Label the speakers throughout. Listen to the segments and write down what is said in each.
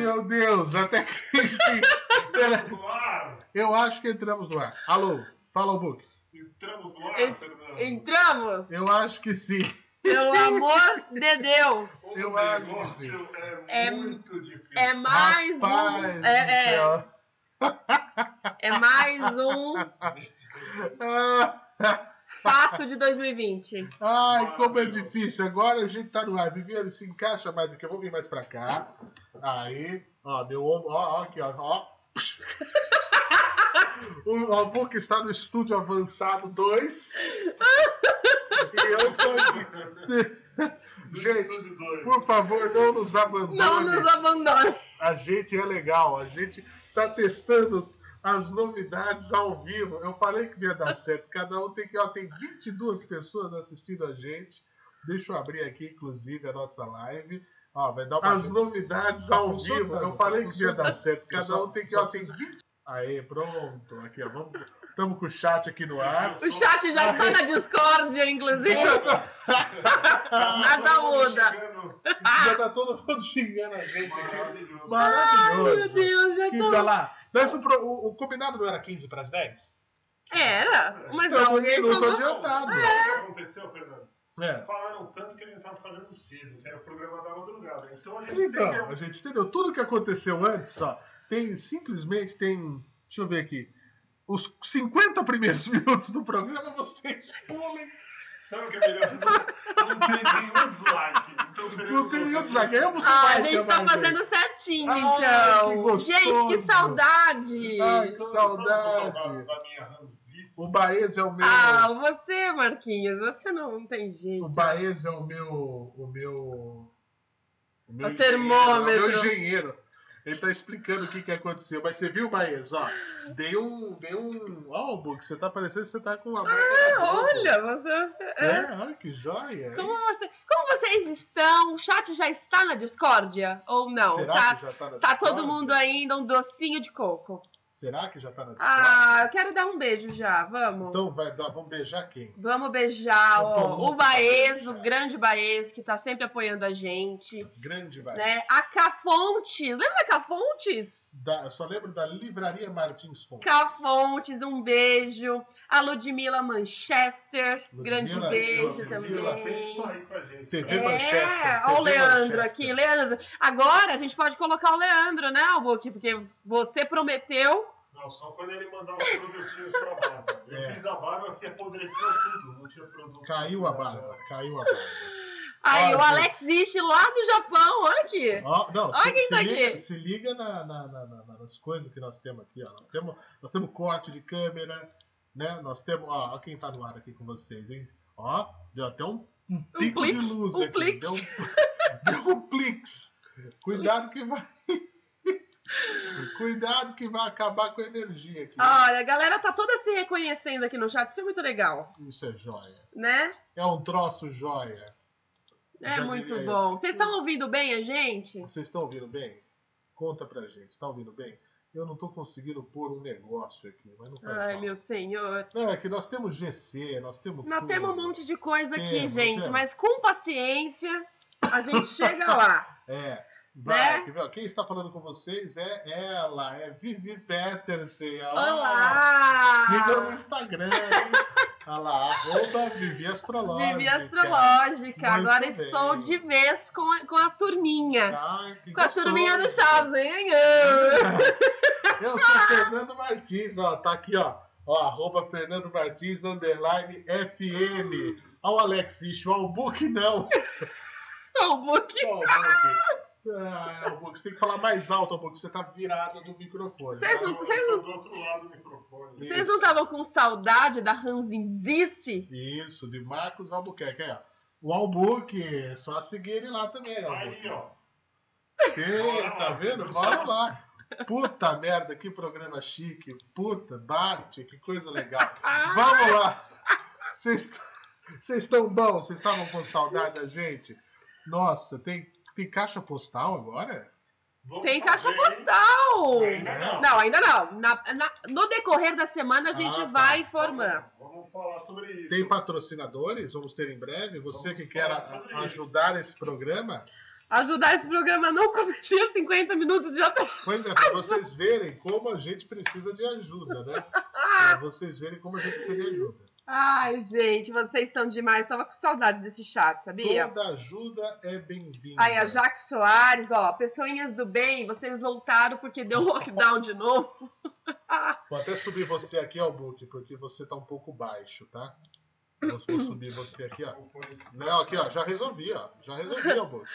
Speaker 1: meu Deus, até que. Pera-
Speaker 2: Entramos no ar!
Speaker 1: Eu acho que entramos no ar. Alô, fala o book.
Speaker 2: Entramos no ar,
Speaker 3: Eles-
Speaker 2: Fernando!
Speaker 3: Entramos!
Speaker 1: Eu acho que sim.
Speaker 3: Pelo amor de Deus!
Speaker 2: O
Speaker 1: Eu acho
Speaker 2: negócio é,
Speaker 3: É-
Speaker 2: muito difícil.
Speaker 3: É mais
Speaker 1: Rapaz
Speaker 3: um.
Speaker 1: do
Speaker 3: É, é,
Speaker 1: céu.
Speaker 3: é mais um
Speaker 1: Ah,
Speaker 3: fato de 2020.
Speaker 1: Ai, como é difícil. Agora a gente tá no ar. Viviane, se encaixa mais aqui. Eu vou vir mais pra cá. Aí, ó, meu ombro. Ó, ó, aqui, ó. ó. O o book está no estúdio avançado 2. E eu estou aqui.
Speaker 2: Do
Speaker 1: Gente,
Speaker 2: estúdio dois.
Speaker 1: por favor, não nos abandone.
Speaker 3: Não nos abandone.
Speaker 1: A gente é legal, a gente tá testando as novidades ao vivo. Eu falei que ia dar certo. Cada um tem que. Ó, tem 22 pessoas assistindo a gente. Deixa eu abrir aqui, inclusive, a nossa live. Ó, vai dar As novidades
Speaker 4: Tá
Speaker 1: ao
Speaker 4: funcionando,
Speaker 1: vivo. Eu
Speaker 4: tá
Speaker 1: falei que ia dar
Speaker 4: funcionando.
Speaker 1: certo. Cada
Speaker 4: Só-
Speaker 1: um tem que.
Speaker 4: só
Speaker 1: Ó, tem 20. Aí, pronto. Aqui, ó. Vamos... Tamo com o chat aqui no ar.
Speaker 3: O chat já tá na Discord, inclusive.
Speaker 1: tá,
Speaker 3: Nada
Speaker 2: tá
Speaker 3: muda.
Speaker 2: Chegando,
Speaker 1: Já tá todo mundo xingando a gente aqui.
Speaker 2: Maravilhoso.
Speaker 3: Ai, meu
Speaker 1: Maravilhoso.
Speaker 3: Deus, já
Speaker 1: Que vai
Speaker 3: tô.
Speaker 1: lá. Mas o, pro- o- o combinado não era 15 para as 10?
Speaker 3: Era, mas
Speaker 1: Então,
Speaker 3: alguém
Speaker 1: não tô
Speaker 3: falou. É.
Speaker 1: adiantando. adiantado.
Speaker 2: Sabe O que aconteceu, Fernando?
Speaker 1: É.
Speaker 2: Falaram tanto que eles estavam fazendo cedo, que era o programa da madrugada. Então a gente
Speaker 1: Então, a
Speaker 2: tem que...
Speaker 1: gente entendeu tudo o que aconteceu antes, ó. Tem simplesmente, tem. Deixa eu ver aqui. Os 50 primeiros minutos do programa vocês pulem.
Speaker 2: Sabe o que é melhor? Não, não tem nenhum dislike. Então seremos
Speaker 1: Não tem nenhum
Speaker 2: vocês.
Speaker 1: dislike. Eu vou
Speaker 3: Ah, a
Speaker 1: vai
Speaker 3: gente
Speaker 1: ter
Speaker 3: tá
Speaker 1: mais
Speaker 3: fazendo certinho,
Speaker 1: Ai, que
Speaker 3: então.
Speaker 1: gostoso.
Speaker 3: Gente, que saudade!
Speaker 1: Ai, que
Speaker 2: Todos-
Speaker 1: saudade.
Speaker 2: todos saudados da minha Ramsis.
Speaker 1: O Baez é o meu.
Speaker 3: Ah, você, Marquinhos, você não tem
Speaker 1: O
Speaker 3: jeito.
Speaker 1: Baez é o meu. O meu. O meu
Speaker 3: O
Speaker 1: engenheiro,
Speaker 3: termômetro.
Speaker 1: O meu engenheiro. Ele tá explicando o que, que aconteceu. Mas você viu, Baez, ó. Dei um. Dei um. Ó, o Bug, você tá parecendo que você tá com a marca da Globo.
Speaker 3: Ah, Olha, você. você-
Speaker 1: É, olha que joia.
Speaker 3: Como, você- como vocês estão? O chat já está na discórdia? Ou não?
Speaker 1: Será
Speaker 3: tá
Speaker 1: que já tá na
Speaker 3: tá
Speaker 1: Discord?
Speaker 3: todo mundo ainda um docinho de coco.
Speaker 1: Será que já tá na Discord?
Speaker 3: Ah, eu quero dar um beijo já, vamos.
Speaker 1: Então um vai dar, vamos beijar quem?
Speaker 3: Vamos beijar
Speaker 1: Eu tô
Speaker 3: ó,
Speaker 1: louco
Speaker 3: o
Speaker 1: pra
Speaker 3: Baez, o
Speaker 1: beijar.
Speaker 3: grande Baez, que tá sempre apoiando a gente.
Speaker 1: Grande vai.
Speaker 3: Né? A Cafontes, lembra da Cafontes?
Speaker 1: Da- eu só lembro da Livraria Martins Fontes.
Speaker 3: Cafontes, um beijo. A Ludmila Manchester,
Speaker 1: Ludmila,
Speaker 3: grande
Speaker 1: Ludmila,
Speaker 3: beijo
Speaker 2: Ela sempre
Speaker 3: também.
Speaker 2: sorri com a gente.
Speaker 1: TV
Speaker 2: né?
Speaker 1: Manchester,
Speaker 3: olha É, o
Speaker 1: TV
Speaker 3: Leandro
Speaker 1: Manchester.
Speaker 3: aqui. Leandro. Agora a gente pode colocar o Leandro, né, Albuquerque? Porque você prometeu.
Speaker 2: Não, só quando ele mandava os produtinhos pra barba. Eu
Speaker 1: É.
Speaker 2: fiz a barba que apodreceu tudo, não tinha produto.
Speaker 1: Caiu a barba, caiu a barba.
Speaker 3: Aí
Speaker 1: Olha,
Speaker 3: o Alex Ishi lá do Japão, olha aqui.
Speaker 1: Ó, não,
Speaker 3: Olha
Speaker 1: se,
Speaker 3: quem
Speaker 1: se
Speaker 3: tá
Speaker 1: liga,
Speaker 3: aqui.
Speaker 1: se liga na- na- na- na- na- nas coisas que nós temos aqui. Ó. Nós, temos, nós temos corte de câmera, né? Nós temos. Ó, ó quem tá no ar aqui com vocês, hein? Ó, deu até um, um pico
Speaker 3: plique,
Speaker 1: de luz
Speaker 3: um
Speaker 1: aqui.
Speaker 3: plique.
Speaker 1: Deu, um- deu um plix. Cuidado que vai. Cuidado que vai acabar com a energia aqui.
Speaker 3: Olha, a galera tá toda se reconhecendo aqui no chat, isso é muito legal,
Speaker 1: Isso é joia.
Speaker 3: né?
Speaker 1: É um troço joia.
Speaker 3: É
Speaker 1: Já
Speaker 3: muito
Speaker 1: diria eu.
Speaker 3: bom. Vocês estão ouvindo bem a gente?
Speaker 1: Vocês estão ouvindo bem? Conta pra gente. Tá ouvindo bem? Eu não tô conseguindo pôr um negócio aqui, mas não faz
Speaker 3: Ai,
Speaker 1: mal.
Speaker 3: meu senhor.
Speaker 1: Não, é que nós temos GC, nós temos.
Speaker 3: Nós
Speaker 1: tudo.
Speaker 3: temos um monte de coisa aqui,
Speaker 1: Temos,
Speaker 3: gente,
Speaker 1: temos.
Speaker 3: mas com paciência a gente chega lá.
Speaker 1: É. Vai,
Speaker 3: Né?
Speaker 1: quer ver, ó, Quem está falando com vocês é ela, é Vivi Petersen. ó.
Speaker 3: Olá!
Speaker 1: Siga no Instagram, hein? Olha lá, arroba Vivi Astrológica.
Speaker 3: Vivi Astrológica.
Speaker 1: é. Muito
Speaker 3: Agora
Speaker 1: bem.
Speaker 3: estou de vez com a, com a turminha.
Speaker 1: Ai, que
Speaker 3: Com a
Speaker 1: gostoso.
Speaker 3: turminha do Chaves, hein? Eu-
Speaker 1: Eu sou Fernando Martins, ó, tá aqui, ó. Ó, arroba Fernando Martins, underline FM. Ó, o Alex Ish, ó, o Book não.
Speaker 3: O Book.
Speaker 1: Ó, o Book. Ah, o Book, você tem que falar mais alto, o Book, você tá virado do microfone.
Speaker 3: Vocês
Speaker 1: tá?
Speaker 3: não-
Speaker 2: Eu tô do outro lado do microfone.
Speaker 3: Vocês não estavam com saudade da Ranzinzice?
Speaker 1: Isso, de Marcos Albuquerque, aí, ó. O Albuque, é só seguir ele lá também, né, Albuque?
Speaker 2: Aí, ó.
Speaker 1: Ei,
Speaker 2: Bora
Speaker 1: tá
Speaker 2: lá,
Speaker 1: vendo?
Speaker 2: você
Speaker 1: Bora
Speaker 2: não
Speaker 1: lá. Puta merda, que programa chique. Puta, bate, que coisa legal. Vamos lá. Vocês vocês estão bom? Vocês estavam com saudade da gente? Nossa, tem, tem caixa postal agora?
Speaker 2: Vamos
Speaker 3: Tem caixa
Speaker 2: fazer, hein?
Speaker 3: postal!
Speaker 2: Ainda não.
Speaker 3: Não, ainda não. Na- na- no decorrer da semana a gente
Speaker 1: Ah, tá.
Speaker 3: vai informando.
Speaker 2: Vamos falar sobre isso.
Speaker 1: Tem patrocinadores? Vamos ter em breve. Você
Speaker 2: Vamos
Speaker 1: que quer
Speaker 2: falar sobre
Speaker 1: a-
Speaker 2: isso.
Speaker 1: ajudar esse programa,
Speaker 3: ajudar esse programa a não cometer 50 minutos de atraso.
Speaker 1: Pois é, para vocês verem como a gente precisa de ajuda, né? Para vocês verem como a gente precisa de ajuda.
Speaker 3: Ah! Ai, gente, vocês são demais. Tava com saudades desse chat, sabia?
Speaker 1: Toda ajuda é bem-vinda.
Speaker 3: Aí, a Jaque Soares, ó, pessoinhas do bem, vocês voltaram porque deu lockdown de novo.
Speaker 1: Vou até subir você aqui, ó, Book, porque você tá um pouco baixo, tá? Vou, vou subir você aqui, ó. Não, aqui, ó, já resolvi, ó. Já resolvi, ó, Book.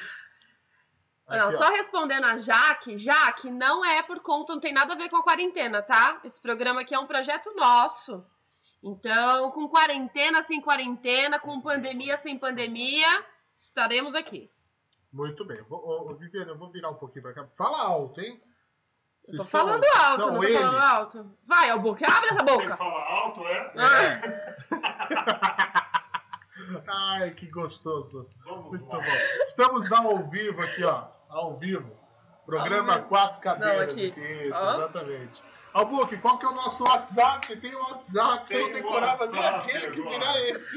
Speaker 1: Aqui,
Speaker 3: não,
Speaker 1: ó.
Speaker 3: só respondendo a Jaque, Jaque, não é por conta, não tem nada a ver com a quarentena, tá? Esse programa aqui é um projeto nosso. Então, com quarentena, sem quarentena, com pandemia, sem pandemia, estaremos aqui.
Speaker 1: Muito bem. Vou, ô, ô, Viviane, eu vou virar um pouquinho pra cá. Fala alto, hein?
Speaker 3: Eu tô
Speaker 1: Vocês estão-
Speaker 3: falando alto, não,
Speaker 1: não,
Speaker 3: tô
Speaker 1: ele.
Speaker 3: falando alto. Vai, Albuquerque, abre essa
Speaker 2: Tem que
Speaker 3: boca.
Speaker 2: falar alto, é?
Speaker 3: Ah.
Speaker 1: Ai, que gostoso.
Speaker 2: Vamos
Speaker 1: Muito
Speaker 2: lá.
Speaker 1: bom. Estamos ao vivo aqui, ó. Ao vivo. Programa
Speaker 3: Ao vivo.
Speaker 1: Quatro Cadeiras.
Speaker 3: Não, aqui.
Speaker 1: Isso,
Speaker 3: Ó.
Speaker 1: exatamente. Albuque, qual que é o nosso WhatsApp? Tem o WhatsApp, você
Speaker 2: Tem
Speaker 1: não tem
Speaker 2: o
Speaker 1: coragem de fazer
Speaker 2: WhatsApp
Speaker 1: aquele que
Speaker 2: agora.
Speaker 1: dirá esse.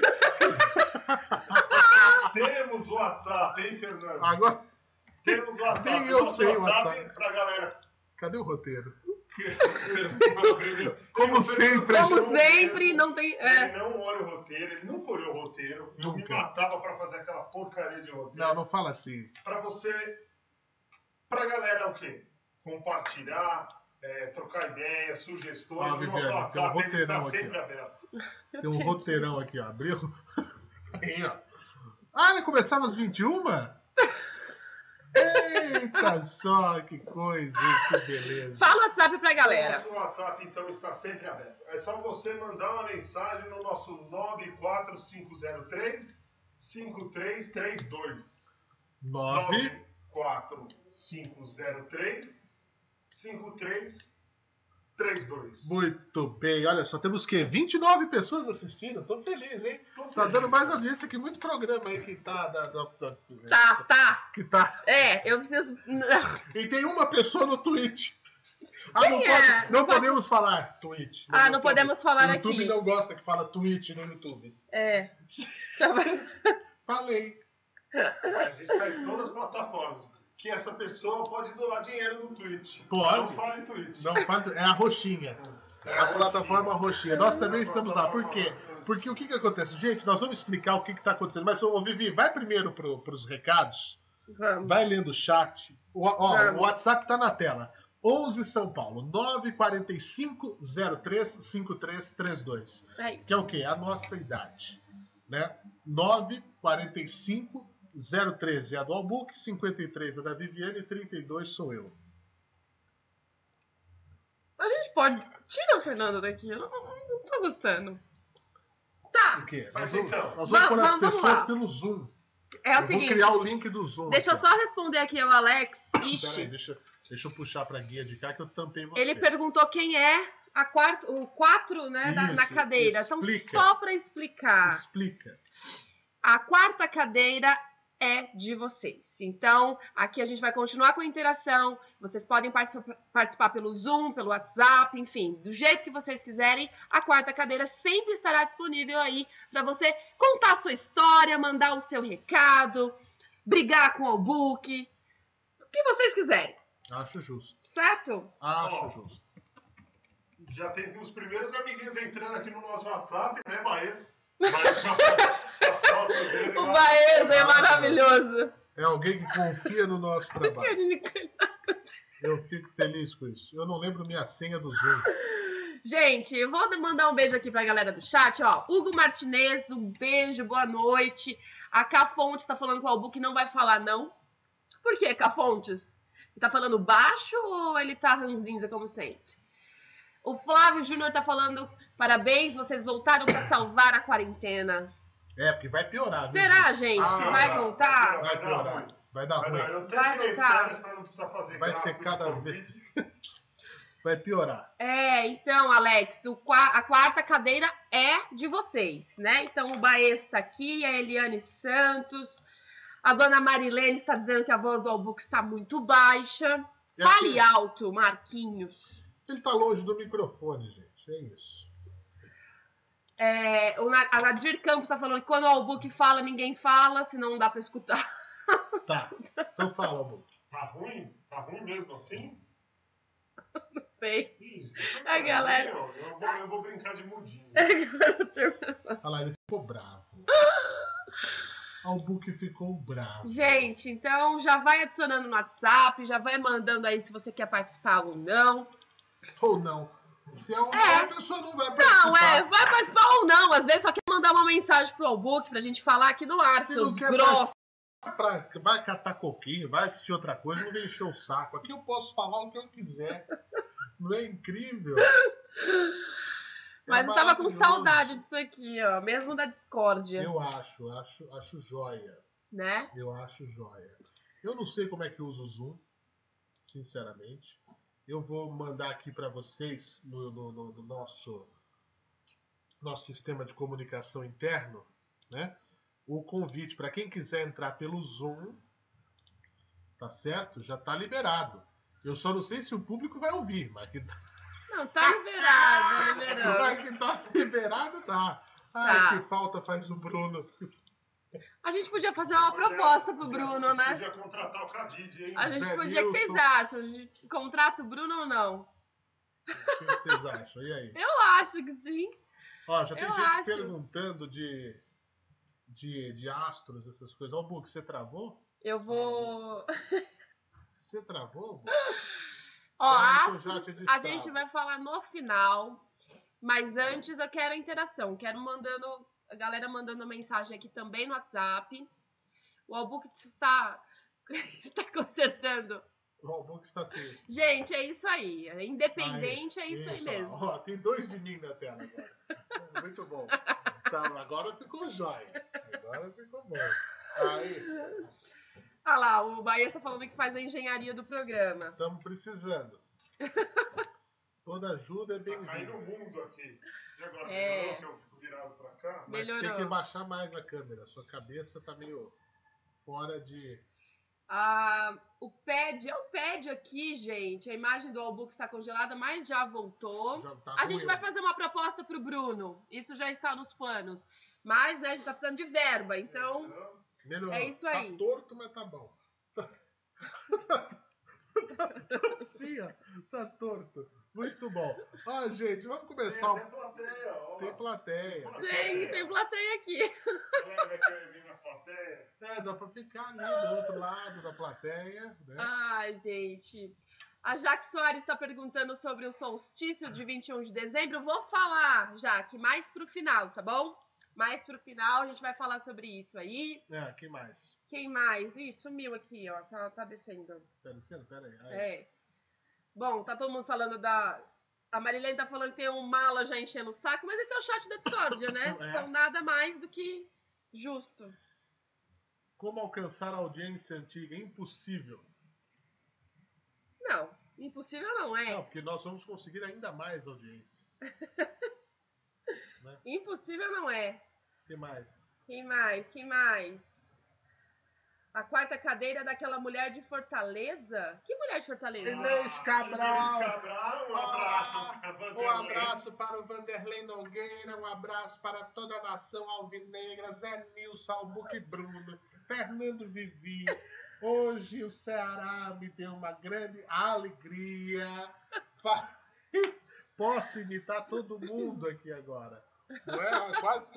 Speaker 2: Temos WhatsApp, hein, Fernando?
Speaker 1: Agora,
Speaker 2: Temos WhatsApp.
Speaker 1: Ah, Nem eu
Speaker 2: Nosso
Speaker 1: sei o
Speaker 2: pra galera.
Speaker 1: cadê o roteiro?
Speaker 2: Ele
Speaker 1: Como sempre.
Speaker 3: Como sempre, não tem. É.
Speaker 2: não olha o roteiro, ele nunca olhou o roteiro. Eu me
Speaker 1: Nunca.
Speaker 2: matava pra fazer aquela porcaria de roteiro.
Speaker 1: Não, não fala assim.
Speaker 2: Pra você, pra galera o quê? Compartilhar, é, trocar ideias, sugestões.
Speaker 1: Ah,
Speaker 2: o nosso
Speaker 1: Viviane, tem um
Speaker 2: WhatsApp ele
Speaker 1: roteirão
Speaker 2: tá
Speaker 1: aqui,
Speaker 2: sempre aberto.
Speaker 1: Tem um roteirão aqui, ó. Abriu. Aí, ó. Ah, ele começava às 21? Eita só, que coisa, hein? que beleza.
Speaker 3: Fala o WhatsApp pra
Speaker 1: É.
Speaker 3: galera.
Speaker 2: Nosso WhatsApp, então, está sempre aberto. É só você mandar uma mensagem no nosso 94503 5332.
Speaker 1: 9.
Speaker 2: 94503 5332.
Speaker 1: Muito bem, olha só, temos o quê? 29 pessoas assistindo, tô feliz, hein? Tá dando mais audiência que muito programa aí que tá. da- da- da-
Speaker 3: Tá, tá.
Speaker 1: Que tá.
Speaker 3: É, eu preciso.
Speaker 1: E tem uma pessoa no Twitch. Ah,
Speaker 3: Quem
Speaker 1: não,
Speaker 3: é?
Speaker 1: pode- não
Speaker 3: Não pode-
Speaker 1: podemos falar Twitch. no
Speaker 3: Ah, não
Speaker 1: YouTube.
Speaker 3: podemos falar
Speaker 1: O YouTube
Speaker 3: aqui.
Speaker 1: não gosta que fala Twitch no YouTube.
Speaker 3: É. Tá bom.
Speaker 1: Falei.
Speaker 2: A gente tá em todas as plataformas. Que essa pessoa pode doar dinheiro no Twitch.
Speaker 1: Pode.
Speaker 2: Não fala em Twitch.
Speaker 1: Não, fala- é a roxinha. É a plataforma roxinha. Nós também estamos lá. Por quê? Porque o que, que acontece? Gente, nós vamos explicar o que está acontecendo. Mas, ô, Vivi, vai primeiro para os recados.
Speaker 3: Vamos.
Speaker 1: Vai lendo o chat. O, ó,
Speaker 3: Vamos.
Speaker 1: o WhatsApp tá na tela. 11 São Paulo, 945 03 5332.
Speaker 3: É isso.
Speaker 1: Que é o quê? A nossa idade. Né? 945 03 é a do Albuque, 53 é da Viviane e 32 sou eu.
Speaker 3: A gente pode. Tira o Fernando daqui. Eu não, não tô gostando. Tá.
Speaker 1: O quê? Nós
Speaker 2: Mas
Speaker 1: vamos,
Speaker 2: então,
Speaker 1: nós vamos
Speaker 3: vamos-
Speaker 1: pôr as
Speaker 3: vamos
Speaker 1: pessoas
Speaker 3: lá.
Speaker 1: pelo Zoom.
Speaker 3: É o
Speaker 1: eu vou
Speaker 3: seguinte.
Speaker 1: criar o link do Zoom.
Speaker 3: Deixa eu
Speaker 1: aqui.
Speaker 3: só responder aqui ao Alex.
Speaker 1: Peraí,
Speaker 3: Ixi.
Speaker 1: deixa, deixa eu puxar pra guia de cá que eu tampei você.
Speaker 3: Ele perguntou quem é a quarta, o 4 né, da- na
Speaker 1: Isso,
Speaker 3: cadeira. Então,
Speaker 1: explica.
Speaker 3: só para explicar.
Speaker 1: Explica.
Speaker 3: A quarta cadeira é de vocês. Então, aqui a gente vai continuar com a interação. Vocês podem participa- participar pelo Zoom, pelo WhatsApp, enfim, do jeito que vocês quiserem. A quarta cadeira sempre estará disponível aí para você contar a sua história, mandar o seu recado, brigar com o book, o que vocês quiserem,
Speaker 1: Acho justo.
Speaker 3: certo?
Speaker 1: Acho
Speaker 2: Ó,
Speaker 1: justo.
Speaker 2: Já tem os primeiros amiguinhos entrando aqui no nosso WhatsApp, né, Maes? Maes com a foto dele
Speaker 3: O
Speaker 2: lá.
Speaker 3: Baedo é maravilhoso.
Speaker 1: É alguém que confia no nosso trabalho.
Speaker 3: Gente,
Speaker 1: Eu fico feliz com isso. Eu não lembro minha senha do Zoom.
Speaker 3: eu vou mandar um beijo aqui pra galera do chat, ó. Hugo Martinez, um beijo, boa noite. A Cafontes tá falando com o Albu que não vai falar, não. Por quê, Cafontes? Ele tá falando baixo ou ele tá ranzinza, como sempre? O Flávio Júnior tá falando, parabéns, vocês voltaram pra salvar a quarentena.
Speaker 1: É, porque vai piorar. viu,
Speaker 3: Será, gente, que
Speaker 1: Ah,
Speaker 3: vai voltar?
Speaker 1: gente? Vai piorar. Vai dar
Speaker 2: Vai dar-
Speaker 1: ruim.
Speaker 2: Eu até
Speaker 3: Vai
Speaker 2: tirei
Speaker 3: voltar.
Speaker 2: férias pra não precisar fazer
Speaker 1: Vai
Speaker 2: gráfico
Speaker 1: ser cada
Speaker 2: de
Speaker 1: vez.
Speaker 2: Covid.
Speaker 1: Vai piorar.
Speaker 3: É, então, Alex, o qua- a quarta cadeira é de vocês, né? Então, o Baez está aqui, a Eliane Santos, a dona Marilene está dizendo que a voz do Albuque está muito baixa.
Speaker 1: E
Speaker 3: Fale
Speaker 1: aqui?
Speaker 3: alto, Marquinhos.
Speaker 1: Ele tá longe do microfone, gente. É isso.
Speaker 3: tá É, o Na- a Nadir Campos está falando que quando o Albuque fala, ninguém fala, senão não dá para escutar.
Speaker 1: Tá. Então fala, amor.
Speaker 2: Tá ruim? Tá ruim mesmo assim?
Speaker 3: Sei.
Speaker 2: Isso.
Speaker 3: A É, galera-
Speaker 2: Eu, eu vou, eu vou brincar de mudinho.
Speaker 1: Olha lá, ele ficou bravo. Albuque ficou bravo.
Speaker 3: Gente, então já vai adicionando no WhatsApp, já vai mandando aí se você quer participar ou não.
Speaker 1: Ou não. Se é um
Speaker 3: É.
Speaker 1: não, a pessoa não vai participar.
Speaker 3: Não, é, vai participar ou não. Às vezes só quer mandar uma mensagem pro Albuque pra gente falar aqui no ar,
Speaker 1: Se
Speaker 3: seus
Speaker 1: não quer
Speaker 3: grossos.
Speaker 1: Pra- vai catar coquinho, vai assistir outra coisa, não me encher o saco. Aqui eu posso falar o que eu quiser. Não é incrível?
Speaker 3: Mas
Speaker 1: É
Speaker 3: eu tava com
Speaker 1: maravilhoso.
Speaker 3: saudade disso aqui, ó. Mesmo da discórdia,
Speaker 1: Eu acho, acho, acho joia.
Speaker 3: né?
Speaker 1: Eu acho joia. Eu não sei como é que usa o Zoom, sinceramente. Eu vou mandar aqui para vocês no, no- no- no nosso nosso sistema de comunicação interno, né? O convite para quem quiser entrar pelo Zoom, tá certo? Já tá liberado. Eu só não sei se o público vai ouvir, mas que tá,
Speaker 3: Não, tá liberado, liberado.
Speaker 1: mas que tá liberado tá. Ah,
Speaker 3: Tá.
Speaker 1: que falta faz o Bruno.
Speaker 3: A gente podia fazer é uma proposta pro Bruno, né?
Speaker 2: Podia contratar o Cavide, hein?
Speaker 3: A gente
Speaker 1: Zé
Speaker 3: podia, o que vocês
Speaker 1: Nilson.
Speaker 3: acham? A gente Contrata o Bruno ou não?
Speaker 1: O que vocês acham? E aí?
Speaker 3: Eu acho que sim.
Speaker 1: Ó, já tem
Speaker 3: Eu
Speaker 1: gente
Speaker 3: acho.
Speaker 1: perguntando de, de, de astros, essas coisas. Ó, o Book, você travou?
Speaker 3: Eu vou.
Speaker 1: Você travou? Book?
Speaker 3: Ó,
Speaker 1: Ah, então já
Speaker 3: astros,
Speaker 1: te
Speaker 3: a
Speaker 1: destrava.
Speaker 3: gente vai falar no final. Mas antes eu quero a interação. Quero mandando. A galera mandando mensagem aqui também no WhatsApp. O Albuque está, está consertando.
Speaker 1: Ó, o Book está assim, sem.
Speaker 3: Gente, é isso aí. É Independente é isso aí
Speaker 1: ó.
Speaker 3: mesmo.
Speaker 1: Ó, tem dois de mim na tela agora. Muito bom. Tá, agora ficou jóia. Agora ficou bom. Aí,
Speaker 3: Olha lá, o Bahia está falando que faz a engenharia do programa.
Speaker 1: estamos precisando. Toda ajuda é
Speaker 2: Tá
Speaker 1: bem-vinda.
Speaker 2: caindo o mundo aqui. E agora,
Speaker 3: É.
Speaker 2: melhorou que eu fico virado pra cá?
Speaker 1: Mas tem
Speaker 3: Melhorou.
Speaker 1: que baixar mais a câmera. Sua cabeça tá meio fora de.
Speaker 3: Ah, o pad, é o pad aqui, gente. A imagem do Albuque está congelada, mas já voltou.
Speaker 1: já tá
Speaker 3: A
Speaker 1: ruim.
Speaker 3: gente vai fazer uma proposta pro Bruno. Isso já está nos planos. Mas, né, a gente tá precisando de verba. Então,
Speaker 2: Melhorou?
Speaker 1: Melhorou.
Speaker 3: É isso
Speaker 1: Tá
Speaker 3: aí.
Speaker 1: torto, mas tá bom. Tá, assim, ó. Tá torto. Muito bom. Ó, gente, vamos
Speaker 2: Tem
Speaker 1: começar.
Speaker 2: até
Speaker 1: o-
Speaker 2: plateia, ó.
Speaker 1: Tem plateia.
Speaker 3: tem, tem plateia aqui.
Speaker 2: A galera vai querer vir na plateia.
Speaker 1: É, dá pra ficar ali do outro lado da plateia, né?
Speaker 3: Ai, gente. A Jaque Soares está perguntando sobre o solstício de 21 de dezembro. Vou falar, Jaque, mais pro final, tá bom? Mais pro final, a gente vai falar sobre isso aí.
Speaker 1: É, quem mais?
Speaker 3: Quem mais? Ih, sumiu aqui, ó. Tá, tá descendo.
Speaker 1: Pera, Luciano, pera aí. aí.
Speaker 3: É. Bom, tá todo mundo falando da. A Marilene tá falando que tem um mala já enchendo o saco, mas esse é o chat da discórdia, né?
Speaker 1: É.
Speaker 3: Então nada mais do que justo.
Speaker 1: Como alcançar a audiência antiga? Impossível.
Speaker 3: Não, impossível não é.
Speaker 1: Não, porque nós vamos conseguir ainda mais audiência.
Speaker 3: Impossível não é.
Speaker 1: Quem mais?
Speaker 3: Quem mais? Quem mais? A quarta cadeira daquela mulher de Fortaleza? Que mulher de Fortaleza?
Speaker 1: Inês Cabral.
Speaker 2: Ah, Inês Cabral, um abraço.
Speaker 1: Ah,
Speaker 2: pra
Speaker 1: Um
Speaker 2: Vanderlei.
Speaker 1: abraço para o Vanderlei Nogueira, um abraço para toda a nação alvinegra, Zé Nilson, Albuque Bruno, Fernando Vivi. Hoje o Ceará me deu uma grande alegria. Fa- Posso imitar todo mundo aqui agora. Não é? Quase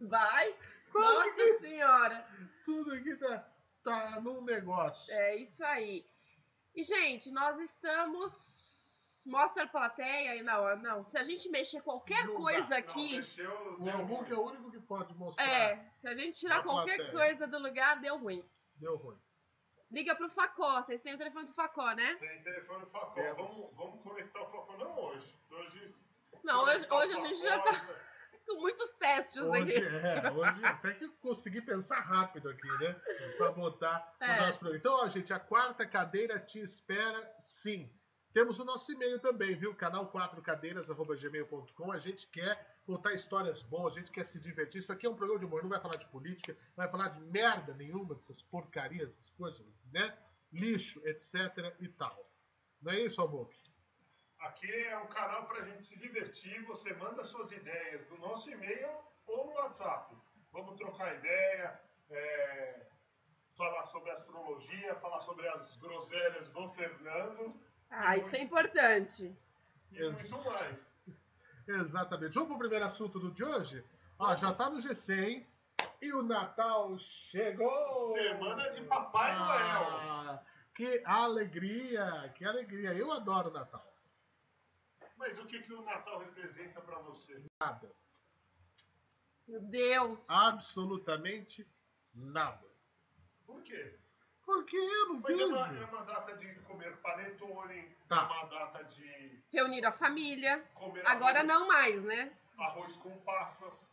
Speaker 3: Vai!
Speaker 1: Quase
Speaker 3: Nossa senhora!
Speaker 1: tudo aqui tá, tá num negócio.
Speaker 3: É isso aí. E, gente, nós estamos. Mostra a plateia. Não, não. Se a gente mexer qualquer
Speaker 1: Não dá,
Speaker 3: coisa
Speaker 2: Não,
Speaker 3: aqui.
Speaker 2: mexeu,
Speaker 1: O
Speaker 2: deu
Speaker 1: Albuque é
Speaker 2: ruim.
Speaker 1: o único que pode mostrar.
Speaker 3: É, se a gente tirar
Speaker 1: A
Speaker 3: qualquer
Speaker 1: plateia.
Speaker 3: coisa do lugar, deu ruim.
Speaker 1: Deu ruim.
Speaker 3: Liga pro Facó. Vocês têm o telefone do Facó, né?
Speaker 2: Tem telefone do Facó.
Speaker 1: Temos.
Speaker 2: Vamos, vamos conectar o Facó. Não hoje. Hoje.
Speaker 3: Não, hoje,
Speaker 2: conectar o
Speaker 3: hoje a gente já
Speaker 2: Facó,
Speaker 3: tá com muitos testes
Speaker 1: Hoje,
Speaker 3: aqui.
Speaker 1: é, hoje até que eu consegui pensar rápido aqui, né? Pra botar
Speaker 3: É.
Speaker 1: o nosso programa. Então, ó, gente, a quarta cadeira te espera, sim. Temos o nosso e-mail também, viu? Canal 4cadeiras.gmail.com. A gente quer contar histórias boas, a gente quer se divertir. Isso aqui é um programa de humor, não vai falar de política, não vai falar de merda nenhuma, dessas porcarias, essas coisas, né? Lixo, etc e tal. Não é isso, amor?
Speaker 2: Aqui é um canal pra gente se divertir. Você manda suas ideias no nosso e-mail ou no WhatsApp. Vamos trocar ideia. é, ia falar sobre as groselhas do Fernando
Speaker 3: Ah, isso é importante.
Speaker 2: e muito mais.
Speaker 1: Exatamente. Vamos pro primeiro assunto do de hoje? Ó, já tá no GC, hein? E o Natal chegou!
Speaker 2: Semana de Papai Noel.
Speaker 1: Ah, Que alegria! Que alegria! Eu adoro Natal.
Speaker 2: Mas o que, que o Natal representa pra você?
Speaker 1: Nada.
Speaker 3: Meu Deus.
Speaker 1: Ah. Absolutamente nada.
Speaker 2: Por quê?
Speaker 1: Porque eu não
Speaker 2: Mas é
Speaker 1: vejo.
Speaker 2: uma, é uma data de comer panetone,
Speaker 1: Tá.
Speaker 2: é uma data de
Speaker 3: Reunir a família.
Speaker 2: comer
Speaker 3: Agora
Speaker 2: arroz,
Speaker 3: não mais, né?
Speaker 2: arroz com passas.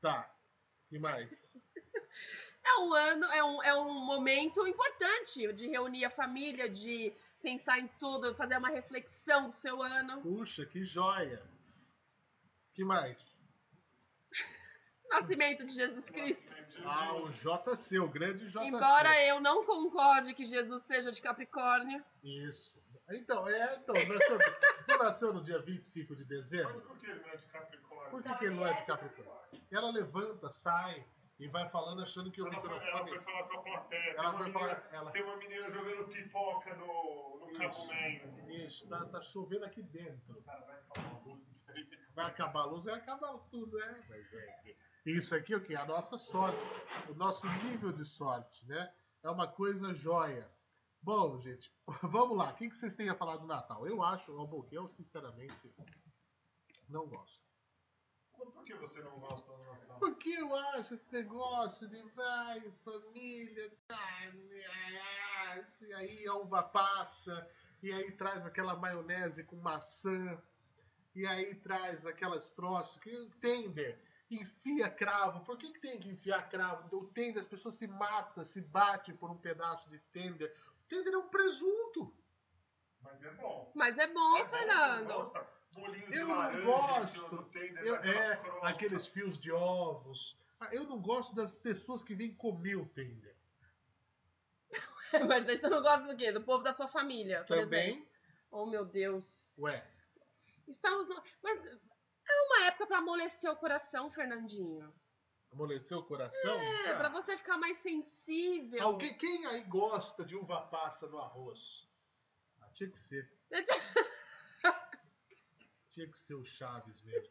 Speaker 1: Tá. E mais?
Speaker 3: É um ano, é um, é um momento importante de reunir a família, de pensar em tudo, fazer uma reflexão do seu ano.
Speaker 1: Puxa, que joia! Que mais?
Speaker 3: Nascimento de Jesus Cristo.
Speaker 2: Nascimento de
Speaker 1: Ah, o
Speaker 2: Jesus.
Speaker 1: JC, o grande JC.
Speaker 3: Embora eu não concorde que Jesus seja de Capricórnio,
Speaker 1: Isso. Então, é, então, nasceu, tu nasceu no dia 25 de
Speaker 2: Mas
Speaker 1: dezembro?
Speaker 2: por que ele não é de Capricórnio?
Speaker 1: Por que, que ele não é de Capricórnio? Ela levanta, sai e vai falando achando que o
Speaker 2: Ela foi, ela foi
Speaker 1: microfone.
Speaker 2: falar com a plateia.
Speaker 1: Ela
Speaker 2: tem,
Speaker 1: foi
Speaker 2: uma menina,
Speaker 1: falar- ela-
Speaker 2: tem uma menina jogando pipoca no, no Cabumenho.
Speaker 1: Está tá chovendo aqui dentro.
Speaker 2: Cara, vai falar uma coisa aí.
Speaker 1: Vai acabar a luz, vai acabar tudo, né? Mas é que- Isso aqui é o quê? A nossa sorte. O nosso nível de sorte, né? É uma coisa joia. Bom, gente, vamos lá. O que que vocês têm a falar do Natal? Eu acho, ó, bom, eu sinceramente não gosto.
Speaker 2: Mas Por que você não gosta do Natal?
Speaker 1: Porque eu acho esse negócio de vai, família, carne, ah, ah, e aí a uva passa, e aí traz aquela maionese com maçã, e aí traz aquelas troças que entender. Enfia cravo. Por que, que tem que enfiar cravo? O tender, as pessoas se matam, se batem por um pedaço de tender. O tender é um presunto.
Speaker 2: Mas é bom.
Speaker 3: mas é
Speaker 2: É
Speaker 3: bom,
Speaker 2: bom,
Speaker 3: Fernando.
Speaker 2: você gosta? Bolinho de
Speaker 1: Eu não
Speaker 2: laranja,
Speaker 1: gosto.
Speaker 2: em cima do tender,
Speaker 1: Eu-
Speaker 2: daquela
Speaker 1: é,
Speaker 2: crosta.
Speaker 1: aqueles fios de ovos. Ah, Eu não gosto das pessoas que vêm comer o tender.
Speaker 3: mas aí você não gosta do quê? Do povo da sua família, por exemplo.
Speaker 1: Também,
Speaker 3: Oh, meu Deus.
Speaker 1: ué.
Speaker 3: Estamos no... Mas é uma época pra amolecer o coração, Fernandinho.
Speaker 1: Amoleceu o coração?
Speaker 3: É, pra você ficar mais sensível.
Speaker 1: Ah. Alguém, quem aí gosta de uva passa no arroz? Ah, tinha que ser. Tinha que ser o Chaves mesmo.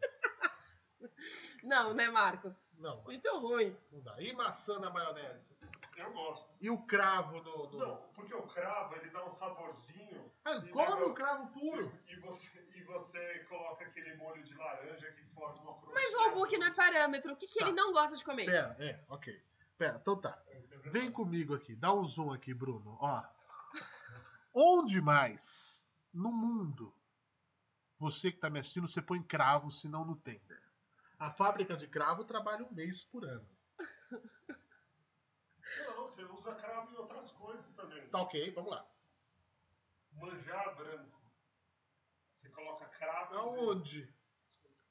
Speaker 3: Não, né, Marcos?
Speaker 1: Não, mas
Speaker 3: Muito ruim.
Speaker 1: não dá. E maçã na maionese?
Speaker 2: Eu gosto.
Speaker 1: E o cravo no. no-
Speaker 2: Não, porque o cravo, ele dá um saborzinho.
Speaker 1: Ah, come o cravo puro!
Speaker 2: E você, e você coloca aquele molho de laranja que forma uma crosta.
Speaker 3: Mas o Albuque não é parâmetro. O que, que
Speaker 1: Tá.
Speaker 3: ele não gosta de comer?
Speaker 1: Pera, é, ok. Pera, então tá. Vem comigo aqui, dá um zoom aqui, Bruno. Ó. Onde mais no mundo você que tá me assistindo, você põe cravo, senão não tem. A fábrica de cravo trabalha um mês por ano.
Speaker 2: Não, você usa cravo em outras coisas também.
Speaker 1: Tá ok, vamos lá.
Speaker 2: Manjar branco. Você coloca cravos,
Speaker 1: É Aonde?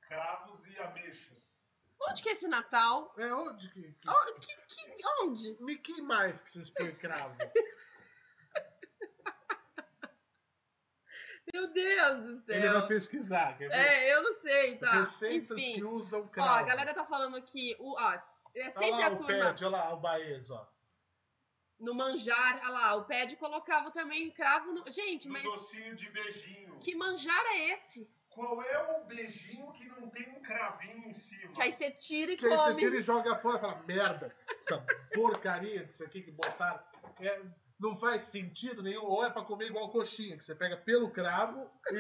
Speaker 2: cravos e ameixas.
Speaker 3: Onde que é esse Natal?
Speaker 1: É onde que. que...
Speaker 3: Oh, que- que- onde?
Speaker 1: Me que mais que vocês põem cravo?
Speaker 3: Meu Deus do
Speaker 1: Ele é vai
Speaker 3: céu.
Speaker 1: pesquisar, quer ver?
Speaker 3: É, eu não sei, tá?
Speaker 1: Receitas
Speaker 3: Enfim.
Speaker 1: que usam
Speaker 3: Ó,
Speaker 1: cravo.
Speaker 3: a galera tá falando que o, ó, é
Speaker 1: olha
Speaker 3: sempre
Speaker 1: lá
Speaker 3: a
Speaker 1: o
Speaker 3: turma
Speaker 1: pad, olha lá o Baez, ó.
Speaker 3: no manjar. Olha lá, o Ped colocava também cravo no. Gente,
Speaker 2: No
Speaker 3: mas
Speaker 2: um docinho de beijinho.
Speaker 3: que manjar é esse?
Speaker 2: Qual é o beijinho que não tem um cravinho em cima?
Speaker 3: Que aí você tira e
Speaker 1: Que aí você
Speaker 3: come.
Speaker 1: tira e joga fora e fala, merda, essa porcaria disso aqui que botaram. É, não faz sentido nenhum. Ou é pra comer igual coxinha, que você pega pelo cravo e.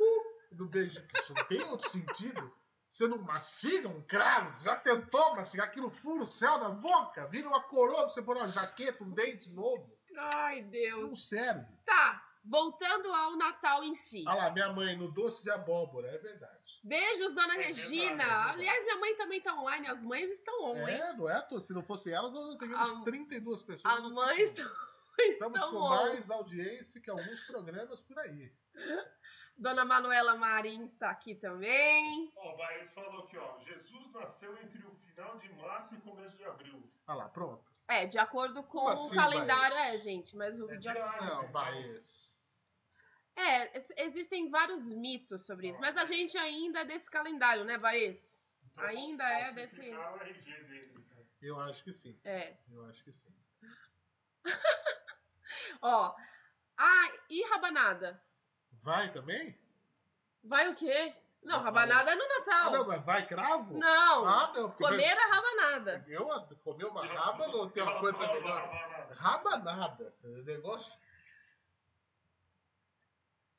Speaker 1: Uh, do beijo. Isso não tem outro sentido. Você não mastiga um cravo? Você já tentou mastigar aquilo fura o céu da boca? Vira uma coroa pra você pôr uma jaqueta, um dente novo.
Speaker 3: Ai,
Speaker 1: Não
Speaker 3: Deus.
Speaker 1: serve.
Speaker 3: Tá, voltando ao Natal em si.
Speaker 1: Olha lá, minha mãe, no doce de abóbora, é verdade.
Speaker 3: Beijos, dona
Speaker 2: É verdade,
Speaker 3: Regina.
Speaker 2: é verdade.
Speaker 3: Aliás, minha mãe também tá online. As mães estão on, hein?
Speaker 1: É, não é? à toa. Se não fossem elas, nós não teríamos
Speaker 3: A-
Speaker 1: 32 pessoas.
Speaker 3: As
Speaker 1: nos
Speaker 3: mães
Speaker 1: assistindo.
Speaker 3: estão.
Speaker 1: Estamos
Speaker 3: estão
Speaker 1: com
Speaker 3: on.
Speaker 1: mais audiência que alguns programas por aí.
Speaker 3: Dona Manuela Marins está aqui também.
Speaker 2: Ó, o Baez falou aqui, ó. Jesus nasceu entre o final de março e começo de abril.
Speaker 1: Ah lá, pronto.
Speaker 3: É, de acordo com
Speaker 1: Como
Speaker 3: o
Speaker 1: assim,
Speaker 3: calendário,
Speaker 1: Baez?
Speaker 3: é, gente, mas o
Speaker 2: É
Speaker 3: de
Speaker 2: diário.
Speaker 1: Não,
Speaker 2: então.
Speaker 1: Baez.
Speaker 3: É, ex- existem vários mitos sobre isso, mas a gente ainda é desse calendário, né, Baez?
Speaker 2: Então,
Speaker 3: Ainda é
Speaker 2: falsificaram o RG dele, então.
Speaker 1: Eu acho que sim.
Speaker 3: É.
Speaker 1: Eu acho que sim.
Speaker 3: Ó. Ah, e rabanada?
Speaker 1: Vai também?
Speaker 3: Vai o quê? Não,
Speaker 1: Não,
Speaker 3: rabanada é no
Speaker 1: Ah, não,
Speaker 3: Natal.
Speaker 1: mas vai cravo?
Speaker 3: Não.
Speaker 1: Ah, não. porque
Speaker 3: Comer a rabanada.
Speaker 1: vai- Eu ad- comer uma raba não tem uma coisa melhor. Rabanada. O negócio.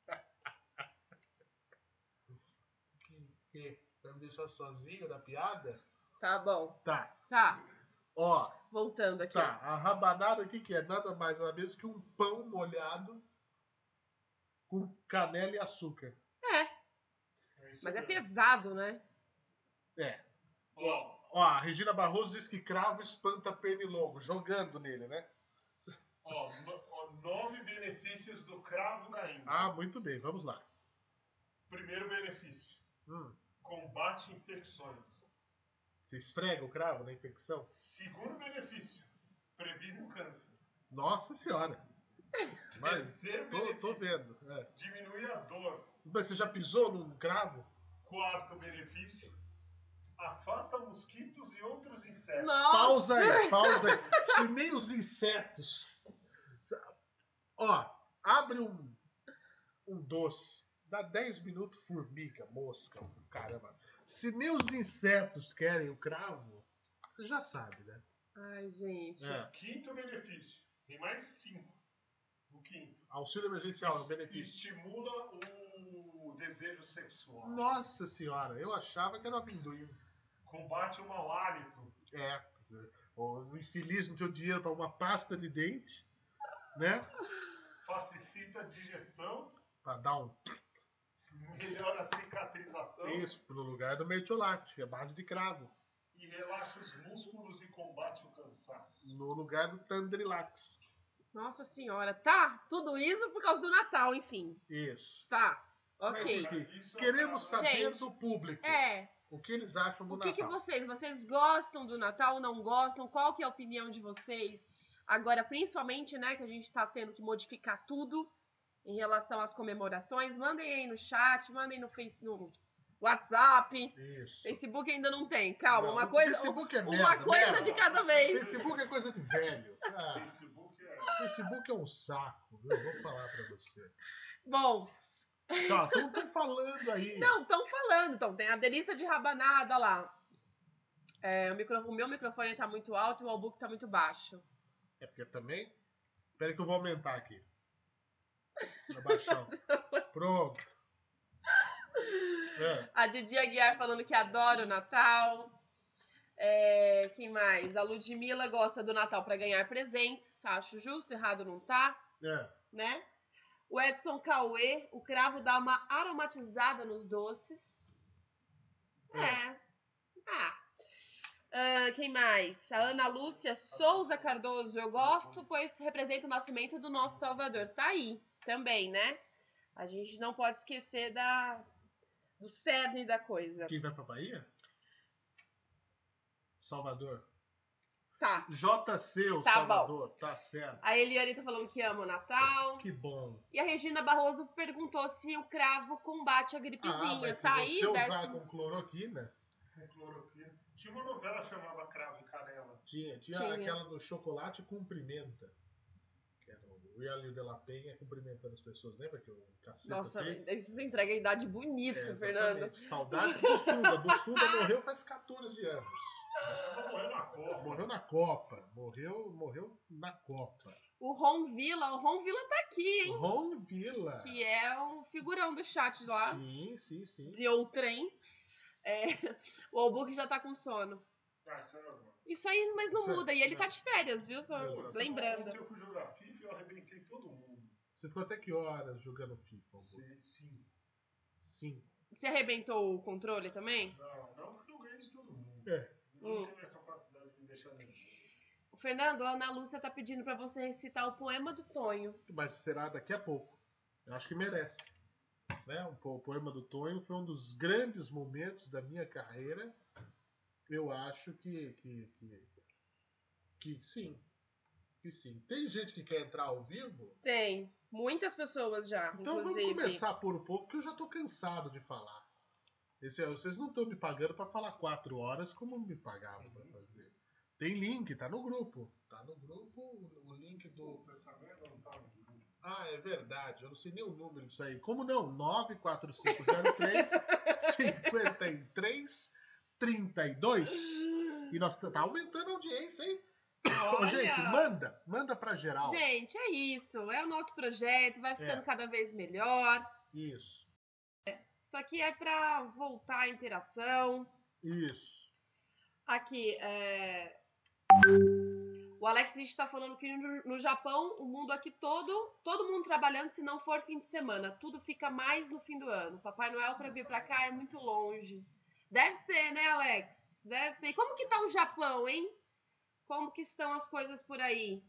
Speaker 1: Que- que- Vai me deixar sozinho na piada?
Speaker 3: Tá bom.
Speaker 1: Tá.
Speaker 3: Tá.
Speaker 1: Ó,
Speaker 3: Voltando aqui.
Speaker 1: tá. A rabanada, o que, que é? Nada mais, nada menos que um pão molhado com canela e açúcar.
Speaker 3: É, mas é pesado, né?
Speaker 1: É.
Speaker 2: Bom,
Speaker 1: Ó, a Regina Barroso diz que cravo espanta pernilongo, jogando nele, né?
Speaker 2: ó, no- ó, nove benefícios do cravo na Índia.
Speaker 1: Ah, muito bem, vamos lá.
Speaker 2: Primeiro benefício:
Speaker 1: Hum,
Speaker 2: combate infecções.
Speaker 1: você esfrega o cravo na infecção?
Speaker 2: Segundo benefício: previne o câncer.
Speaker 1: Nossa senhora! Mas,
Speaker 2: Terceiro
Speaker 1: tô,
Speaker 2: benefício:
Speaker 1: tô vendo. é.
Speaker 2: diminui a dor.
Speaker 1: Mas você já pisou num cravo?
Speaker 2: Quarto benefício: afasta mosquitos e outros insetos.
Speaker 3: Nossa!
Speaker 1: Pausa aí, pausa aí. Se nem os insetos. Ó, abre um, um doce. Dá 10 minutos, formiga, mosca, caramba. Se nem os insetos querem o cravo, você já sabe, né?
Speaker 3: Ai, gente.
Speaker 1: É.
Speaker 2: Quinto benefício: tem mais cinco. O quinto:
Speaker 1: Auxílio emergencial, é um benefício.
Speaker 2: estimula o desejo sexual.
Speaker 1: Nossa senhora, eu achava que era um amendoim.
Speaker 2: Combate o mau hálito.
Speaker 1: É, o infeliz não tem o dinheiro para uma pasta de dente, né?
Speaker 2: Facilita a digestão.
Speaker 1: Para dar um
Speaker 2: Melhora a cicatrização.
Speaker 1: texto no lugar do mertiolate, que é base de cravo,
Speaker 2: e relaxa os músculos e combate o cansaço.
Speaker 1: no lugar do tandrilax.
Speaker 3: Nossa senhora. Tá, tudo isso por causa do Natal, enfim.
Speaker 1: Isso.
Speaker 3: Tá. Ok.
Speaker 2: é
Speaker 1: Mas,
Speaker 2: um
Speaker 1: enfim, Queremos saber
Speaker 3: Gente,
Speaker 1: do público
Speaker 3: É.
Speaker 1: o que eles acham do
Speaker 3: O que, que
Speaker 1: Natal.
Speaker 3: vocês, vocês gostam do Natal, não gostam? Qual que é a opinião de vocês? Agora, principalmente, né, que a gente tá tendo que modificar tudo em relação às comemorações, mandem aí no chat, mandem no, face, no WhatsApp.
Speaker 1: Isso.
Speaker 3: Facebook ainda não tem, calma,
Speaker 1: Não,
Speaker 3: uma
Speaker 1: o
Speaker 3: coisa,
Speaker 1: Facebook é
Speaker 3: uma
Speaker 1: merda,
Speaker 3: coisa
Speaker 1: merda.
Speaker 3: de cada vez.
Speaker 1: Facebook é coisa de velho. Ah,
Speaker 2: Facebook é
Speaker 1: Facebook é um saco, viu? Vou falar para você.
Speaker 3: Bom,
Speaker 1: Tá, não estão falando aí.
Speaker 3: não, estão falando, então tem a delícia de rabanada lá. É, o, micro- o meu microfone tá muito alto e o Albuque tá muito baixo.
Speaker 1: É porque também. Espera que eu vou aumentar aqui. Vou baixar. Pronto. É,
Speaker 3: A Didi Aguiar falando que adora o Natal. É, quem mais? A Ludmilla gosta do Natal para ganhar presentes. Acho justo, errado não tá,
Speaker 1: é.
Speaker 3: né? O Edson Cauê, o cravo dá uma aromatizada nos doces. É. Ah. Ah, quem mais? A Ana Lúcia Souza Cardoso, eu gosto, pois representa o nascimento do nosso Salvador. Tá aí também, né? A gente não pode esquecer da, do cerne da coisa.
Speaker 1: Quem vai pra Bahia? Salvador.
Speaker 3: Tá.
Speaker 1: JC, o
Speaker 3: Tá
Speaker 1: Salvador. Tá certo.
Speaker 3: A Eliane tá falando que ama o Natal.
Speaker 1: Que bom.
Speaker 3: E a Regina Barroso perguntou se o cravo combate a
Speaker 1: Ah,
Speaker 3: gripezinha.
Speaker 1: mas se
Speaker 3: tá aí,
Speaker 1: você usar
Speaker 3: décimo-
Speaker 1: com cloroquina,
Speaker 2: com cloroquina. Tinha uma novela chamada Cravo e Canela.
Speaker 1: tinha, tinha,
Speaker 3: Tinha.
Speaker 1: aquela do chocolate cumprimenta. Que era o Realio de la Penha cumprimentando as pessoas. Lembra que o caceta
Speaker 3: Nossa,
Speaker 1: fez?
Speaker 3: isso entrega a idade bonito,
Speaker 1: É,
Speaker 3: Fernando.
Speaker 1: exatamente. Saudades do Bussunda. Bussunda morreu faz 14 anos.
Speaker 2: Ela morreu na cova.
Speaker 1: Morreu na Copa. Morreu, morreu na Copa.
Speaker 3: O Ron Villa, o Ron Villa tá aqui, hein?
Speaker 1: Ron Villa.
Speaker 3: Que é um figurão do chat lá,
Speaker 1: Sim, sim, sim.
Speaker 3: de outrem. É, o Albuque já tá com sono.
Speaker 2: Ah, isso é normal.
Speaker 3: Isso aí, mas não
Speaker 1: Isso é-
Speaker 3: muda. E ele
Speaker 1: é.
Speaker 3: tá de férias, viu? Só
Speaker 1: Exato.
Speaker 3: lembrando.
Speaker 2: Ontem eu fui jogar FIFA e eu arrebentei todo mundo.
Speaker 1: Você ficou até que horas jogando FIFA? Hugo?
Speaker 2: Sim, sim.
Speaker 1: Sim.
Speaker 3: Você arrebentou o controle também?
Speaker 2: Não, não que eu ganhei de todo mundo.
Speaker 1: É.
Speaker 2: Não
Speaker 3: Hum.
Speaker 2: teve a capacidade de me deixar nervoso.
Speaker 3: O Fernando, a Ana Lúcia tá pedindo pra você recitar o poema do Tonho.
Speaker 1: Mas será daqui a pouco. Eu acho que merece. Né? O po- poema do Tonho foi um dos grandes momentos da minha carreira. Eu acho que. que, que, que sim. Que sim. Tem gente que quer entrar ao vivo?
Speaker 3: Tem. Muitas pessoas já,
Speaker 1: Então
Speaker 3: inclusive.
Speaker 1: vamos começar por o povo, que eu já tô cansado de falar. é, Esse- vocês não estão me pagando para falar quatro horas como me pagavam para fazer. Tem link, tá no grupo. Tá no grupo o link do.
Speaker 2: Puta, essa merda não tá no grupo.
Speaker 1: Ah, é verdade. Eu não sei nem o número disso aí. Como não? 94503 53 32. E nós tá aumentando a audiência, hein? Ô,
Speaker 3: Olha!
Speaker 1: gente, manda, manda pra geral.
Speaker 3: Gente, é isso. É o nosso projeto, vai ficando
Speaker 1: É.
Speaker 3: cada vez melhor.
Speaker 1: Isso.
Speaker 3: Isso aqui é pra voltar à interação.
Speaker 1: Isso.
Speaker 3: Aqui, é... O Alex está falando que no no Japão, o mundo aqui todo, todo mundo trabalhando, se não for fim de semana. Tudo fica mais no fim do ano. Papai Noel para vir para cá é muito longe. Deve ser, né, Alex? Deve ser. E como que tá o Japão, hein? Como que estão as coisas por aí?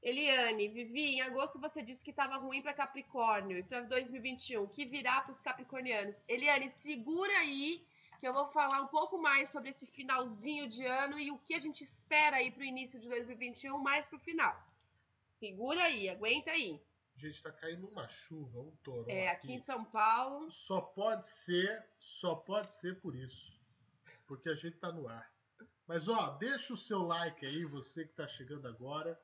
Speaker 3: Eliane, Vivi, em agosto você disse que estava ruim para Capricórnio e para 2021, que virá para os capricornianos. Eliane, segura aí que eu vou falar um pouco mais sobre esse finalzinho de ano e o que a gente espera aí pro início de 2021, mais pro final. Segura aí, aguenta aí.
Speaker 1: Gente, tá caindo uma chuva, um toró.
Speaker 3: É, aqui em São Paulo.
Speaker 1: Só pode ser, só pode ser por isso. Porque a gente tá no ar. Mas ó, deixa o seu like aí, você que tá chegando agora,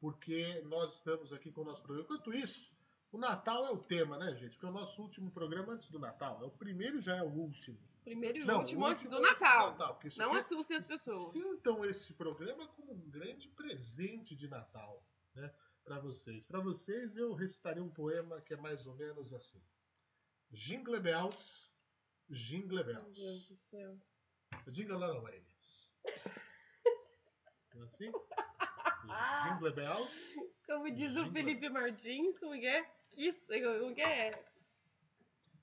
Speaker 1: porque nós estamos aqui com o nosso programa. Enquanto isso, o Natal é o tema, né, gente? Porque é o nosso último programa antes do Natal. É o primeiro e já é o último.
Speaker 3: Primeiro e
Speaker 1: Não, o
Speaker 3: último antes do
Speaker 1: último
Speaker 3: Natal.
Speaker 1: porque isso
Speaker 3: Não
Speaker 1: aqui é-
Speaker 3: assustem as pessoas.
Speaker 1: Sintam esse programa como um grande presente de Natal, né, para vocês. Para vocês eu recitarei um poema que é mais ou menos assim: Jingle bells, jingle
Speaker 3: Meu Deus do
Speaker 1: bells,
Speaker 3: céu.
Speaker 1: jingle all the way. Não é Assim? Jingle bells,
Speaker 3: Como diz o
Speaker 1: Jingle.
Speaker 3: Felipe Martins, como que é? Que isso? Como que é?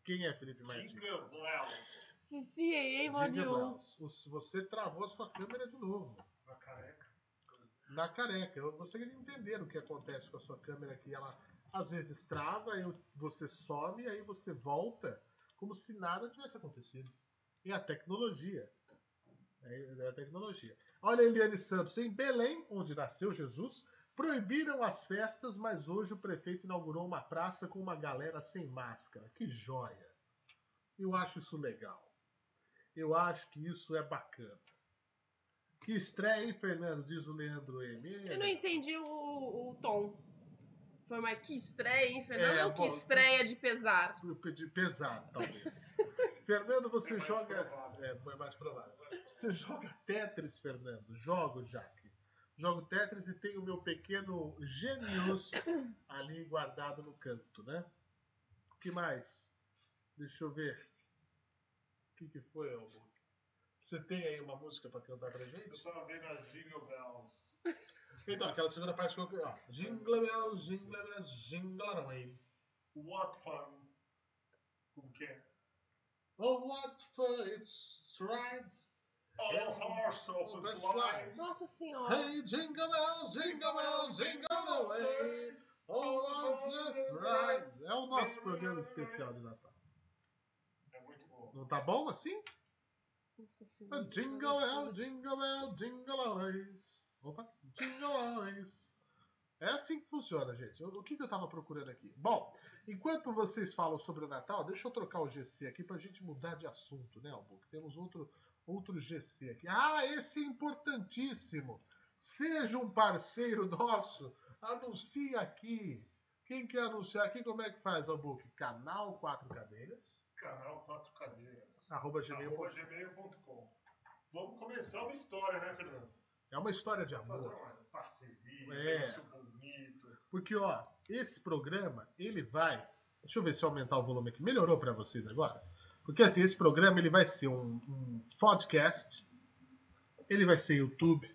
Speaker 1: quem é Felipe Martins?
Speaker 2: Jingle bells.
Speaker 3: Cici, ei, ei,
Speaker 1: Jingle
Speaker 3: Modium.
Speaker 1: bells. Os- Você travou a sua câmera de novo.
Speaker 2: Na careca.
Speaker 1: na careca. Eu gostaria de entender o que acontece com a sua câmera que ela às vezes trava, eu, você some, aí você volta como se nada tivesse acontecido. É a tecnologia. É, é a tecnologia. Olha a Eliane Santos, em Belém, onde nasceu Jesus, proibiram as festas, mas hoje o prefeito inaugurou uma praça com uma galera sem máscara. Que joia! Eu acho isso legal. Eu acho que isso é bacana. Que estreia, hein, Fernando? Diz o Leandro M.
Speaker 3: Eu não entendi o, o tom. Foi uma que estreia, hein, Fernando?
Speaker 1: É,
Speaker 3: Ou que
Speaker 1: bom.
Speaker 3: estreia de pesar?
Speaker 1: de pesado, talvez. Fernando, você
Speaker 2: É mais
Speaker 1: joga.
Speaker 2: provável.
Speaker 1: É, é mais provável. Você joga Tetris, Fernando? Jogo, Jaque. Jogo Tetris e tenho o meu pequeno Genius ali guardado no canto, né? O que mais? Deixa eu ver. O que, que foi, Albu? Você tem aí uma música pra cantar pra gente?
Speaker 2: Eu tava vendo as Jingle bells.
Speaker 1: Então, aquela segunda parte que eu. Ó, jingle bells, jingle bells, jingle all the way.
Speaker 2: What fun. Como que é?
Speaker 1: Oh, what for it's right
Speaker 2: All É horse open
Speaker 1: That's
Speaker 2: slides.
Speaker 1: right.
Speaker 3: Nossa senhora.
Speaker 1: Hey, jingle bells, jingle bells, jingle all the way. Oh, love this ride. É o nosso programa especial de Natal.
Speaker 2: É muito bom.
Speaker 1: Não tá bom assim?
Speaker 3: Nossa senhora.
Speaker 1: Jingle bell, jingle bell, jingle always. Opa, jingle always. É assim que funciona, gente. O o que, que eu tava procurando aqui? Bom, enquanto vocês falam sobre o Natal, deixa eu trocar o GC aqui pra gente mudar de assunto, né, Albuquerque? Temos outro, outro GC aqui. Ah, esse é importantíssimo. Seja um parceiro nosso. Anuncie aqui. Quem quer anunciar aqui, como é que faz, Albuquerque? Canal 4 Cadeiras,
Speaker 2: Canal 4 Cadeiras.
Speaker 1: arroba
Speaker 2: Arroba
Speaker 1: Ah, gmail.
Speaker 2: gmail.com. Vamos começar uma história, né, Fernando?
Speaker 1: É uma história de
Speaker 2: Fazer
Speaker 1: amor.
Speaker 2: uma parceria,
Speaker 1: É.
Speaker 2: isso bonito.
Speaker 1: Porque, ó, esse programa, ele vai. Deixa eu ver se eu aumentar o volume aqui. Melhorou pra vocês agora? Porque, assim, esse programa, ele vai ser um, um podcast, ele vai ser YouTube,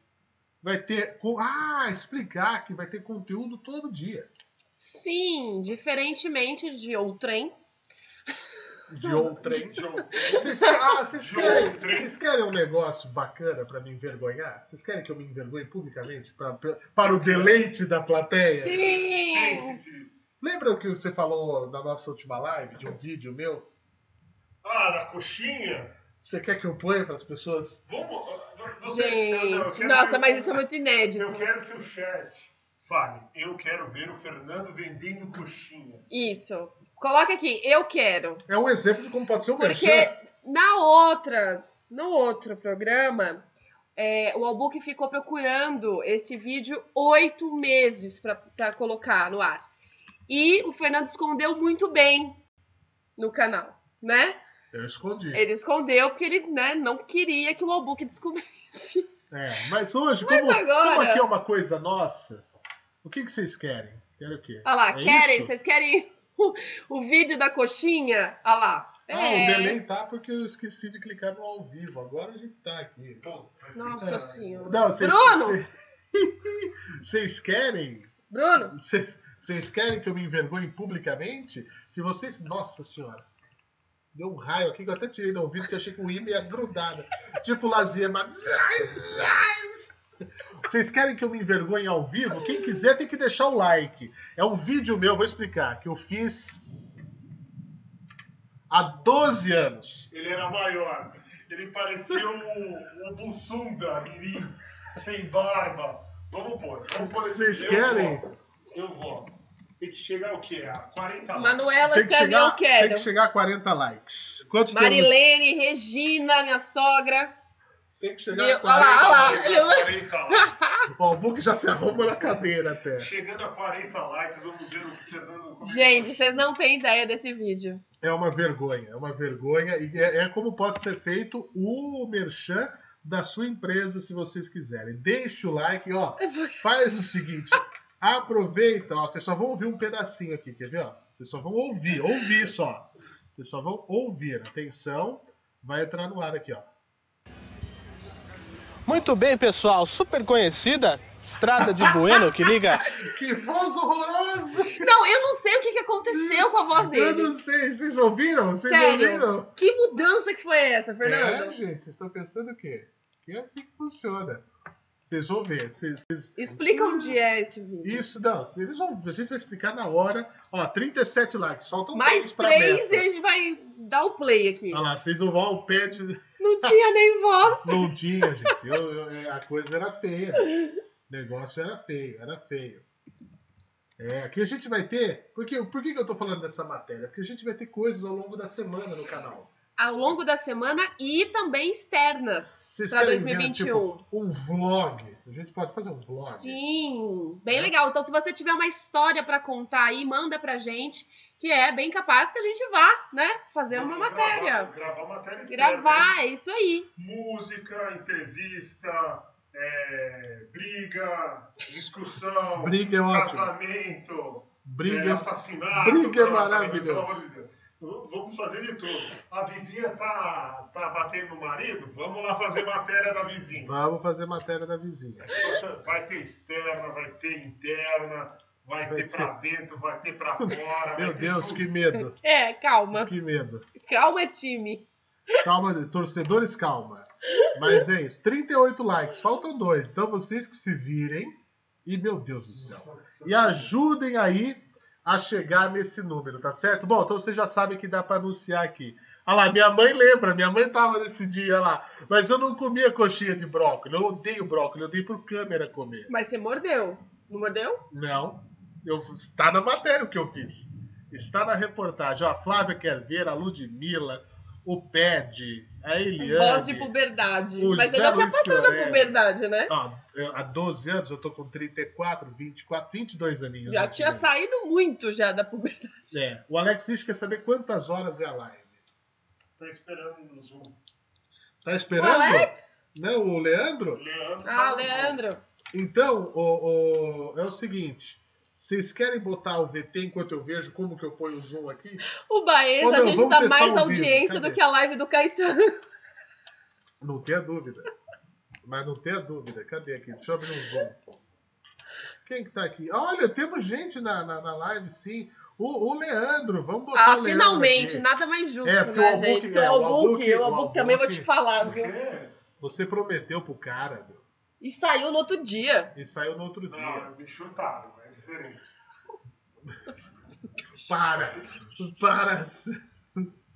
Speaker 1: vai ter. co- Ah, explicar que vai ter conteúdo todo dia.
Speaker 3: Sim, diferentemente de outrem.
Speaker 1: De outrem.
Speaker 2: Jogo.
Speaker 1: Vocês, ah, vocês
Speaker 2: De
Speaker 1: querem,
Speaker 2: outrem.
Speaker 1: vocês querem um negócio bacana pra me envergonhar? Vocês querem que eu me envergonhe publicamente pra, pra- para o deleite da plateia?
Speaker 2: Tem
Speaker 3: Sim!
Speaker 2: que se-
Speaker 1: Lembra o que você falou na nossa última live, de um vídeo meu?
Speaker 2: Ah, na coxinha?
Speaker 1: Você quer que eu ponha para as pessoas?
Speaker 2: Vamos. ah, Você... eu- eu
Speaker 3: Gente,
Speaker 2: quero
Speaker 3: nossa,
Speaker 2: que-
Speaker 3: mas isso é muito inédito.
Speaker 2: Eu quero que o chat fale. Eu quero ver o Fernando vendendo coxinha.
Speaker 3: Isso. Coloca aqui, eu quero.
Speaker 1: É um exemplo de como pode ser um
Speaker 3: Porque
Speaker 1: merchan.
Speaker 3: na outra, no outro programa, é, o Albuque ficou procurando esse vídeo oito meses para colocar no ar. E o Fernando escondeu muito bem no canal, né?
Speaker 1: Eu escondi.
Speaker 3: Ele escondeu porque ele né, não queria que o Albuque descobrisse.
Speaker 1: É, mas hoje,
Speaker 3: Mas
Speaker 1: como,
Speaker 3: agora-
Speaker 1: como aqui é uma coisa nossa, o que, que vocês querem? Querem o quê?
Speaker 3: Olha lá,
Speaker 1: É
Speaker 3: querem?
Speaker 1: isso?
Speaker 3: Vocês querem o, o vídeo da coxinha? Olha lá.
Speaker 1: Ah, o
Speaker 3: É.
Speaker 1: delay tá porque eu esqueci de clicar no ao vivo. Agora a gente tá aqui.
Speaker 2: Puta que
Speaker 3: Nossa
Speaker 2: pariu.
Speaker 3: senhora.
Speaker 1: Não, vocês,
Speaker 3: Bruno!
Speaker 1: vocês- Vocês querem?
Speaker 3: Bruno,
Speaker 1: Vocês, vocês querem que eu me envergonhe publicamente? Se vocês. Nossa senhora! Deu um raio aqui que eu até tirei do ouvido, que eu achei que o ímã ia grudar. né? Tipo Lazia, mas. Vocês querem que eu me envergonhe ao vivo? Quem quiser tem que deixar o like. É um vídeo meu, vou explicar, que eu fiz há 12 anos.
Speaker 2: Ele era maior. Ele parecia o, o Bussunda, mirim, sem barba. Vamos pôr. Vamos pôr esse-
Speaker 1: Vocês
Speaker 2: eu
Speaker 1: querem?
Speaker 2: voto. Eu voto. Tem que chegar o quê? A 40 likes.
Speaker 3: Manuela
Speaker 1: Tem que,
Speaker 3: escreveu
Speaker 1: chegar,
Speaker 3: eu
Speaker 1: tem
Speaker 3: quero.
Speaker 1: que chegar a 40 likes. Quantos temos?
Speaker 3: Marilene, Regina, minha sogra.
Speaker 1: Tem que chegar
Speaker 3: Meu-
Speaker 1: a
Speaker 3: olha
Speaker 1: 40
Speaker 3: lá, olha lá.
Speaker 1: likes.
Speaker 3: Ele-
Speaker 2: 40 likes.
Speaker 1: Ó, O Book já se arruma na cadeira até.
Speaker 2: Chegando a 40 likes, vamos ver o Fernando é comigo.
Speaker 3: Gente, vocês não têm ideia desse vídeo.
Speaker 1: É uma vergonha, é uma vergonha. E é, é como pode ser feito o merchan da sua empresa, se vocês quiserem. Deixa o like, ó. Faz o seguinte, aproveita, ó. Vocês só vão ouvir um pedacinho aqui, quer ver? Ó? Vocês só vão ouvir, ouvir só. Vocês só vão ouvir. Atenção, vai entrar no ar aqui, ó.
Speaker 4: Muito bem, pessoal, super conhecida estrada de Bueno que liga
Speaker 1: Que voz horrorosa!
Speaker 3: Não, eu não sei o que, que aconteceu com a voz
Speaker 1: Eu
Speaker 3: dele.
Speaker 1: não sei, vocês ouviram? Vocês ouviram?
Speaker 3: Sério. Que mudança que foi essa,
Speaker 1: É,
Speaker 3: Fernando?
Speaker 1: gente, vocês estão pensando o quê? Que é assim que funciona. Vocês vão ver. Vocês, vocês-
Speaker 3: Explica onde é esse vídeo.
Speaker 1: Isso, não. vocês- Eles vão, a gente vai explicar na hora. Ó, 37 likes. Faltam
Speaker 3: Mais
Speaker 1: pra
Speaker 3: plays
Speaker 1: meta.
Speaker 3: e a
Speaker 1: Ah.
Speaker 3: gente vai dar o play aqui.
Speaker 1: Olha lá, vocês não vão ao pé de
Speaker 3: Não tinha nem voz.
Speaker 1: Londinha, gente. Eu- eu- é, a coisa era feia. O negócio era feio, era feio. É, aqui a gente vai ter. Por que, por que que eu tô falando dessa matéria? Porque a gente vai ter coisas ao longo da semana no canal.
Speaker 3: Ao longo da semana e também externas.
Speaker 1: Vocês
Speaker 3: Pra
Speaker 1: querem ver,
Speaker 3: 2021.
Speaker 1: tipo, um vlog. A gente pode fazer um vlog.
Speaker 3: Sim,
Speaker 1: Né?
Speaker 3: bem legal. Então, se você tiver uma história pra contar aí, manda pra gente, que é bem capaz que a gente vá, né, fazer uma
Speaker 2: Vamos
Speaker 3: matéria.
Speaker 2: Gravar, gravar matéria externa, né?
Speaker 3: Gravar, é isso aí.
Speaker 2: Música, entrevista, é, briga, discussão,
Speaker 1: Briga é ótimo.
Speaker 2: casamento, é,
Speaker 1: Briga.
Speaker 2: assassinato.
Speaker 1: briga é
Speaker 2: nossa,
Speaker 1: maravilhoso.
Speaker 2: pelo amor de Deus. V- Vamos fazer de tudo. A vizinha tá, tá batendo o marido? Vamos lá fazer matéria da vizinha.
Speaker 1: Vamos fazer matéria da vizinha.
Speaker 2: Vai ter externa, vai ter interna, vai,
Speaker 1: Vai
Speaker 2: ter, pra dentro, vai ter pra fora. vai
Speaker 1: Meu
Speaker 2: ter
Speaker 1: Deus,
Speaker 2: tudo.
Speaker 1: que medo.
Speaker 3: É, calma.
Speaker 1: Que medo.
Speaker 3: Calma, time.
Speaker 1: Calma, torcedores, calma. Mas é isso. 38 likes, faltam dois. Então vocês que se virem. E meu Deus do céu. E ajudem aí a chegar nesse número, tá certo? Bom, então vocês já sabem que dá pra anunciar aqui. Ah lá, minha mãe lembra, minha mãe tava nesse dia lá. Mas eu não comia coxinha de brócolis. Eu odeio brócolis, eu dei pro câmera comer.
Speaker 3: Mas você mordeu. Não mordeu?
Speaker 1: Não. Eu, está na matéria o que eu fiz. Está na reportagem. Ó, a Flávia Quervera, a Ludmilla, o Ped, a
Speaker 3: Voz de
Speaker 1: Eliane.
Speaker 3: puberdade.
Speaker 1: O
Speaker 3: Mas você
Speaker 1: Zé
Speaker 3: já tinha
Speaker 1: Luiz
Speaker 3: passado da
Speaker 1: Fiorelli.
Speaker 3: puberdade, né?
Speaker 1: Ó, eu- há 12 anos, eu tô com 34, 24, 22 aninhos.
Speaker 3: Já
Speaker 1: gente,
Speaker 3: tinha
Speaker 1: né?
Speaker 3: saído muito já da puberdade.
Speaker 1: É. O Alex Isch quer saber quantas horas é a live.
Speaker 2: Tô esperando no Zoom.
Speaker 1: Tá
Speaker 3: O
Speaker 1: esperando?
Speaker 3: Alex?
Speaker 1: Não, o Leandro?
Speaker 2: Leandro. tá
Speaker 3: Ah,
Speaker 2: no Zoom.
Speaker 3: Leandro.
Speaker 1: Então, o, o- é o seguinte. Vocês querem botar o VT enquanto eu vejo como que eu ponho o zoom aqui?
Speaker 3: O Baez,
Speaker 1: Ô,
Speaker 3: a
Speaker 1: meu,
Speaker 3: gente
Speaker 1: vamos
Speaker 3: dá
Speaker 1: testar ao
Speaker 3: mais
Speaker 1: vivo,
Speaker 3: audiência do
Speaker 1: cadê?
Speaker 3: que a live do Caetano.
Speaker 1: Não tenha dúvida. Mas não tenha dúvida. Cadê aqui? Deixa eu abrir um zoom. Quem que tá aqui? Olha, temos gente na, na, na live, sim. O, o Leandro, vamos botar
Speaker 3: Ah,
Speaker 1: o Leandro
Speaker 3: finalmente,
Speaker 1: aqui.
Speaker 3: nada mais justo,
Speaker 1: né? É, porque o Albuque-
Speaker 3: né, gente? Porque
Speaker 1: é,
Speaker 3: o
Speaker 1: o
Speaker 3: Albuque,
Speaker 1: Albuque-
Speaker 3: o
Speaker 1: o
Speaker 3: Albuque também vou te
Speaker 1: Albuque-
Speaker 3: falar,
Speaker 2: Por
Speaker 3: viu?
Speaker 2: quê?
Speaker 1: Você prometeu pro cara, meu,
Speaker 3: E saiu no outro dia.
Speaker 1: e saiu no outro dia.
Speaker 2: Não, me chutaram, é diferente.
Speaker 1: Para! Para!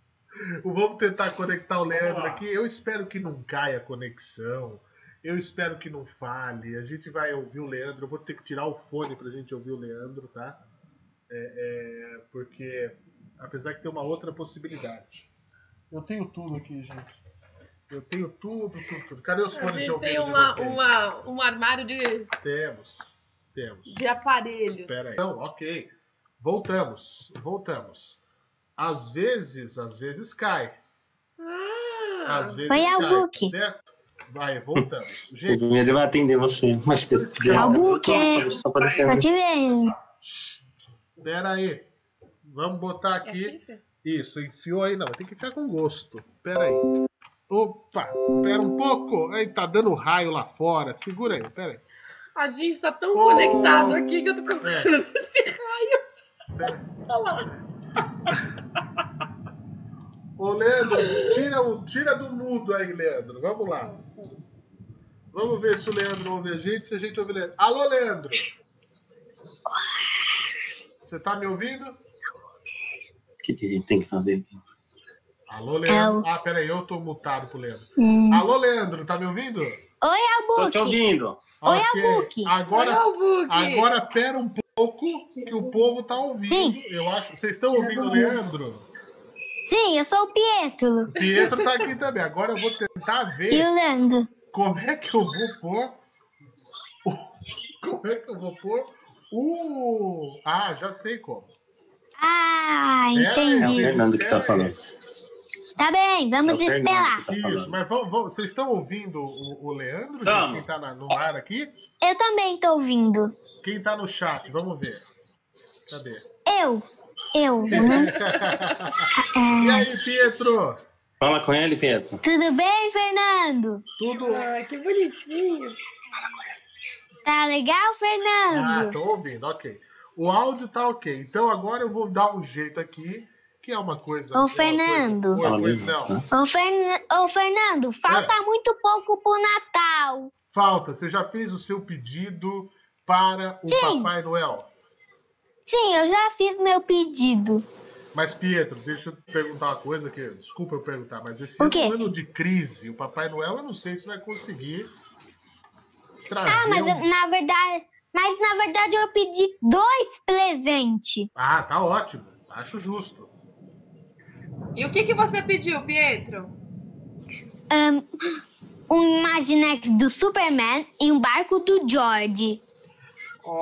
Speaker 1: Vamos tentar conectar o Leandro
Speaker 2: lá.
Speaker 1: aqui. Eu espero que não caia a conexão. Eu espero que não fale. A gente vai ouvir o Leandro. Eu vou ter que tirar o fone pra gente ouvir o Leandro, tá? É, é, porque apesar que tem uma outra possibilidade. Eu tenho tudo aqui, gente. Eu tenho tudo, tudo, tudo. Cadê os
Speaker 3: A
Speaker 1: fones de
Speaker 3: gente tem
Speaker 1: ouvido
Speaker 3: uma,
Speaker 1: de vocês?
Speaker 3: uma- um armário de,
Speaker 1: Temos, temos.
Speaker 3: de aparelhos.
Speaker 1: Pera aí. Então, ok. Voltamos, voltamos. Às vezes, às vezes cai.
Speaker 3: Ah,
Speaker 1: Às vezes
Speaker 5: Oi,
Speaker 1: cai,
Speaker 5: Albuque.
Speaker 1: certo? Vai, voltamos. Gente,
Speaker 6: Ele vai atender você. Mas se quiser,
Speaker 5: Albuque.
Speaker 6: Tá aparecendo.
Speaker 5: Tô te vendo.
Speaker 1: pera aí. Vamos botar
Speaker 3: é
Speaker 1: aqui.
Speaker 3: aqui, Fê?
Speaker 1: Isso, enfiou aí, não. Tem que ficar com gosto. Pera aí. Opa, pera um pouco. Ei, tá dando raio lá fora. Segura aí, pera aí.
Speaker 3: A gente tá tão
Speaker 1: Oh. É.
Speaker 3: conectado aqui que eu tô com esse raio.
Speaker 1: Pera.
Speaker 3: Olha lá.
Speaker 1: Ô, Leandro, tira, o- tira do mudo aí, Leandro. Vamos lá. Vamos ver se o Leandro ouve a gente, se a gente ouve o Leandro. Alô, Leandro! Você tá me ouvindo?
Speaker 6: O que que a gente tem que fazer?
Speaker 1: Alô, Leandro. Ah, peraí, eu tô mutado pro Leandro.
Speaker 5: Hum.
Speaker 1: Alô, Leandro, tá me ouvindo?
Speaker 5: Oi,
Speaker 6: Tô te
Speaker 5: Albuque.
Speaker 6: ouvindo.
Speaker 5: Oi,
Speaker 1: Ok.
Speaker 5: Albuque.
Speaker 1: Agora
Speaker 3: Olha o bug.
Speaker 1: Agora pera um pouco que o povo tá ouvindo.
Speaker 5: Sim.
Speaker 1: Eu acho. Vocês estão ouvindo o Leandro?
Speaker 5: Sim, eu sou o Pietro.
Speaker 1: Pietro tá aqui também. Agora eu vou tentar
Speaker 5: E
Speaker 1: ver
Speaker 5: o Leandro.
Speaker 1: como é que eu vou pôr. o- Como é que eu vou pôr o. Ah, já sei como.
Speaker 5: Ah,
Speaker 6: É o
Speaker 5: entendi.
Speaker 6: Fernando que tá falando.
Speaker 5: Tá bem,
Speaker 6: É o
Speaker 5: vamos
Speaker 6: Fernando
Speaker 5: esperar.
Speaker 6: que tá
Speaker 1: Isso,
Speaker 6: falando.
Speaker 1: mas vamos, vamos- vocês estão ouvindo o, o Leandro, gente?
Speaker 6: Tamo.
Speaker 1: Quem tá na- no ar aqui?
Speaker 5: Eu também tô ouvindo.
Speaker 1: Quem tá no chat? Vamos ver. Cadê?
Speaker 5: Eu. Eu, né? Uhum.
Speaker 1: E aí, Pietro?
Speaker 6: Fala com ele, Pedro.
Speaker 5: Tudo bem, Fernando?
Speaker 1: Tudo.
Speaker 3: Ai, Ah, que bonitinho.
Speaker 5: Tá legal,
Speaker 1: Ah,
Speaker 5: Fernando?
Speaker 1: tô ouvindo, ok. O áudio tá ok. Então agora eu vou dar um jeito aqui, que é uma coisa.
Speaker 5: Ô,
Speaker 1: é uma
Speaker 5: Fernando.
Speaker 1: Coisa,
Speaker 6: Fala
Speaker 1: uma coisa,
Speaker 6: mesmo.
Speaker 1: não.
Speaker 6: tá?
Speaker 5: Ô, Fern... Ô, Fernando, falta
Speaker 6: Ah.
Speaker 5: muito pouco pro Natal.
Speaker 1: Falta, você já fez o seu pedido para o Papai Noel.
Speaker 5: Sim, eu já fiz meu pedido.
Speaker 1: Mas, Pietro, deixa eu te perguntar uma coisa que. Desculpa eu perguntar, mas esse
Speaker 5: O
Speaker 1: ano
Speaker 5: quê?
Speaker 1: é um ano de crise. O Papai Noel, eu não sei se vai conseguir trazer.
Speaker 5: Ah, mas
Speaker 1: um-
Speaker 5: eu- na verdade. Mas na verdade eu pedi dois presentes.
Speaker 1: Ah, tá ótimo. Acho justo.
Speaker 3: E o que, que você pediu, Pietro?
Speaker 5: Ahn, um Imaginex do Superman e um barco do George.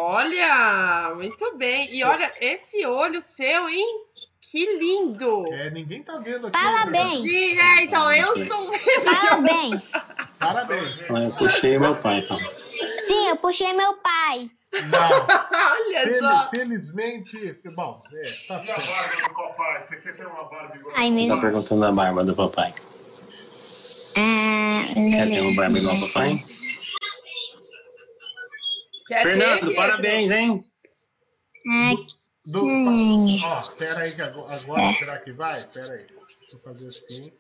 Speaker 3: Olha, muito bem. E olha esse olho seu, hein? Que lindo.
Speaker 1: É, ninguém tá vendo aqui.
Speaker 5: Parabéns.
Speaker 3: Sim, é, então eu estou vendo.
Speaker 5: Parabéns!
Speaker 1: Parabéns.
Speaker 6: Ah, Eu puxei meu pai, então.
Speaker 5: Sim, eu puxei meu pai.
Speaker 1: Não.
Speaker 3: Olha
Speaker 1: Fel-
Speaker 3: só.
Speaker 1: felizmente. Bom, é, tá
Speaker 2: E a
Speaker 1: certo.
Speaker 2: barba do papai? Você quer ter uma barba igual
Speaker 5: Ai, meu
Speaker 6: Tá perguntando a barba do papai.
Speaker 5: Ah,
Speaker 6: Quer ter uma barba igual ao papai?
Speaker 1: É
Speaker 3: Quer ter,
Speaker 6: Fernando,
Speaker 3: Pietro? né?
Speaker 6: parabéns, hein?
Speaker 5: ah,
Speaker 1: Do-
Speaker 5: Sim.
Speaker 1: Ó, pera aí que agora, agora será que vai? Pera aí. Deixa eu fazer assim.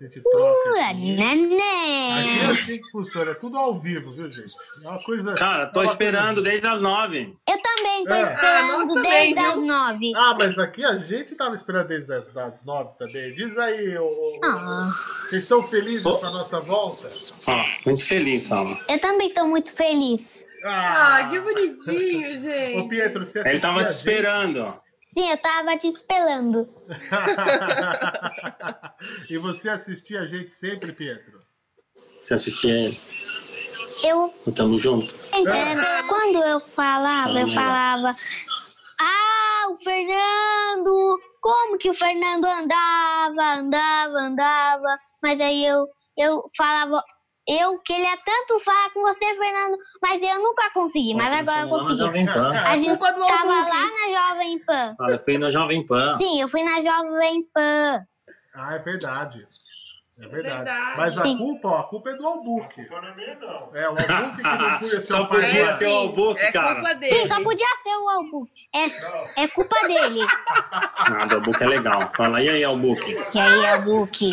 Speaker 1: A gente troca. Aqui. Aqui é
Speaker 5: neném.
Speaker 1: assim que funciona. É tudo ao vivo, viu, gente? É uma coisa.
Speaker 6: Cara, tô
Speaker 1: é uma
Speaker 6: esperando desde as nove.
Speaker 5: Eu também tô
Speaker 1: É.
Speaker 3: Ah, nós
Speaker 5: esperando
Speaker 3: também,
Speaker 5: desde as
Speaker 3: viu?
Speaker 5: nove.
Speaker 1: coisa- Ah, mas aqui a gente tava esperando desde as das nove também. Diz aí, ô, ô, ô,
Speaker 5: Ah,
Speaker 1: vocês estão felizes com a nossa volta?
Speaker 6: Ó, muito feliz, Salma.
Speaker 5: eu também tô muito feliz.
Speaker 3: Ah, que bonitinho, gente.
Speaker 1: Ô, Pietro, você
Speaker 6: Ele tava te
Speaker 1: assistiu É a gente?
Speaker 6: esperando.
Speaker 5: Sim, eu tava te esperando.
Speaker 1: e você assistia a gente sempre, Pietro?
Speaker 6: Você assistia ele. Então,
Speaker 5: Eu,
Speaker 6: Tamo junto.
Speaker 5: gente, é, quando eu falava, eu falava. Ah, o Fernando! Como que o Fernando andava, andava, andava? Mas aí eu, eu falava. Eu queria tanto falar com você, Fernando, mas eu nunca consegui. Mas agora eu consegui.
Speaker 6: Jovem Pan.
Speaker 5: A gente
Speaker 3: Culpa do
Speaker 5: tava
Speaker 3: Albuquerque.
Speaker 5: lá na Jovem Pan.
Speaker 6: Olha, eu fui na Jovem Pan.
Speaker 5: Sim, eu fui na Jovem Pan.
Speaker 1: Ah, é verdade. É verdade.
Speaker 3: Verdade.
Speaker 1: Mas a
Speaker 5: Sim.
Speaker 1: culpa, ó, a culpa é do Albuque.
Speaker 2: Não é minha, não.
Speaker 1: É, o Albuque que não podia ser
Speaker 6: Só
Speaker 1: o pai
Speaker 6: podia
Speaker 1: dela.
Speaker 6: ser o Albuquerque,
Speaker 3: é
Speaker 6: cara.
Speaker 3: culpa dele.
Speaker 5: Sim, só podia ser o Albu. É, é culpa dele.
Speaker 6: Nada, o book é legal. Fala, e aí, Albuque?
Speaker 5: E aí, Albuque?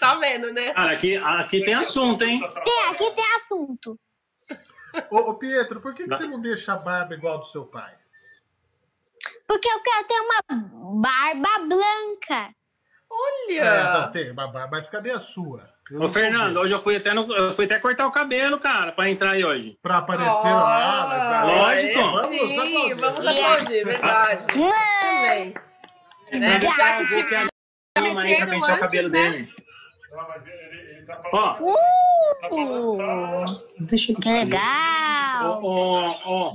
Speaker 3: Tá vendo, né?
Speaker 6: Cara, aqui, aqui tem assunto, hein?
Speaker 2: Tá
Speaker 5: Sim, aqui tem assunto.
Speaker 1: Ô, ô, Pietro, por que, que você não deixa a barba igual a do seu pai?
Speaker 5: Porque eu quero ter uma barba branca.
Speaker 1: É,
Speaker 3: Olha.
Speaker 1: não, tem uma barba, mas cadê a sua? Eu
Speaker 6: Ô,
Speaker 1: não
Speaker 6: Fernando, hoje eu fui até, no- eu fui até cortar o cabelo, cara, pra entrar aí hoje.
Speaker 1: tô- Pra aparecer lá, mas
Speaker 3: Ah,
Speaker 1: aí-
Speaker 6: Lógico.
Speaker 1: Vamos
Speaker 3: Sim,
Speaker 1: aplaudir.
Speaker 3: vamos aplaudir, é verdade.
Speaker 5: Mano,
Speaker 3: Também. Né? Já que
Speaker 6: Albuquerque
Speaker 3: tive
Speaker 6: ali, Maria, pra pentear o cabelo dele.
Speaker 2: Ah, mas ele, ele tá
Speaker 7: Ó.
Speaker 2: falando. Tá
Speaker 5: Uh!
Speaker 2: balançando.
Speaker 7: Deixa eu
Speaker 5: Que legal!
Speaker 7: Ó, ó, ó.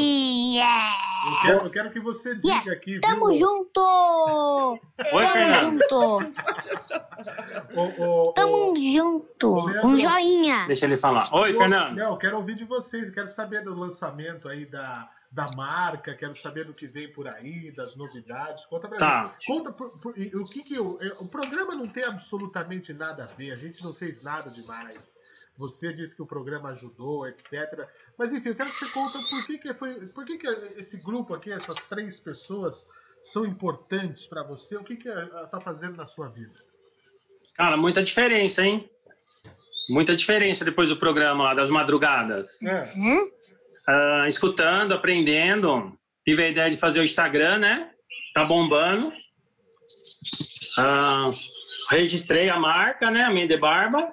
Speaker 5: Yeah!
Speaker 1: Eu quero, eu quero que você diga
Speaker 5: Yes,
Speaker 1: aqui, viu,
Speaker 5: Tamo junto!
Speaker 7: Oi,
Speaker 5: Tamo
Speaker 7: Fernando.
Speaker 5: junto!
Speaker 1: ô- ô- ô-
Speaker 5: Tamo junto! Um joinha!
Speaker 7: Deixa ele falar. Oi,
Speaker 1: Eu-
Speaker 7: Fernando.
Speaker 1: Não, eu quero ouvir de vocês, eu quero saber do lançamento aí da, da marca, quero saber do que vem por aí, das novidades. Conta pra
Speaker 7: Tá.
Speaker 1: gente. Conta por- por- e o que que eu, eu- o programa não tem absolutamente nada a ver, a gente não fez nada demais. Você disse que o programa ajudou, etc. Mas enfim, eu quero que você conta por que que foi, por que que esse grupo aqui, essas três pessoas são importantes pra você? O que que ela tá fazendo na sua vida?
Speaker 7: Cara, muita diferença, hein? Muita diferença depois do programa lá das madrugadas.
Speaker 1: É,
Speaker 5: Hum?
Speaker 7: Ah, escutando, aprendendo. Tive a ideia de fazer o Instagram, né? Tá bombando. Ah, registrei a marca, né? A minha de barba.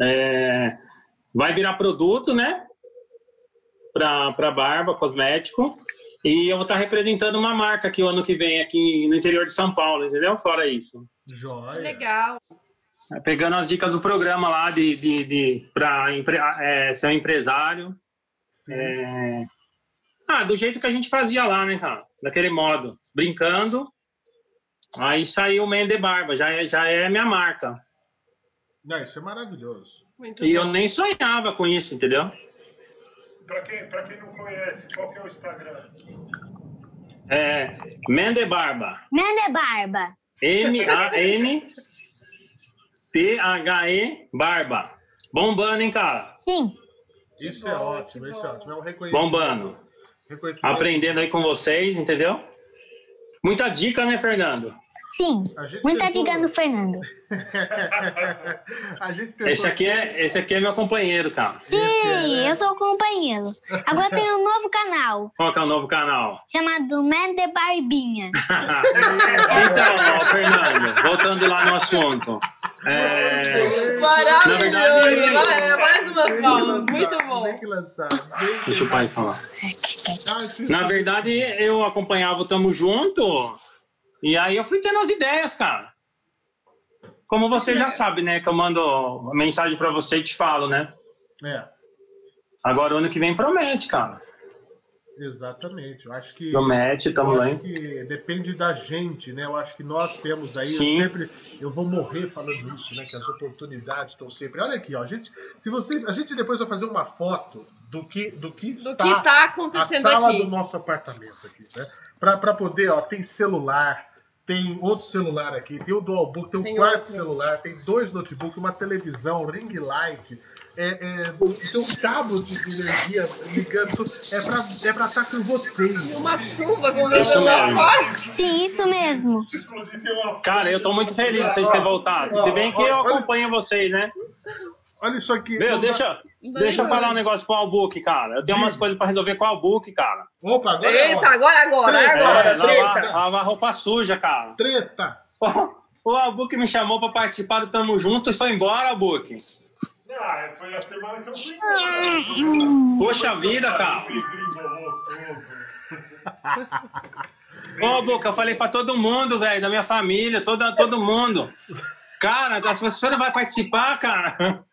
Speaker 7: É, vai virar produto, né? Pra, pra barba, cosmético. E eu vou estar representando uma marca aqui o ano que vem, aqui no interior de São Paulo, entendeu? Fora isso.
Speaker 1: joia.
Speaker 3: um Legal.
Speaker 7: É, Pegando as dicas do programa lá de, de, de para ser um empresário.
Speaker 1: Sim.
Speaker 7: É, Ah, do jeito que a gente fazia lá, né, cara? Daquele modo. Brincando. Aí saiu o Man de Barba, já é, já é minha marca.
Speaker 1: Não, isso é maravilhoso.
Speaker 3: Muito
Speaker 7: E eu
Speaker 3: bom.
Speaker 7: nem sonhava com isso, entendeu?
Speaker 2: Pra quem, pra quem não conhece, qual que é o Instagram?
Speaker 7: É, Man de Barba.
Speaker 5: Manda é barba!
Speaker 7: M-A-N-T-H-E Barba. Bombando, hein, cara?
Speaker 5: Sim!
Speaker 1: Isso
Speaker 3: Que
Speaker 1: é
Speaker 3: bom,
Speaker 1: ótimo,
Speaker 3: que
Speaker 1: isso é
Speaker 3: bom.
Speaker 1: ótimo. É um reconhecimento.
Speaker 7: Bombando.
Speaker 1: reconhecimento.
Speaker 7: Aprendendo aí com vocês, entendeu? Muita dica, né, Fernando?
Speaker 5: Sim!
Speaker 1: A gente
Speaker 5: Muita
Speaker 1: tentou-
Speaker 5: dica no Fernando!
Speaker 1: a gente tentou...
Speaker 7: Esse aqui é, esse aqui é meu companheiro, cara.
Speaker 1: é,
Speaker 5: Sim,
Speaker 1: né?
Speaker 5: eu sou o companheiro. Agora tem um novo canal
Speaker 7: Qual que é o novo canal?
Speaker 5: chamado Manda Barbinha.
Speaker 7: Então, ó, Fernando, voltando lá no assunto. É,
Speaker 1: Na
Speaker 7: verdade-
Speaker 8: Maravilhoso! Vai, é mais umas
Speaker 1: Tem que
Speaker 8: palmas,
Speaker 1: lançar,
Speaker 8: muito bom.
Speaker 1: Tem é que lançar. Tem que-
Speaker 7: deixa o pai falar.
Speaker 1: Ah, isso-
Speaker 7: Na verdade, eu acompanhava o Tamo Junto e aí eu fui tendo as ideias, cara. Como você já sabe, né? Que eu mando mensagem pra você e te falo, né?
Speaker 1: É,
Speaker 7: Agora, ano que vem promete, cara.
Speaker 1: exatamente. Eu acho que...
Speaker 7: Promete, tamo
Speaker 1: eu
Speaker 7: lá.
Speaker 1: acho
Speaker 7: hein?
Speaker 1: que depende da gente, né? Eu acho que nós temos aí,
Speaker 7: Sim.
Speaker 1: eu sempre eu vou morrer falando isso, né? Que as oportunidades estão sempre. Olha aqui, ó, a gente, se vocês, a gente depois vai fazer uma foto do que do
Speaker 8: Do
Speaker 1: que está
Speaker 8: que
Speaker 3: tá
Speaker 8: está
Speaker 1: a
Speaker 8: acontecendo
Speaker 1: sala
Speaker 8: aqui?
Speaker 1: do nosso apartamento aqui, né? Pra, pra poder, ó, tem celular, tem outro celular aqui, tem o dualbook, tem um
Speaker 8: Tem
Speaker 1: quarto
Speaker 8: outro.
Speaker 1: celular, tem dois notebooks, uma televisão, ring light, é, é, tem um cabo de energia ligando, tudo. é pra, é pra estar com vocês.
Speaker 8: E uma chuva
Speaker 7: Isso
Speaker 8: acontecendo lá
Speaker 7: mesmo.
Speaker 8: fora.
Speaker 5: Sim, isso mesmo.
Speaker 2: Se explodir, tem uma.
Speaker 7: Cara, eu tô muito feliz de vocês terem voltado. Se bem que eu acompanho vocês, né?
Speaker 1: Olha isso aqui.
Speaker 7: Meu,
Speaker 1: Não dá-
Speaker 7: deixa, deixa eu falar um negócio com o Albuque, cara. Eu tenho umas
Speaker 1: Então Diga.
Speaker 7: coisas pra resolver com o Albuque, cara.
Speaker 1: Opa, agora é
Speaker 8: Eita,
Speaker 1: hora.
Speaker 8: agora, agora,
Speaker 1: Treta.
Speaker 8: agora.
Speaker 7: É, lavar,
Speaker 1: treta.
Speaker 7: lavar roupa suja, cara.
Speaker 1: Treta!
Speaker 7: O Albuque me chamou pra participar do Tamo Junto e foi embora, Albuque.
Speaker 2: Ah, foi a semana que eu fui.
Speaker 7: Poxa vida,
Speaker 6: Tá.
Speaker 7: cara.
Speaker 2: Gringolou tudo.
Speaker 7: Ô, Albuque, eu falei pra todo mundo, velho, da minha família, toda, todo mundo. Cara, a professora vai participar, cara.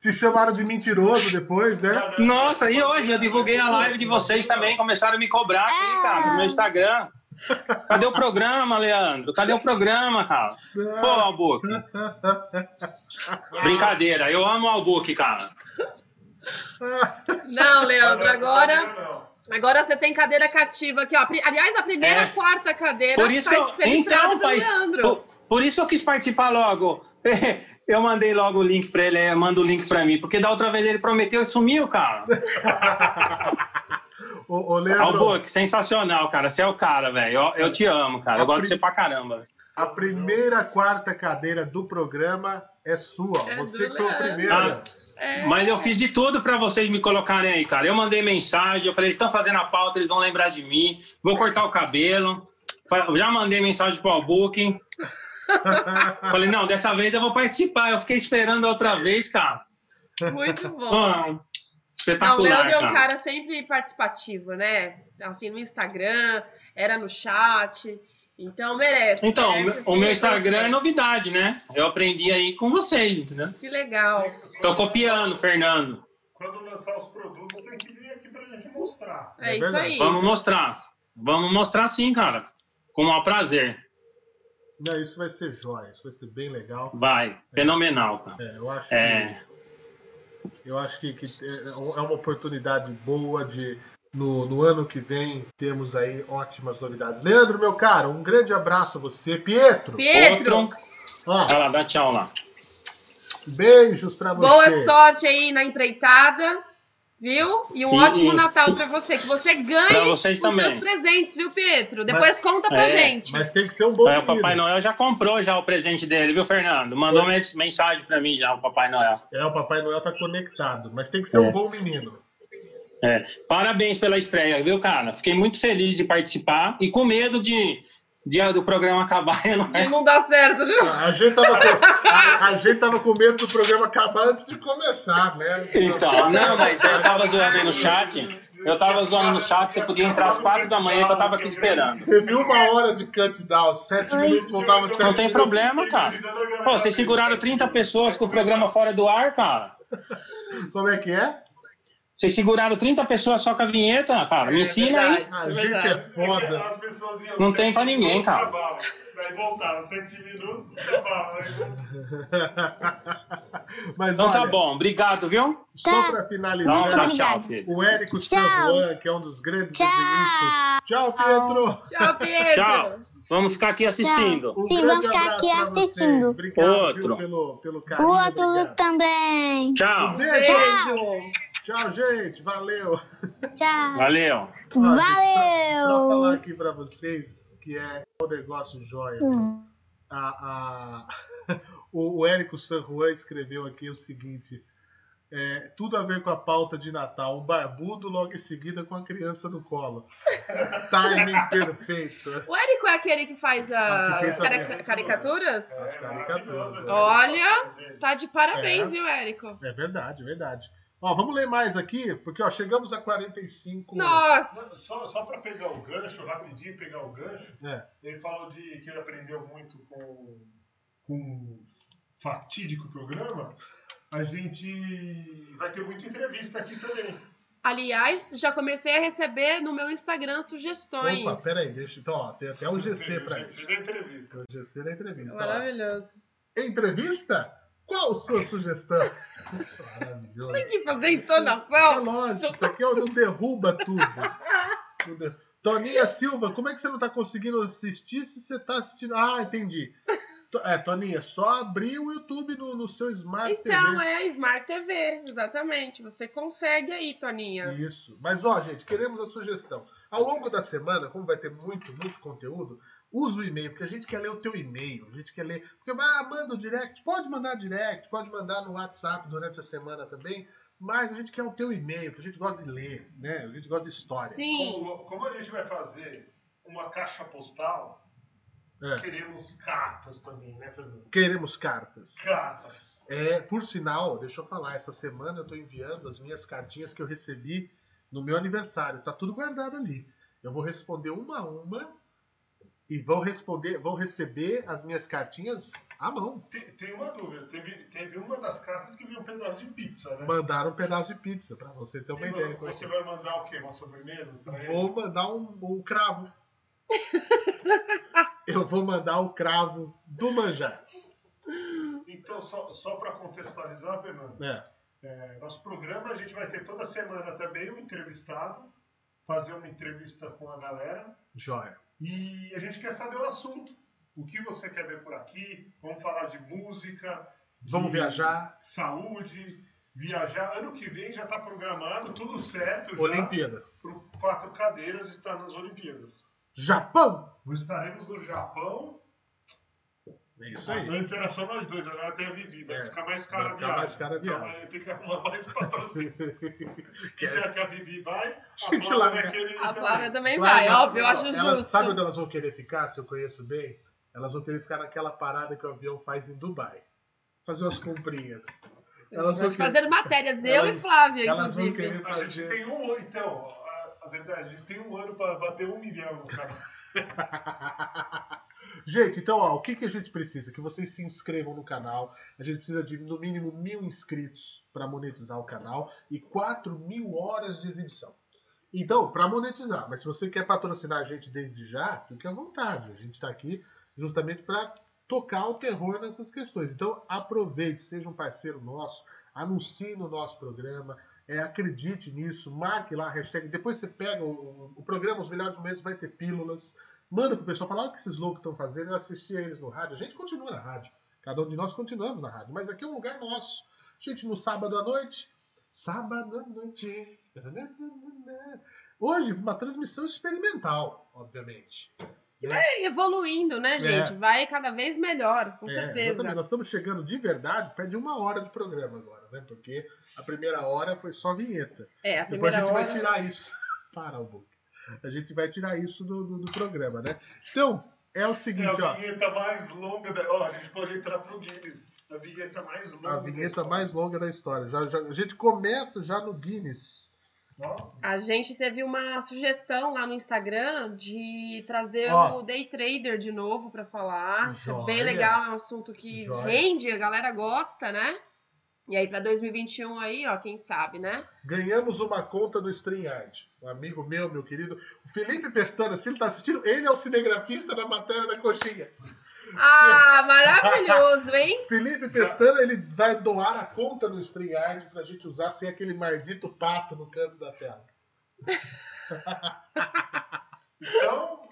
Speaker 1: Te chamaram de mentiroso depois, né?
Speaker 7: Nossa, e hoje eu divulguei a live de vocês também, começaram a me cobrar aqui, cara, no meu Instagram. Cadê o programa, Leandro? Cadê o programa, cara? Pô, Albuque. Brincadeira, eu amo o Albuque, cara.
Speaker 8: Não, Leandro,
Speaker 2: Não, não,
Speaker 8: agora.
Speaker 2: não, não.
Speaker 3: Agora você tem cadeira cativa aqui, ó. Pri- Aliás, a primeira
Speaker 7: É.
Speaker 3: quarta cadeira tá
Speaker 7: Por isso que
Speaker 3: vai
Speaker 7: eu,
Speaker 3: ser livrada
Speaker 7: então,
Speaker 3: pelo
Speaker 7: pai,
Speaker 3: Leandro.
Speaker 7: por, por isso que eu quis participar logo. Eu mandei logo o link pra ele, eh, manda o link pra mim, porque da outra vez ele prometeu e sumiu, cara.
Speaker 1: Ô, ô Leandro,
Speaker 7: Albuque, sensacional, cara. Você é o cara, velho. Eu, eu te amo, cara. Eu
Speaker 1: Apre-
Speaker 7: gosto de você pra caramba.
Speaker 1: a primeira quarta cadeira do programa é sua. ó.
Speaker 8: É
Speaker 1: Você
Speaker 8: do
Speaker 1: que foi o
Speaker 8: Leandro.
Speaker 1: primeiro.
Speaker 7: Ah,
Speaker 8: É.
Speaker 7: Mas eu fiz de tudo pra vocês me colocarem aí, cara. Eu mandei mensagem, eu falei, eles estão fazendo a pauta, eles vão lembrar de mim. Vou cortar o cabelo. Fa- Já mandei mensagem pro Albuque. falei, não, dessa vez eu vou participar. Eu fiquei esperando a outra vez, cara.
Speaker 8: Muito bom.
Speaker 7: Ah,
Speaker 3: Não, o
Speaker 7: espetacular,
Speaker 3: Leandro é um
Speaker 7: cara.
Speaker 3: cara sempre participativo, né? Assim, no Instagram, era no chat. Então merece.
Speaker 6: Então, o
Speaker 3: merece
Speaker 6: meu-
Speaker 3: sim,
Speaker 6: o meu
Speaker 3: reconhecimento.
Speaker 6: Instagram é novidade, né? Eu aprendi aí com vocês, entendeu?
Speaker 3: Que legal.
Speaker 6: Tô copiando, Fernando.
Speaker 2: Quando lançar os produtos, tem que vir aqui pra gente mostrar.
Speaker 3: É,
Speaker 1: É
Speaker 3: isso
Speaker 1: verdade.
Speaker 3: aí.
Speaker 6: Vamos mostrar. Vamos mostrar sim, cara. Com o maior prazer.
Speaker 1: Não, isso vai ser jóia, isso vai ser bem legal.
Speaker 6: Vai. Fenomenal, cara.
Speaker 1: É, eu acho
Speaker 6: É.
Speaker 1: que, eu acho que, que é é uma oportunidade boa de no, no ano que vem termos aí ótimas novidades. Leandro, meu caro, um grande abraço a você. Pietro,
Speaker 3: Pietro,
Speaker 6: Outro. Vai
Speaker 1: ó,
Speaker 6: lá, dá tchau lá.
Speaker 1: beijos pra você.
Speaker 3: boa sorte aí na empreitada, viu? E um
Speaker 6: E-
Speaker 3: ótimo
Speaker 6: e-
Speaker 3: Natal pra você. Que você
Speaker 6: Pra
Speaker 3: ganhe os
Speaker 6: vocês
Speaker 3: seus
Speaker 6: também.
Speaker 3: presentes, viu, Pietro? Depois conta pra
Speaker 6: É,
Speaker 3: gente.
Speaker 1: Mas tem que ser um bom
Speaker 6: É, o
Speaker 1: menino.
Speaker 6: Papai Noel já comprou já o presente dele, viu, Fernando? Mandou mens- mensagem pra mim já, o Papai Noel.
Speaker 1: É, o Papai Noel tá conectado, mas tem que ser um bom menino.
Speaker 6: É. Parabéns pela estreia, viu, cara? Fiquei muito feliz de participar e com medo de, de- do programa acabar. Eu não...
Speaker 3: De não dar certo, viu?
Speaker 1: A gente, tava com, a, a gente tava com medo do programa acabar antes de começar, né? é,
Speaker 6: Então, não, mas eu tava zoando aí no chat. Eu tava zoando no chat, você podia entrar às quatro da manhã que eu tava aqui esperando.
Speaker 1: Você viu uma hora de countdown, sete minutos voltava sete
Speaker 6: Não tem problema, cara. Pô, vocês seguraram 30 pessoas com o programa fora do ar, cara.
Speaker 1: minutos. Como é que é?
Speaker 6: Vocês seguraram 30 pessoas só com a vinheta, cara. Me ensina aí.
Speaker 1: A
Speaker 3: É
Speaker 1: gente
Speaker 3: verdade.
Speaker 1: é foda.
Speaker 2: As pessoas iam
Speaker 6: Não tem
Speaker 2: sete
Speaker 6: pra ninguém,
Speaker 2: minutos,
Speaker 6: cara.
Speaker 2: acabava. Daí voltava, sete minutos, né?" acabava. Aí voltava.
Speaker 1: Mas
Speaker 6: Então tá
Speaker 1: olha,
Speaker 6: bom, obrigado, viu?
Speaker 1: só pra
Speaker 6: Não,
Speaker 1: finalizar,
Speaker 6: tá, tchau,
Speaker 5: obrigado.
Speaker 6: filho.
Speaker 1: o Érico Sanjuan, que é um dos grandes
Speaker 5: Tchau.
Speaker 1: desenhistas. Tchau, Pedro!
Speaker 3: Tchau, Pietro.
Speaker 6: Tchau. Vamos ficar aqui assistindo.
Speaker 1: Um
Speaker 5: Sim,
Speaker 1: grande
Speaker 5: vamos ficar
Speaker 1: abraço
Speaker 5: aqui
Speaker 1: pra vocês.
Speaker 5: assistindo.
Speaker 1: Obrigado viu,
Speaker 6: Outro.
Speaker 1: pelo, pelo carinho.
Speaker 5: O outro
Speaker 1: obrigado.
Speaker 5: também.
Speaker 6: Tchau.
Speaker 1: Beijo.
Speaker 3: Beijo.
Speaker 1: Tchau, gente. Valeu.
Speaker 5: Tchau.
Speaker 6: Valeu.
Speaker 1: Pra falar
Speaker 5: Valeu.
Speaker 1: aqui pra vocês que é um negócio jóia. A- a- o, o Érico San Juan escreveu aqui o seguinte. é, tudo a ver com a pauta de Natal. Um barbudo logo em seguida com a criança no colo. Timing perfeito.
Speaker 3: O Érico é aquele que faz
Speaker 1: Ah, que
Speaker 3: as
Speaker 1: fez a
Speaker 3: carica-
Speaker 1: merda.
Speaker 3: caricaturas?
Speaker 1: As caricaturas.
Speaker 3: Olha, tá de parabéns,
Speaker 1: É.
Speaker 3: viu, Érico?
Speaker 1: É verdade, é verdade. Ó, vamos ler mais aqui, porque ó, chegamos a 45.
Speaker 3: Nossa.
Speaker 2: Só, só para pegar o gancho, rapidinho pegar o gancho,
Speaker 1: É.
Speaker 2: ele falou de que ele aprendeu muito com, com o fatídico programa. A gente vai ter muita entrevista aqui também.
Speaker 3: Aliás, já comecei a receber no meu Instagram sugestões.
Speaker 1: Opa, peraí, deixa. Então, ó, tem até o GC pra
Speaker 2: isso.
Speaker 1: isso.
Speaker 2: da entrevista.
Speaker 1: O GC da entrevista. ó.
Speaker 3: Maravilhoso.
Speaker 1: Entrevista? Qual sua sugestão? Maravilhoso.
Speaker 3: Tem que fazer
Speaker 1: É
Speaker 3: entonação.
Speaker 1: lógico, isso aqui é o não derruba tudo. Não der- Toninha Silva, como é que você não tá conseguindo assistir se você tá assistindo? Ah, entendi. To- É, Toninha, só abrir o YouTube no, no seu Smart
Speaker 3: Então,
Speaker 1: TV.
Speaker 3: é Smart TV, exatamente. Você consegue aí, Toninha.
Speaker 1: Isso. Mas, ó, gente, queremos a sugestão. Ao longo da semana, como vai ter muito, muito conteúdo, usa o e-mail, porque a gente quer ler o teu e-mail, a gente quer ler. Porque, ah, manda o direct, pode mandar direct, pode mandar no WhatsApp durante a semana também, mas a gente quer o teu e-mail, porque a gente gosta de ler, né? A gente gosta de história.
Speaker 3: Sim.
Speaker 2: Como, como a gente vai fazer uma caixa postal,
Speaker 1: É.
Speaker 2: queremos cartas também, né, Fernando?
Speaker 1: Queremos cartas.
Speaker 2: Cartas.
Speaker 1: É, por sinal, deixa eu falar, essa semana eu estou enviando as minhas cartinhas que eu recebi no meu aniversário. Tá tudo guardado ali. Eu vou responder uma a uma e vão responder, vão receber as minhas cartinhas à mão.
Speaker 2: Tem, tem uma dúvida, teve, teve uma das cartas que veio um pedaço de pizza, né?
Speaker 1: Mandaram um pedaço de pizza para você ter uma
Speaker 2: E
Speaker 1: ideia. Então, assim,
Speaker 2: você vai mandar o quê? Uma sobremesa? pra ele?
Speaker 1: Vou mandar um, um cravo. eu vou mandar o cravo do manjar.
Speaker 2: Então, só, só para contextualizar, Fernando,
Speaker 1: É.
Speaker 2: é, nosso programa a gente vai ter toda semana também um entrevistado, fazer uma entrevista com a galera
Speaker 1: Joia.
Speaker 2: e a gente quer saber o assunto. O que você quer ver por aqui? Vamos falar de música. de
Speaker 1: Vamos viajar.
Speaker 2: Saúde, viajar. Ano que vem já está programado, tudo certo.
Speaker 1: Olimpíada.
Speaker 2: Para quatro cadeiras estar nas Olimpíadas.
Speaker 1: Japão!
Speaker 2: Estaremos no Japão.
Speaker 1: É isso aí.
Speaker 2: Antes era só nós dois, agora tem a Vivi. Vai
Speaker 1: É,
Speaker 2: ficar mais
Speaker 1: vai
Speaker 2: cara a
Speaker 1: ficar
Speaker 2: viagem.
Speaker 1: mais cara a
Speaker 2: Então,
Speaker 1: viagem.
Speaker 2: aí tem que arrumar mais patrocínio.
Speaker 1: Que
Speaker 2: que
Speaker 1: é-
Speaker 2: já que a Vivi vai, a
Speaker 1: Gente,
Speaker 2: Flávia
Speaker 1: lá-
Speaker 2: vai querer ir
Speaker 3: A Flávia
Speaker 1: é.
Speaker 2: também.
Speaker 3: também
Speaker 1: Claro,
Speaker 3: vai,
Speaker 1: não,
Speaker 3: óbvio, eu acho
Speaker 1: elas,
Speaker 3: justo.
Speaker 1: Sabe onde elas vão querer ficar, se eu conheço bem? Elas vão querer ficar naquela parada que o avião faz em Dubai. Fazer umas comprinhas. Elas vão querer,
Speaker 3: Fazendo matérias, eu
Speaker 1: Elas-
Speaker 3: e Flávia,
Speaker 1: elas vão
Speaker 3: inclusive.
Speaker 1: querer
Speaker 2: A gente
Speaker 1: fazer.
Speaker 2: tem um ano, então, a, a verdade, a gente tem um ano pra bater um milhão no canal.
Speaker 1: Gente, então, ó, o que, que a gente precisa? Que vocês se inscrevam no canal. A gente precisa de, no mínimo, mil inscritos para monetizar o canal e 4 mil horas de exibição. Então, para monetizar, mas se você quer patrocinar a gente desde já, fique à vontade. A gente está aqui justamente para tocar o terror nessas questões. Então, aproveite, seja um parceiro nosso, anuncie no nosso programa, é, acredite nisso, marque lá a hashtag. Depois você pega o, o programa Os Melhores Momentos, vai ter pílulas. Manda pro pessoal, fala olha o que esses loucos estão fazendo. Eu assisti a eles no rádio. A gente continua na rádio. Cada um de nós continuamos na rádio. Mas aqui é um lugar nosso. Gente, no sábado à noite. Sábado à noite. Hoje, uma transmissão experimental, obviamente.
Speaker 3: É, evoluindo, né, gente? Vai cada vez melhor, com
Speaker 1: É, exatamente.
Speaker 3: certeza.
Speaker 1: Nós estamos chegando de verdade perto de uma hora de programa agora, né? Porque a primeira hora foi só vinheta.
Speaker 3: É, a
Speaker 1: Depois a
Speaker 3: primeira
Speaker 1: gente
Speaker 3: hora.
Speaker 1: vai tirar isso. Para o book. A gente vai tirar isso do, do- do programa, né? Então, é o
Speaker 2: É a
Speaker 1: seguinte, ó.
Speaker 2: vinheta mais longa da. Ó, a gente pode entrar pro Guinness. A vinheta mais longa.
Speaker 1: A
Speaker 2: da
Speaker 1: vinheta
Speaker 2: história.
Speaker 1: mais longa da história. Já- já- a gente começa já no Guinness.
Speaker 2: Ó,
Speaker 3: A gente teve uma sugestão lá no Instagram de trazer
Speaker 1: Ó.
Speaker 3: o Day Trader de novo pra falar. Isso é
Speaker 1: Joia.
Speaker 3: bem legal, é um assunto que
Speaker 1: Joia.
Speaker 3: rende, a galera gosta, né? E aí, pra 2021 aí, ó, quem sabe, né?
Speaker 1: Ganhamos uma conta no StreamYard. Um amigo meu, meu querido. O Felipe Pestana, se ele tá assistindo, ele é o cinegrafista da matéria da coxinha.
Speaker 3: Ah, maravilhoso, hein?
Speaker 1: Felipe Pestana, ele vai doar a conta no StreamYard pra gente usar sem aquele maldito pato no canto da tela.
Speaker 2: Então,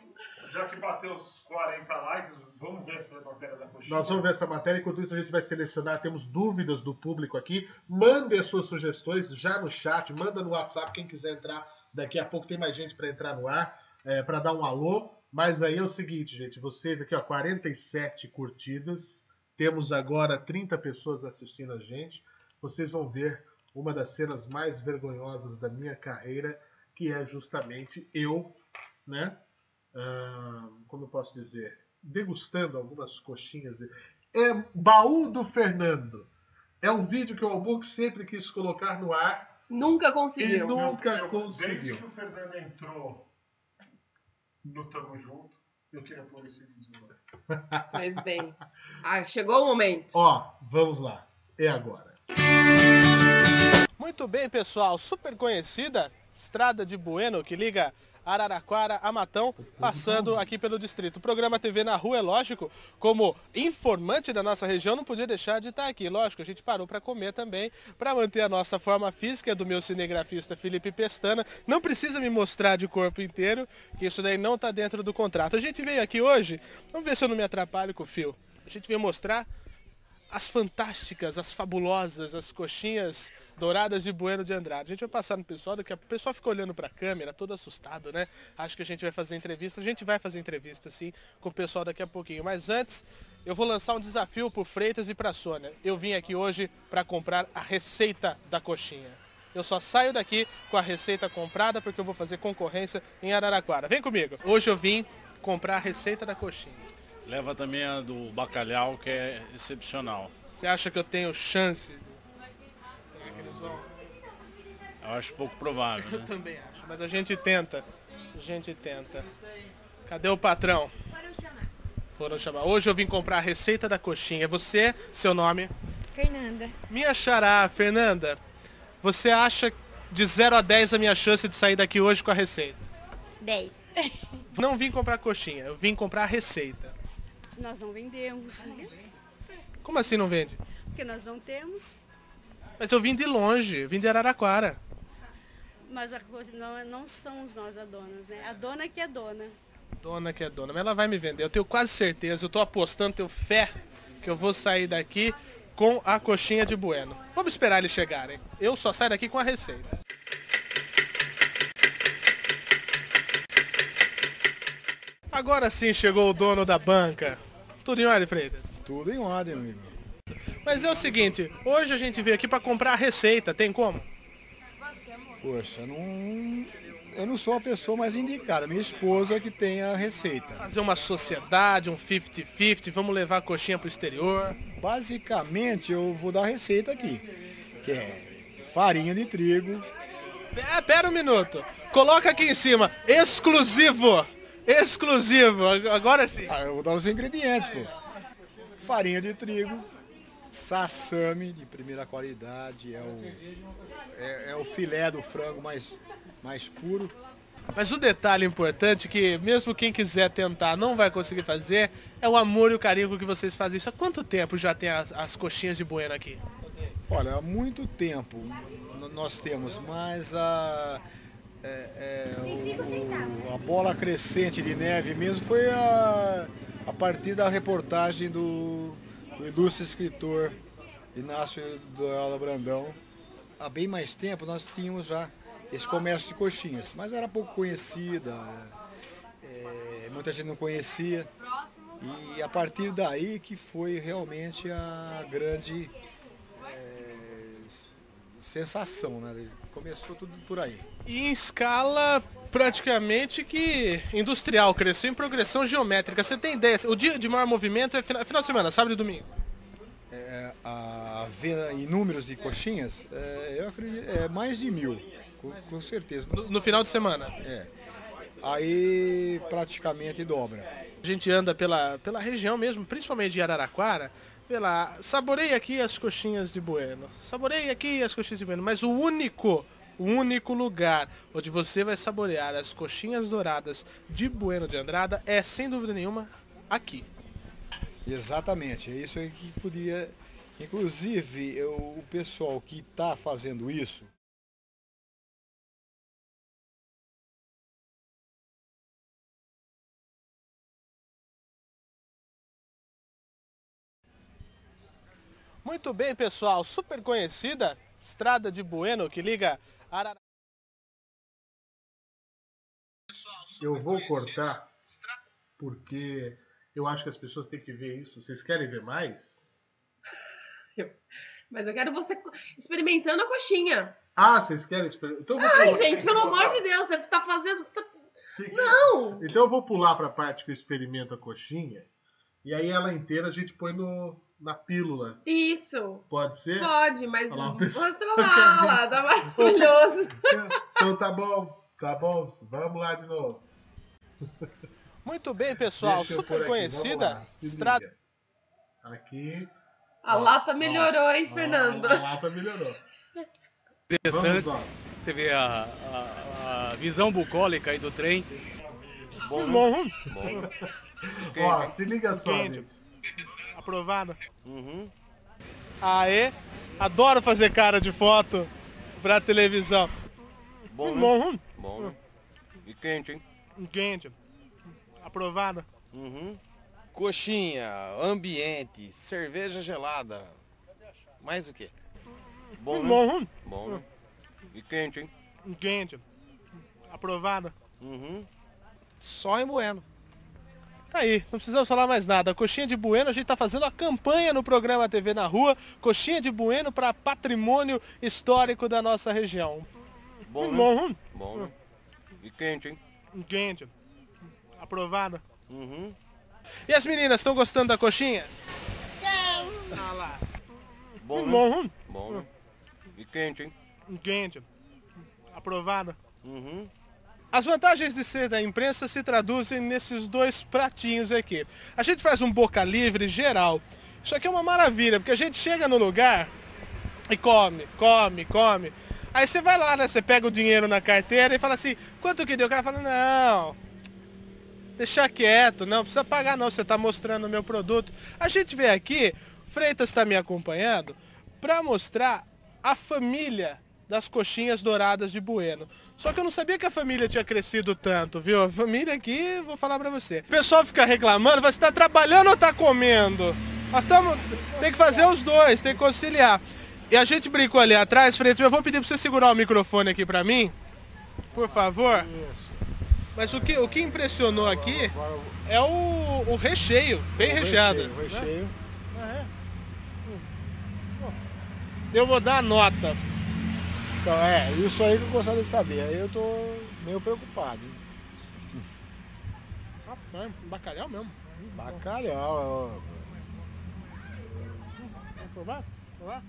Speaker 2: já que bateu os 40 likes, vamos ver essa matéria da coxinha.
Speaker 1: Nós vamos ver essa matéria, enquanto isso a gente vai selecionar, temos dúvidas do público aqui. Mandem as suas sugestões já no chat, manda no WhatsApp, quem quiser entrar, daqui a pouco tem mais gente para entrar no ar, para dar um alô. Mas aí é o seguinte, gente, vocês aqui, ó, 47 curtidas, temos agora 30 pessoas assistindo a gente. Vocês vão ver uma das cenas mais vergonhosas da minha carreira, que é justamente eu, né? ah, como eu posso dizer? degustando algumas coxinhas. dele. É Baú do Fernando. É um vídeo que o Albuque sempre quis colocar no ar
Speaker 3: Nunca
Speaker 1: e
Speaker 3: conseguiu.
Speaker 1: nunca
Speaker 2: Eu- Desde
Speaker 1: conseguiu.
Speaker 2: que o Fernando entrou no Tamo Junto, eu queria pôr esse vídeo lá.
Speaker 3: Mas bem. Ah, chegou o momento.
Speaker 1: Ó, vamos lá. É agora.
Speaker 4: Muito bem, pessoal. Super conhecida estrada de Bueno que liga Araraquara a Matão, passando aqui pelo distrito. O programa TV na rua, é lógico, como informante da nossa região, não podia deixar de estar aqui. Lógico, a gente parou para comer também, para manter a nossa forma física é do meu cinegrafista Felipe Pestana. Não precisa me mostrar de corpo inteiro, que isso daí não está dentro do contrato. A gente veio aqui hoje, vamos ver se eu não me atrapalho com o fio. A gente veio mostrar as fantásticas, as fabulosas, as coxinhas douradas de Bueno de Andrade. A gente vai passar no pessoal, daqui a pouco o pessoal fica olhando pra câmera, todo assustado, né? Acho que a gente vai fazer entrevista. A gente vai fazer entrevista, sim, com o pessoal daqui a pouquinho. Mas antes, eu vou lançar um desafio pro Freitas e pra Sônia. Eu vim aqui hoje pra comprar a receita da coxinha. Eu só saio daqui com a receita comprada porque eu vou fazer concorrência em Araraquara. Vem comigo. Hoje eu vim comprar a receita da coxinha.
Speaker 9: Leva também a do bacalhau, que é excepcional.
Speaker 4: Você acha que eu tenho chance? Será que eles vão?
Speaker 9: Eu acho pouco provável,
Speaker 4: Eu
Speaker 9: né?
Speaker 4: também acho, mas a gente tenta. A gente tenta. Cadê o patrão? Foram chamar. Hoje eu vim comprar a receita da coxinha. É Você, seu nome?
Speaker 10: Fernanda,
Speaker 4: Minha xará, Fernanda. Você acha de 0 a 10 a minha chance de sair daqui hoje com a receita?
Speaker 10: 10.
Speaker 4: Não vim comprar coxinha, eu vim comprar a receita.
Speaker 10: Nós não vendemos, isso,
Speaker 4: Como assim não vende?
Speaker 10: porque nós não temos,
Speaker 4: Mas eu vim de longe, eu vim de Araraquara.
Speaker 10: mas a co- não, não somos nós a donas, né? A dona que é dona.
Speaker 4: Dona que é dona, mas ela vai me vender, eu tenho quase certeza, eu tô apostando, tenho fé que eu vou sair daqui com a coxinha de bueno. Vamos esperar eles chegarem. Eu só saio daqui com a receita. Agora sim chegou o dono da banca. Tudo em ordem, Freitas?
Speaker 11: Tudo em ordem, amigo.
Speaker 4: Mas é o seguinte, hoje a gente veio aqui pra comprar a receita, tem como?
Speaker 11: Poxa, não, Hum, eu não sou a pessoa mais indicada. Minha esposa que tem a receita.
Speaker 4: Fazer uma sociedade, um 50-50, vamos levar a coxinha pro exterior.
Speaker 11: Basicamente, eu vou dar a receita aqui, que é farinha de trigo.
Speaker 4: É, pera um minuto. Coloca aqui em cima. Exclusivo. Exclusivo, ag- agora sim.
Speaker 11: Ah, eu vou dar os ingredientes, pô. Farinha de trigo, sassami de primeira qualidade, é o, é, é o filé do frango mais, mais puro.
Speaker 4: Mas o detalhe importante é que mesmo quem quiser tentar não vai conseguir fazer é o amor e o carinho com que vocês fazem isso. Há quanto tempo já tem as, as coxinhas de bueno aqui?
Speaker 11: Olha, há muito tempo n- nós temos, mas a, é- é, o- o- a bola crescente de neve mesmo foi a, a partir da reportagem do, do ilustre escritor Inácio Doela Brandão. Há bem mais tempo nós tínhamos já esse comércio de coxinhas, mas era pouco conhecida, é, muita gente não conhecia. E a partir daí que foi realmente a grande sensação, né? Começou tudo por aí.
Speaker 4: E em escala praticamente que industrial, cresceu em progressão geométrica. Você tem ideia? O dia de maior movimento é final, final de semana, sábado e domingo.
Speaker 11: É, a venda em números de coxinhas, é, eu acredito, é mais de mil, com, com certeza.
Speaker 4: No, final de semana?
Speaker 11: É. Aí praticamente dobra.
Speaker 4: A gente anda pela, pela região mesmo, principalmente de Araraquara, pela saborei aqui as coxinhas de Bueno. Saborei aqui as coxinhas de Bueno, mas o único, o único lugar onde você vai saborear as coxinhas douradas de Bueno de Andrada é sem dúvida nenhuma aqui.
Speaker 11: Exatamente, é isso aí que podia. Inclusive, eu- o pessoal que está fazendo isso,
Speaker 4: Muito bem, pessoal, super conhecida estrada de Bueno que liga Araraquara
Speaker 1: Eu vou
Speaker 3: é
Speaker 1: cortar, porque eu acho que as pessoas têm que ver isso. Vocês querem ver mais?
Speaker 3: Mas eu quero você co- experimentando a coxinha.
Speaker 1: Ah, vocês querem esperar? Então eu vou
Speaker 3: Ai,
Speaker 1: pular.
Speaker 3: gente, pelo amor de Deus, você tá fazendo. tá- Não!
Speaker 1: Então eu vou pular para a parte que eu experimento a coxinha. E aí ela inteira a gente põe no, na pílula.
Speaker 3: Isso!
Speaker 1: Pode ser?
Speaker 3: Pode, mas
Speaker 1: Olha lá, o
Speaker 3: mostra
Speaker 1: pessoal
Speaker 3: lá, lá, tá maravilhoso.
Speaker 1: Então tá bom, tá bom. Vamos lá de novo.
Speaker 4: Muito bem, pessoal,
Speaker 1: Deixa eu
Speaker 4: super
Speaker 1: por aqui,
Speaker 4: conhecida
Speaker 1: vamos lá, se
Speaker 4: estrada
Speaker 1: Aqui.
Speaker 3: A lata melhorou, hein, Fernando?
Speaker 1: A lata melhorou.
Speaker 12: Interessante.
Speaker 1: Vamos
Speaker 12: Você vê a, a- a visão bucólica aí do trem. Bom,
Speaker 13: né?
Speaker 4: Bom.
Speaker 1: Ó, se liga só.
Speaker 4: Entende.
Speaker 1: gente.
Speaker 4: aprovada.
Speaker 13: Uhum.
Speaker 4: Aê, adoro fazer cara de foto pra televisão.
Speaker 13: Bom,
Speaker 4: Bom,
Speaker 13: né?
Speaker 4: hum.
Speaker 13: Bom, né? E quente, hein?
Speaker 4: Quente. Aprovada.
Speaker 13: Coxinha, ambiente, cerveja gelada. Mais o quê? Bom, né?
Speaker 4: Bom, hum.
Speaker 13: Bom, né? E quente, hein?
Speaker 4: um Quente. Aprovada.
Speaker 13: Uhum. Só em Bueno.
Speaker 4: Tá aí, não precisamos falar mais nada. Coxinha de Bueno, a gente tá fazendo a campanha no programa TV na Rua. Coxinha de Bueno para patrimônio histórico da nossa região.
Speaker 13: Bom, né?
Speaker 4: Bom, hum.
Speaker 13: Bom, né? E quente, hein?
Speaker 4: Quente. Aprovada.
Speaker 13: Uhum.
Speaker 4: E as meninas, estão gostando da coxinha? Ah lá.
Speaker 13: Bom, né?
Speaker 4: Bom, hum.
Speaker 13: Bom, né? E quente, hein?
Speaker 4: um Quente. Aprovada. As vantagens de ser da imprensa se traduzem nesses dois pratinhos aqui. A gente faz um boca livre geral. Isso aqui é uma maravilha, porque a gente chega no lugar e come, come, come. Aí você vai lá, né? Você pega o dinheiro na carteira e fala assim, quanto que deu? O cara fala, não, deixar quieto, não precisa pagar não, você está mostrando o meu produto. A gente vem aqui, Freitas está me acompanhando, para mostrar a família das coxinhas douradas de Bueno. Só que eu não sabia que a família tinha crescido tanto, viu? A família aqui, vou falar para você. O pessoal fica reclamando, você está trabalhando ou está comendo? Nós estamos... Tem que fazer os dois, tem que conciliar. E a gente brincou ali atrás, Freitas, eu vou pedir para você segurar o microfone aqui para mim, por favor. Mas o que, o que impressionou aqui é o, o recheio, bem
Speaker 11: O
Speaker 4: recheado.
Speaker 11: recheio, o
Speaker 4: né? É.
Speaker 11: recheio.
Speaker 4: Eu vou dar a nota.
Speaker 11: Então, é, isso aí que eu gostaria de saber. Aí eu tô meio preocupado.
Speaker 4: Rapaz, um bacalhau mesmo.
Speaker 11: Bacalhau, ó.
Speaker 4: Vamos provar? Provar?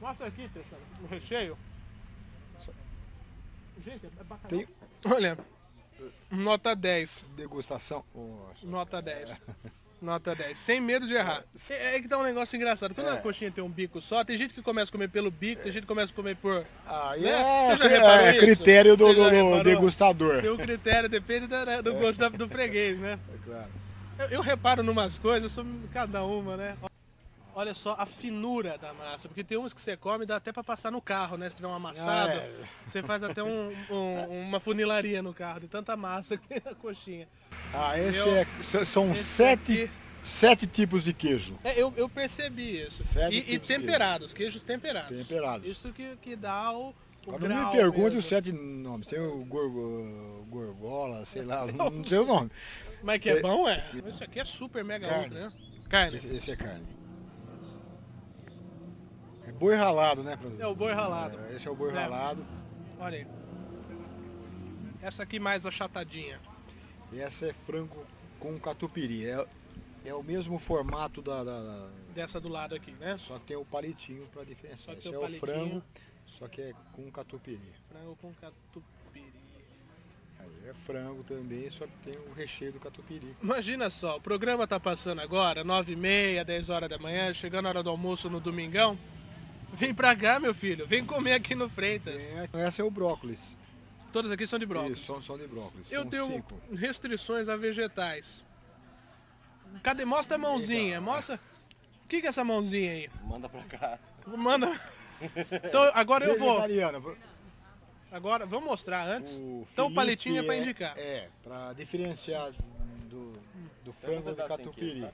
Speaker 4: Mostra aqui, Tessano, o recheio. Gente, é bacalhau.
Speaker 11: Tem-
Speaker 4: Olha, Nota 10.
Speaker 11: Degustação.
Speaker 4: Nota 10. Nota 10. Sem medo de errar. É, é que dá um negócio engraçado. Quando
Speaker 11: É.
Speaker 4: a coxinha tem um bico só, tem gente que começa a comer pelo bico, tem gente que começa a comer por.
Speaker 11: Ah,
Speaker 4: né? Você
Speaker 11: é,
Speaker 4: já
Speaker 11: é,
Speaker 4: reparou
Speaker 11: é
Speaker 4: isso?
Speaker 11: critério do-
Speaker 4: Você já
Speaker 11: do- do
Speaker 4: reparou?
Speaker 11: degustador.
Speaker 4: Tem um critério, depende da- né, do gosto da- do freguês, né?
Speaker 11: É
Speaker 4: Eu, eu reparo numas coisas sobre cada uma, né? Olha só a finura da massa, porque tem umas que você come e dá até pra passar no carro, né? Se tiver um amassado,
Speaker 11: Ah, é.
Speaker 4: você faz até um- um- uma funilaria no carro, de tanta massa que tem na coxinha.
Speaker 11: Ah, esse
Speaker 4: Eu-
Speaker 11: é, s- são
Speaker 4: esse
Speaker 11: sete,
Speaker 4: aqui-
Speaker 11: sete tipos de queijo.
Speaker 4: É, eu, eu percebi isso.
Speaker 11: Sete
Speaker 4: E, e
Speaker 11: tipos de queijo.
Speaker 4: temperados, queijos temperados.
Speaker 11: Temperados.
Speaker 4: Isso que, que dá o, o
Speaker 11: Agora não
Speaker 4: grau
Speaker 11: me pergunte é
Speaker 4: mesmo.
Speaker 11: os sete nomes. Tem o gorgo- gorgola, sei lá, não sei o nome.
Speaker 4: Mas que é
Speaker 11: Sei-
Speaker 4: bom, é. Isso aqui é super mega
Speaker 11: Carne.
Speaker 4: ultra, né? Carne.
Speaker 11: Esse, esse é carne. É boi ralado, né, professor?
Speaker 4: É o boi ralado.
Speaker 11: É, esse é o boi
Speaker 4: É.
Speaker 11: ralado.
Speaker 4: Olha aí. Essa aqui mais achatadinha.
Speaker 11: E essa é frango com catupiry. É, é o mesmo formato da, da- da-
Speaker 4: Dessa do lado aqui, né?
Speaker 11: Só que tem o palitinho para diferenciar.
Speaker 4: Só
Speaker 11: Esse
Speaker 4: tem
Speaker 11: é
Speaker 4: o
Speaker 11: o
Speaker 4: palitinho.
Speaker 11: frango, só que é com catupiry.
Speaker 4: Frango com catupiry.
Speaker 11: Aí é frango também, só que tem o recheio do catupiry.
Speaker 4: Imagina só, o programa tá passando agora, 9 e meia, 10 horas da manhã, chegando a hora do almoço no domingão. Vem pra cá, meu filho, vem comer aqui no Freitas.
Speaker 11: Essa é o brócolis.
Speaker 4: Todas aqui são de brócolis.
Speaker 11: Isso, são só de brócolis.
Speaker 4: Eu
Speaker 11: são
Speaker 4: tenho
Speaker 11: cinco.
Speaker 4: restrições a vegetais. Cadê? Mostra a mãozinha, mostra. O que, que é essa mãozinha aí?
Speaker 14: Manda pra cá.
Speaker 4: Manda. Então agora eu
Speaker 11: É
Speaker 4: vou.
Speaker 11: Vegetariana,
Speaker 4: Agora, vamos mostrar antes. então o palitinho é pra
Speaker 11: Felipe
Speaker 4: indicar.
Speaker 11: É, para diferenciar do, do frango
Speaker 14: um
Speaker 11: do
Speaker 14: pedacinho aqui,
Speaker 11: catupiry.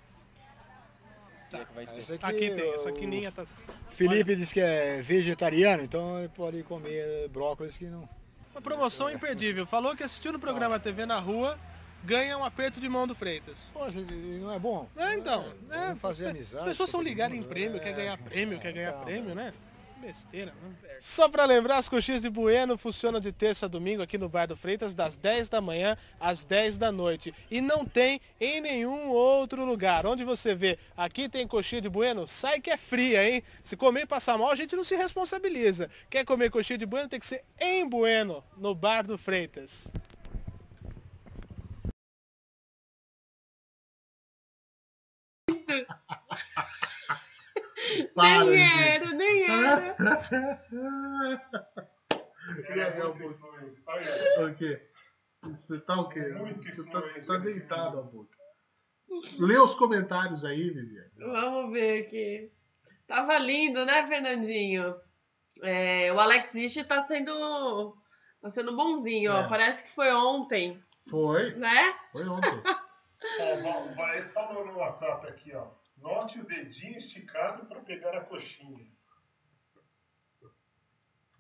Speaker 14: tá?
Speaker 11: Esse
Speaker 4: Aqui tem, essa
Speaker 11: é o
Speaker 4: quininha tá.
Speaker 11: Felipe diz que é vegetariano, então ele pode comer brócolis que não.
Speaker 4: Uma promoção imperdível. Falou que assistiu no programa TV na rua, ganha um aperto de mão do Freitas.
Speaker 11: Poxa, e não é bom?
Speaker 4: É, então. É,
Speaker 11: Vamos fazer
Speaker 4: As
Speaker 11: amizade.
Speaker 4: pessoas são
Speaker 11: todo
Speaker 4: ligadas em
Speaker 11: mundo,
Speaker 4: prêmio,
Speaker 11: é.
Speaker 4: quer ganhar prêmio, quer ganhar
Speaker 11: Calma.
Speaker 4: prêmio, né? Besteira, né? mano. Só para lembrar, as coxinhas de Bueno funcionam de terça a domingo aqui no Bar do Freitas, das 10 da manhã às 10 da noite. E não tem em nenhum outro lugar. Onde você vê, aqui tem coxinha de Bueno, sai que é fria, hein? Se comer e passar mal, a gente não se responsabiliza. Quer comer coxinha de Bueno, tem que ser em Bueno, no Bar do Freitas.
Speaker 1: Para,
Speaker 3: nem
Speaker 1: gente.
Speaker 3: era, nem era.
Speaker 1: E aí, Albuquerque? O quê? Você tá o quê? Você tá, você tá deitado, Albuquerque. Lê os comentários aí, Viviane.
Speaker 3: Vamos ver aqui. Tava lindo, né, Fernandinho? É, o Alex Vixe tá sendo. Tá sendo bonzinho, ó.
Speaker 1: É.
Speaker 3: Parece que foi ontem,
Speaker 1: Foi?
Speaker 3: né?
Speaker 1: Foi ontem.
Speaker 2: Ó, o Vaez falou no WhatsApp aqui, ó. Note o dedinho esticado para pegar a coxinha.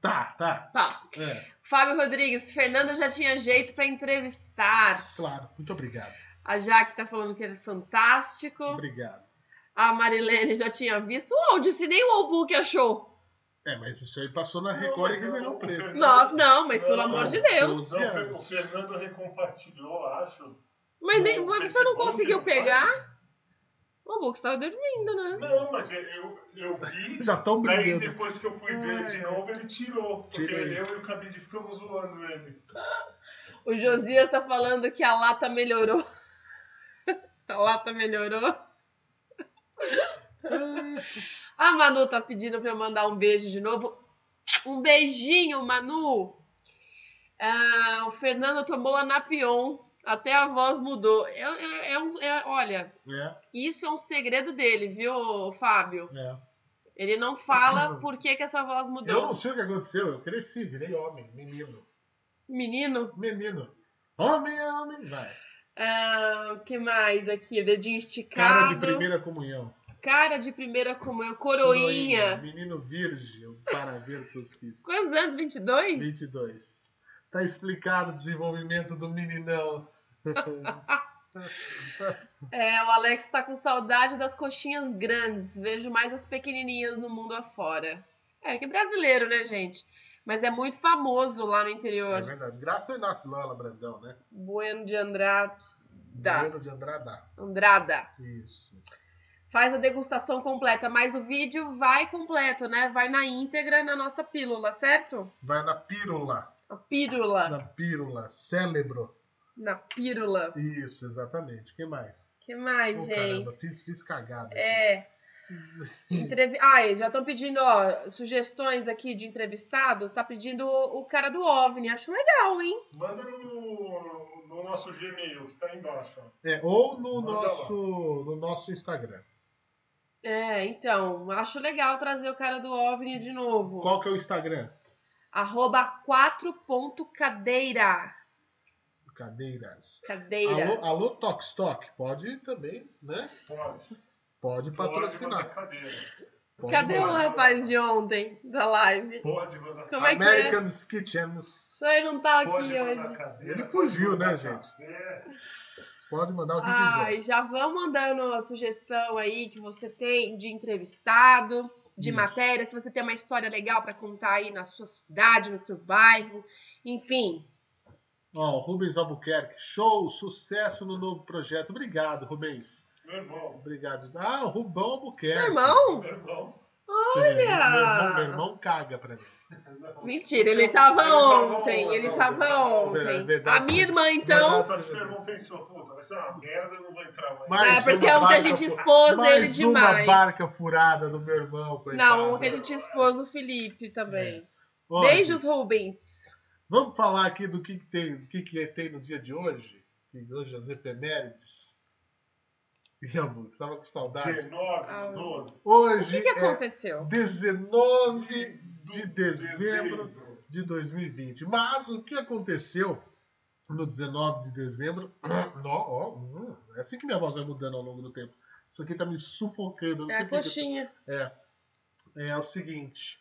Speaker 1: Tá, tá.
Speaker 3: Tá.
Speaker 1: É,
Speaker 3: Fábio Rodrigues, Fernanda já tinha jeito pra entrevistar.
Speaker 1: claro. Muito obrigado.
Speaker 3: A Jaque tá falando que é fantástico.
Speaker 1: Obrigado.
Speaker 3: A Marilene já tinha visto. Uou, disse nem o Albu que achou.
Speaker 1: É, mas isso aí passou na Record e Ribeirão Preto.
Speaker 3: Não, não, mas pelo amor de Deus.
Speaker 1: Doze
Speaker 2: Não, foi-
Speaker 1: anos.
Speaker 2: o Fernando recompartilhou, acho.
Speaker 3: Mas, nem,
Speaker 2: No
Speaker 3: mas é você não
Speaker 2: Facebook,
Speaker 3: conseguiu
Speaker 2: no Face-
Speaker 3: pegar? O Albu que estava dormindo, né?
Speaker 2: Não, mas eu, eu, eu vi.
Speaker 1: Já tão
Speaker 2: Daí
Speaker 1: brigando.
Speaker 2: depois que eu fui ver de novo, ele tirou. Porque
Speaker 1: Tira aí.
Speaker 2: eu e o Cabide ficamos zoando ele.
Speaker 3: O Josias tá falando que a lata melhorou. A lata melhorou. A Manu tá pedindo pra eu mandar um beijo de novo. Um beijinho, Manu. Ah, o Fernando tomou a Napion. Até a voz mudou. É, é- é um- é- olha,
Speaker 1: É,
Speaker 3: isso é um segredo dele, viu, Fábio?
Speaker 1: é.
Speaker 3: Ele não fala por que, que essa voz
Speaker 1: Uhum. Eu
Speaker 3: mudou.
Speaker 1: não sei o que aconteceu. Eu cresci, virei homem, menino.
Speaker 3: Menino.
Speaker 1: Menino. Homem é homem, vai.
Speaker 3: Ah, O que mais aqui? Dedinho esticado.
Speaker 1: Cara de primeira comunhão.
Speaker 3: Cara de primeira comunhão, coroinha.
Speaker 1: Menino virgem, o paraveiro tosquice.
Speaker 3: Quantos anos? 22?
Speaker 1: 22. Tá explicado o desenvolvimento do meninão.
Speaker 3: É, o Alex tá com saudade das coxinhas grandes. Vejo mais as pequenininhas no mundo afora. É, que brasileiro, né, gente? Mas é muito famoso lá no
Speaker 1: É
Speaker 3: interior.
Speaker 1: verdade. Graças ao Inácio Lola Brandão, né?
Speaker 3: Bueno de Andrada.
Speaker 1: Bueno de Andrada.
Speaker 3: Andrada.
Speaker 1: Isso.
Speaker 3: Faz a degustação completa, mas o vídeo vai completo, né? Vai na íntegra na nossa pílula, certo?
Speaker 1: Vai na pílula.
Speaker 3: A pílula.
Speaker 1: Na pílula. Cérebro.
Speaker 3: Na pílula.
Speaker 1: Isso, exatamente. que mais?
Speaker 3: que mais,
Speaker 1: Pô,
Speaker 3: gente?
Speaker 1: caramba, fiz, fiz cagada.
Speaker 3: É. Entrevi... Ai, já estão pedindo ó, sugestões aqui de entrevistado. Tá pedindo o, o cara do OVNI. Acho legal, hein?
Speaker 2: Manda no, no nosso Gmail, que tá aí embaixo. ó.
Speaker 1: É, ou no
Speaker 2: Manda
Speaker 1: nosso, no nosso Instagram.
Speaker 3: É, então, acho legal trazer o cara do OVNI de novo.
Speaker 1: Qual que é o Instagram?
Speaker 3: Arroba 4.cadeira.
Speaker 1: Cadeiras.
Speaker 3: Cadeira.
Speaker 1: Alô, alô Tox Talk, pode também, né?
Speaker 2: Pode.
Speaker 1: Pode patrocinar.
Speaker 2: Pode mandar cadeira.
Speaker 1: Pode
Speaker 3: Cadê o
Speaker 1: mandar.
Speaker 3: rapaz de ontem da live?
Speaker 2: Pode mandar
Speaker 3: Como é que é?
Speaker 1: American's Kitchens.
Speaker 3: Só ele não tá aqui
Speaker 2: Pode
Speaker 3: hoje.
Speaker 2: mandar cadeira.
Speaker 1: Ele fugiu, né,
Speaker 2: Pode
Speaker 1: gente?
Speaker 2: É.
Speaker 1: Pode mandar o que quiser.
Speaker 3: Ai, já vão mandando a sugestão aí que você tem de entrevistado, de
Speaker 1: Isso.
Speaker 3: matéria, se você tem uma história legal pra contar aí na sua cidade, no seu bairro, enfim.
Speaker 1: Ó, o Rubens Albuquerque, show, sucesso no novo projeto. Obrigado, Rubens.
Speaker 2: É, Meu irmão.
Speaker 1: Obrigado. Ah, o Rubão Albuquerque.
Speaker 3: Seu irmão?
Speaker 2: Meu irmão.
Speaker 1: Sim, é Meu irmão, meu
Speaker 3: Olha!
Speaker 1: irmão caga pra mim.
Speaker 3: Mentira, ele tava ontem, ele tava
Speaker 1: É
Speaker 3: ontem. A
Speaker 1: verdade,
Speaker 3: minha
Speaker 1: sim.
Speaker 3: irmã, então,
Speaker 2: Sabe que seu irmão pensou, puta, vai ser uma merda, eu não vou entrar mais.
Speaker 1: Mais
Speaker 3: É, porque
Speaker 1: uma
Speaker 3: ontem a
Speaker 1: barca
Speaker 3: gente
Speaker 1: fu-
Speaker 3: expôs
Speaker 1: mais
Speaker 3: ele
Speaker 1: uma
Speaker 3: demais.
Speaker 1: barca furada do meu irmão, coitado.
Speaker 3: não, ontem a gente expôs o Felipe
Speaker 1: É.
Speaker 3: também.
Speaker 1: Ó,
Speaker 3: Beijos, Rubens.
Speaker 1: Vamos falar aqui do que, que tem, do que, que tem no dia de hoje? Que hoje as efemérides. Eu estava com saudade.
Speaker 2: 19,
Speaker 3: Ah.
Speaker 2: 12.
Speaker 3: O
Speaker 1: Hoje
Speaker 3: que, que
Speaker 1: é
Speaker 3: aconteceu?
Speaker 1: 19 de dezembro de 2020. Mas o que aconteceu no 19 de dezembro? Nó, ó, hum, é assim que minha voz vai mudando ao longo do tempo. Isso aqui tá me sufocando. eu Não
Speaker 3: É
Speaker 1: sei
Speaker 3: a
Speaker 1: por quê.
Speaker 3: coxinha.
Speaker 1: É. É o seguinte.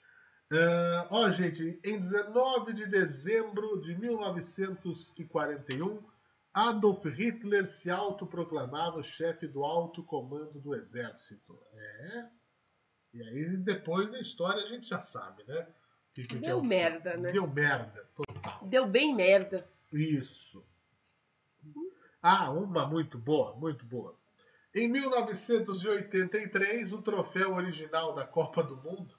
Speaker 1: Ah, ó, gente, em 19 de dezembro de 1941, Adolf Hitler se autoproclamava chefe do alto comando do exército. É. E aí depois a história a gente já sabe, né? O que que
Speaker 3: Deu
Speaker 1: aconteceu.
Speaker 3: merda, né?
Speaker 1: Deu merda.
Speaker 3: Deu bem merda.
Speaker 1: Isso. Ah, uma muito boa, muito boa. Em 1983, o troféu original da Copa do Mundo,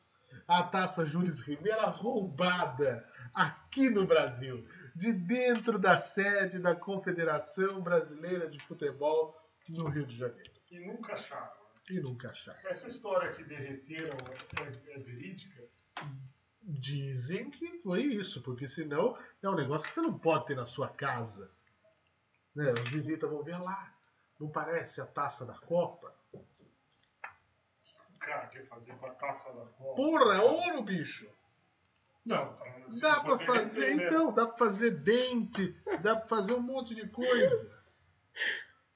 Speaker 1: a taça Júris Ribeira, roubada aqui no Brasil, de dentro da sede da Confederação Brasileira de Futebol no Rio de Janeiro.
Speaker 2: E nunca acharam.
Speaker 1: E nunca acharam.
Speaker 2: Essa história que derreteram é, é verídica?
Speaker 1: Dizem que foi isso, porque senão é um negócio que você não pode ter na sua casa. Né? Os visitas vão ver lá. Não parece a taça da Copa?
Speaker 2: O cara quer fazer com a taça da Copa.
Speaker 1: Porra, é ouro, bicho!
Speaker 2: Não, tá, mas se
Speaker 1: Dá
Speaker 2: não
Speaker 1: pra
Speaker 2: for
Speaker 1: fazer,
Speaker 2: derreter, né?
Speaker 1: então, dá pra fazer dente, dá pra fazer um monte de coisa.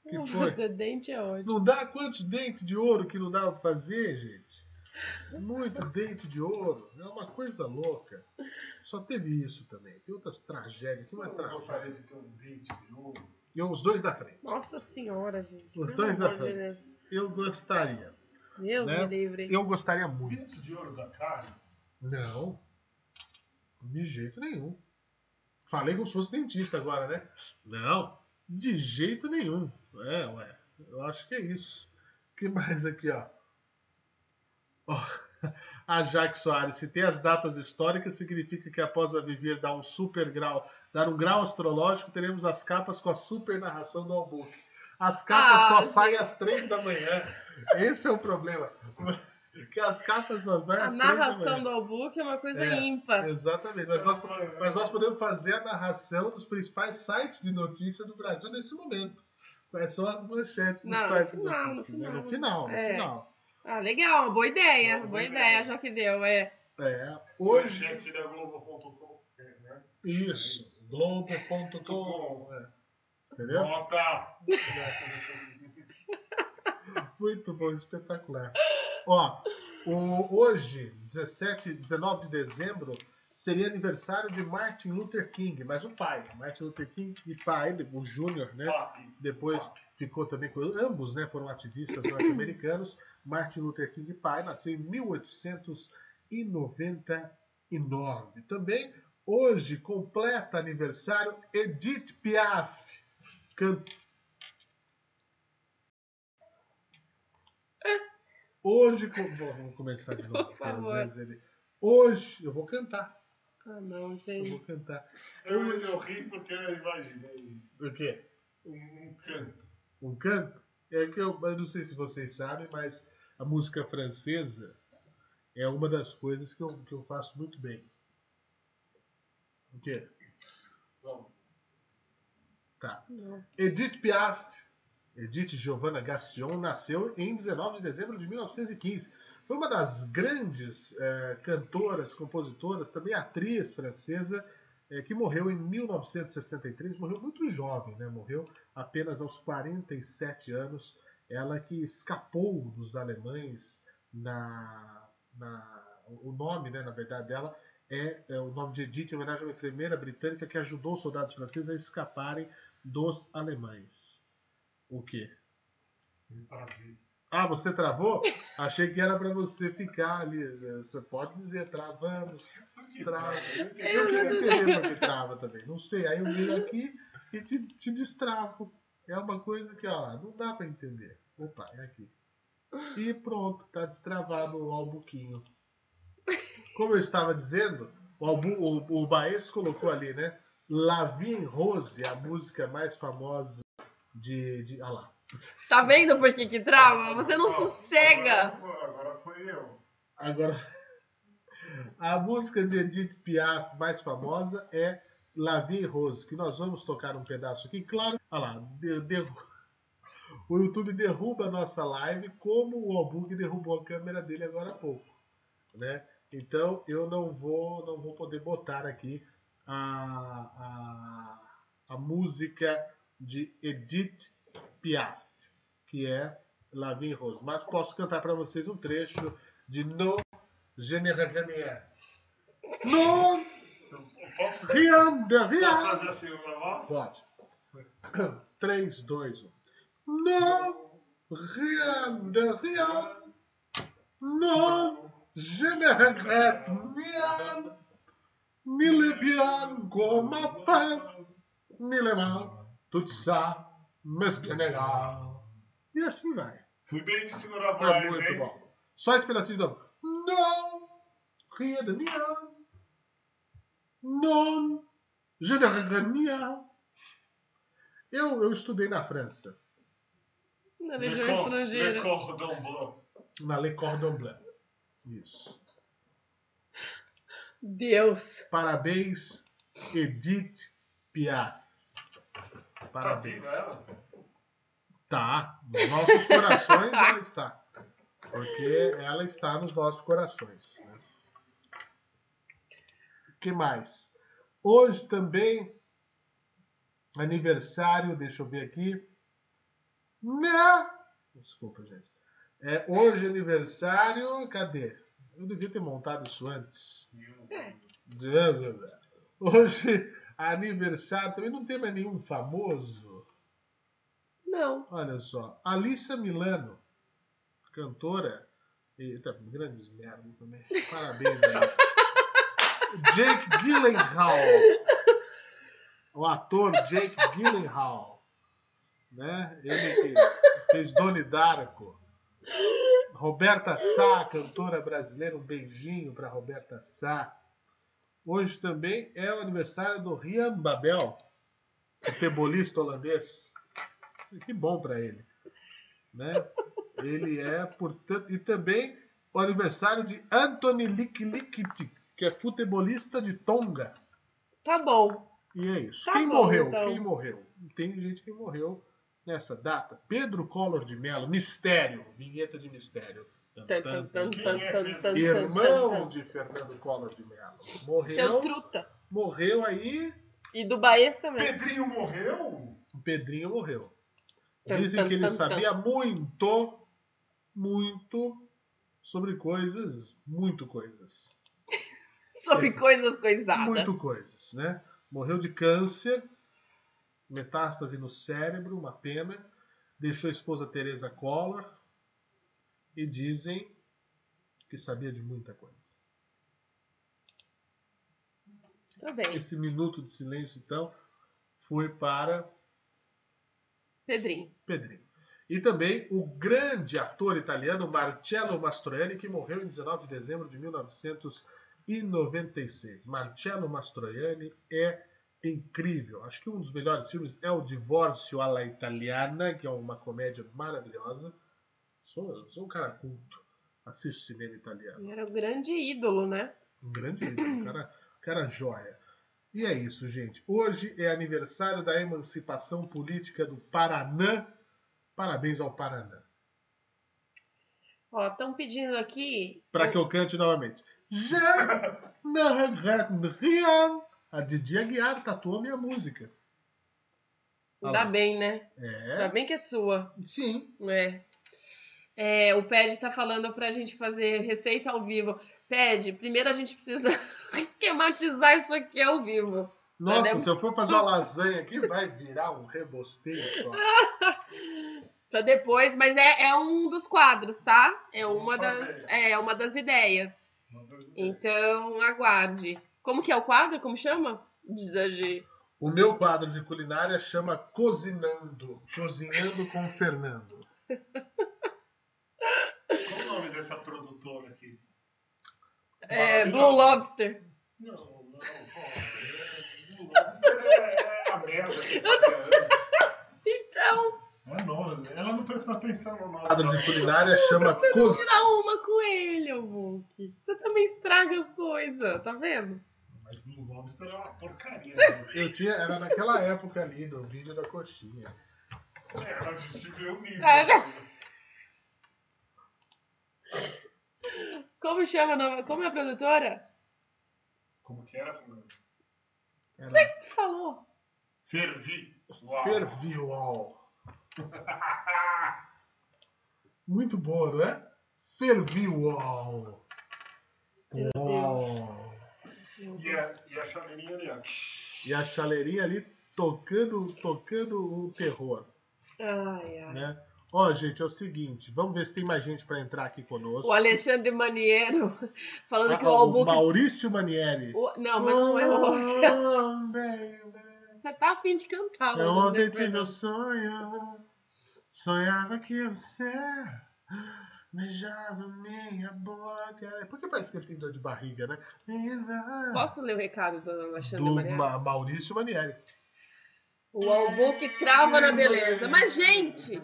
Speaker 1: Que foi?
Speaker 3: O dente é ótimo.
Speaker 1: Não dá quantos dentes de ouro que não dá pra fazer, gente? Muito dente de ouro. É uma coisa louca. Só teve isso também. Tem outras tragédias. Não é
Speaker 2: Eu não gostaria
Speaker 1: tragédia.
Speaker 2: de ter um dente de ouro.
Speaker 1: Eu, os dois da frente.
Speaker 3: Nossa senhora, gente.
Speaker 1: Os
Speaker 3: Pelo
Speaker 1: dois da
Speaker 3: amor de
Speaker 1: frente.
Speaker 3: Deus.
Speaker 1: Eu gostaria.
Speaker 3: Deus
Speaker 1: Né?
Speaker 3: me livre.
Speaker 1: Eu gostaria muito.
Speaker 2: Dente de ouro da carne?
Speaker 1: Não. De jeito nenhum. Falei como se fosse dentista agora, né? Não. De jeito nenhum. É, ué. Eu acho que é isso. O que mais aqui, ó? Ó, A Jaque Soares, se tem as datas históricas, significa que após a viver dar um super grau, dar um grau astrológico, teremos as capas com a super narração do Albuque. As capas
Speaker 3: Ah,
Speaker 1: só
Speaker 3: gente.
Speaker 1: saem às três da manhã. Esse é o problema. Que as capas só saem
Speaker 3: A
Speaker 1: às três da manhã.
Speaker 15: né?
Speaker 3: narração do Albuque é uma coisa
Speaker 1: É.
Speaker 3: ímpar.
Speaker 1: Exatamente, mas nós, mas nós podemos fazer a narração dos principais sites de notícia do Brasil nesse momento. Quais são as manchetes dos
Speaker 3: Não, no
Speaker 1: sites de
Speaker 3: final, no
Speaker 1: notícia? né? No final,
Speaker 3: final.
Speaker 1: no
Speaker 3: É.
Speaker 1: final.
Speaker 3: Ah, legal, uma boa ideia.
Speaker 2: Uma boa
Speaker 3: boa
Speaker 2: ideia.
Speaker 3: ideia, já que deu, é.
Speaker 1: É. Hoje,
Speaker 2: Gente da Globo.com. é, né?
Speaker 1: isso. Globo.com. é. Entendeu?
Speaker 2: Nota!
Speaker 1: Muito bom, espetacular. Ó, o- hoje, 17, 19 de dezembro, seria aniversário de Martin Luther King, mas o pai. Martin Luther King e pai, o Júnior, né?
Speaker 2: Papi.
Speaker 1: Depois ficou também com ambos, né? Foram ativistas norte-americanos. Martin Luther King pai nasceu em 1899. Também hoje completa aniversário Edith Piaf, can- Hoje, com- vou- vamos começar de novo.
Speaker 3: É. Por favor.
Speaker 1: Hoje eu vou cantar.
Speaker 15: Ah, não,
Speaker 1: Eu
Speaker 15: gente.
Speaker 1: vou cantar.
Speaker 2: Eu, eu ri porque eu imaginei isso.
Speaker 1: O quê?
Speaker 2: Um, um canto.
Speaker 1: Um canto? É que eu, eu não sei se vocês sabem, mas a música francesa é uma das coisas que eu, que eu faço muito bem. O quê?
Speaker 2: Bom,
Speaker 1: Tá.
Speaker 15: Não.
Speaker 1: Edith Piaf, Edith Giovanna Gassion, nasceu em 19 de dezembro de 1915. Foi uma das grandes eh, cantoras, compositoras, também atriz francesa, eh, que morreu em 1963. Morreu muito jovem, né? Morreu apenas aos 47 anos. Ela que escapou dos alemães na, na- o nome, né, na verdade, dela é, é o nome de Edith em homenagem a uma enfermeira britânica que ajudou os soldados franceses a escaparem dos alemães. O quê?
Speaker 2: me travei.
Speaker 1: Ah, você travou? Achei que era pra você ficar ali. Você pode dizer, travamos. Trava. Eu não
Speaker 2: Eu não
Speaker 1: queria
Speaker 2: sei.
Speaker 1: entender porque trava também. Não sei. Aí eu viro aqui e te, te destravo. É uma coisa que, ó lá, não dá pra entender. Opa, é aqui. E pronto, tá destravado o albuquinho. Como eu estava dizendo, o, albu, o, o Baez colocou ali, né? Lavin Rose, a música mais famosa de. de ah lá.
Speaker 15: Tá vendo por que que trava? Você não sossega.
Speaker 2: Agora, agora foi eu.
Speaker 1: Agora, a música de Edith Piaf mais famosa é La Vie Rose, que nós vamos tocar um pedaço aqui. Claro, olha lá, de- derru- o YouTube derruba a nossa live como o Albug derrubou a câmera dele agora há pouco, né? Então, eu não vou, não vou poder botar aqui a, a, a música de Edith Piaf, que é La Vie Rose. Mas posso cantar para vocês um trecho de No Generagania. Non,
Speaker 2: Então, Posso,
Speaker 1: rien de
Speaker 2: posso
Speaker 1: rien.
Speaker 2: fazer assim uma voz?
Speaker 1: Pode. 3, 2, 1. Non, rien de rien. Non, je ne regrette rien. Ni le bien comme ma femme, ni le mal. Tout ça, mais bien égal. E assim vai.
Speaker 2: Fui bem de segurar a voz,
Speaker 1: É muito
Speaker 2: hein?
Speaker 1: bom. Só esse pedacinho de novo. Non, rien de rien. Non, je ne regrette rien. Eu, eu estudei na França,
Speaker 15: Na
Speaker 2: Le
Speaker 15: legião
Speaker 2: cor- Le
Speaker 15: estrangeira.
Speaker 2: cordon bleu.
Speaker 1: na Le Cordon Bleu. Isso.
Speaker 15: Deus.
Speaker 1: Parabéns, Edith Piaf.
Speaker 2: Tá
Speaker 1: Parabéns.
Speaker 2: viva ela?
Speaker 1: Tá, nos nossos corações ela está. Porque ela está nos nossos corações. né? O que mais? Hoje também, aniversário, deixa eu ver aqui. Né? Desculpa, gente. É, hoje aniversário, cadê? Eu devia ter montado isso antes. Hoje aniversário, também não tem mais nenhum famoso.
Speaker 15: Não.
Speaker 1: Olha só, Alissa Milano, cantora. Eita, grandes merda também. Parabéns, Alissa. Jake Gyllenhaal. O ator Jake Gyllenhaal. Né? Ele que fez Doni Darko. Roberta Sá, cantora brasileira. Um beijinho para Roberta Sá. Hoje também é o aniversário do Rian Babel, futebolista holandês. Que bom para ele. Né? Ele é, portanto, e também o aniversário de Anthony Liklikiti, que é futebolista de Tonga.
Speaker 15: Tá bom.
Speaker 1: E é isso.
Speaker 15: Tá
Speaker 1: quem
Speaker 15: bom,
Speaker 1: morreu?
Speaker 15: então.
Speaker 1: Quem morreu? Tem gente que morreu nessa data. Pedro Collor de Mello, mistério, vinheta de mistério. Tan,
Speaker 15: Tan,
Speaker 1: tan,
Speaker 15: tan,
Speaker 1: tan.
Speaker 15: tan, tan, tan, tan,
Speaker 1: Irmão
Speaker 15: tan.
Speaker 1: de Fernando Collor de Mello.
Speaker 15: Seu
Speaker 1: Morreu,
Speaker 15: truta.
Speaker 1: morreu aí.
Speaker 15: E do Baez também.
Speaker 2: Pedrinho morreu?
Speaker 1: O Pedrinho morreu.
Speaker 15: Tan,
Speaker 1: Dizem
Speaker 15: tan,
Speaker 1: que ele
Speaker 15: tan,
Speaker 1: sabia muito, muito sobre coisas, muito coisas.
Speaker 15: Sobre coisas coisadas.
Speaker 1: Muito coisas, né? Morreu de câncer, metástase no cérebro, uma pena. Deixou a esposa Teresa Collor. E dizem que sabia de muita coisa.
Speaker 15: Tá bem.
Speaker 1: Esse minuto de silêncio, então, foi para
Speaker 15: Pedrinho.
Speaker 1: Pedrinho. E também o grande ator italiano Marcello Mastroianni, que morreu em 19 de dezembro de 1900 e 96. Marcello Mastroianni é incrível. Acho que um dos melhores filmes é O Divórcio alla Italiana, que é uma comédia maravilhosa. Sou, sou um cara culto. Assisto cinema italiano.
Speaker 3: Era o grande ídolo, né?
Speaker 1: Um grande ídolo, um cara, um cara joia. E é isso, gente. Hoje é aniversário da emancipação política do Paraná. Parabéns ao Paraná.
Speaker 3: Ó, estão pedindo aqui.
Speaker 1: Para que eu cante novamente. Já A Didi Aguiar tatuou minha música.
Speaker 3: Ainda bem, né?
Speaker 1: É.
Speaker 3: Ainda bem que é sua.
Speaker 1: Sim.
Speaker 3: É. É, o Ped tá falando pra gente fazer receita ao vivo. Ped, primeiro a gente precisa esquematizar isso aqui ao vivo.
Speaker 1: Nossa, se eu for fazer uma lasanha aqui, vai virar um rebosteio só.
Speaker 3: Pra depois, mas é, é um dos quadros, tá? É uma das, é uma das ideias. Então, aguarde. Como que é o quadro? Como chama? Diz a Gi.
Speaker 1: O meu quadro de culinária chama Cozinando. Cozinhando com o Fernando.
Speaker 2: Qual o nome dessa produtora aqui?
Speaker 3: É, Blue Lobster.
Speaker 2: Não, não, pô. é- Blue Lobster é, é a merda. que eu fazia antes.
Speaker 3: Então,
Speaker 2: É nova, né? ela não prestou atenção no nome.
Speaker 1: O quadro de culinária chama
Speaker 3: você não
Speaker 1: Cozinhando.
Speaker 3: tira uma com ele, ô Book. Você também estraga as coisas, tá vendo?
Speaker 2: Mas Blue Lobster é uma porcaria. né?
Speaker 1: Eu tinha, era naquela época ali do vídeo da coxinha.
Speaker 2: Ela justificou É, o nível. né?
Speaker 3: É, já- Como chama a nova... Como é a produtora?
Speaker 2: Como que era, Fernando?
Speaker 1: Era
Speaker 3: Quem que falou?
Speaker 2: Fervi. Uau.
Speaker 1: Ferviol. Muito boa, não é? Ferviol. Uau.
Speaker 2: E a, e a chaleirinha ali, ó.
Speaker 1: E a chaleirinha ali tocando, tocando o terror.
Speaker 3: Ai, ai.
Speaker 1: né? Ó, gente, é o seguinte, vamos ver se tem mais gente para entrar aqui conosco.
Speaker 3: O Alexandre Maniero falando que o
Speaker 1: Ah,
Speaker 3: Albuquerque...
Speaker 1: Maurício Manieri. Ah,
Speaker 3: O- Não, mas não é você. Você tá afim de cantar,
Speaker 1: Eu
Speaker 3: Lula,
Speaker 1: ontem
Speaker 3: né,
Speaker 1: tive
Speaker 3: Fernando?
Speaker 1: um sonho, sonhava que você beijava minha boca. Por que parece que ele tem dor de barriga, né? Menina.
Speaker 3: Posso ler o recado do Alexandre
Speaker 1: Do
Speaker 3: Maniero?
Speaker 1: Ma- Maurício Manieri.
Speaker 3: O Albuque trava na beleza. Mas, gente,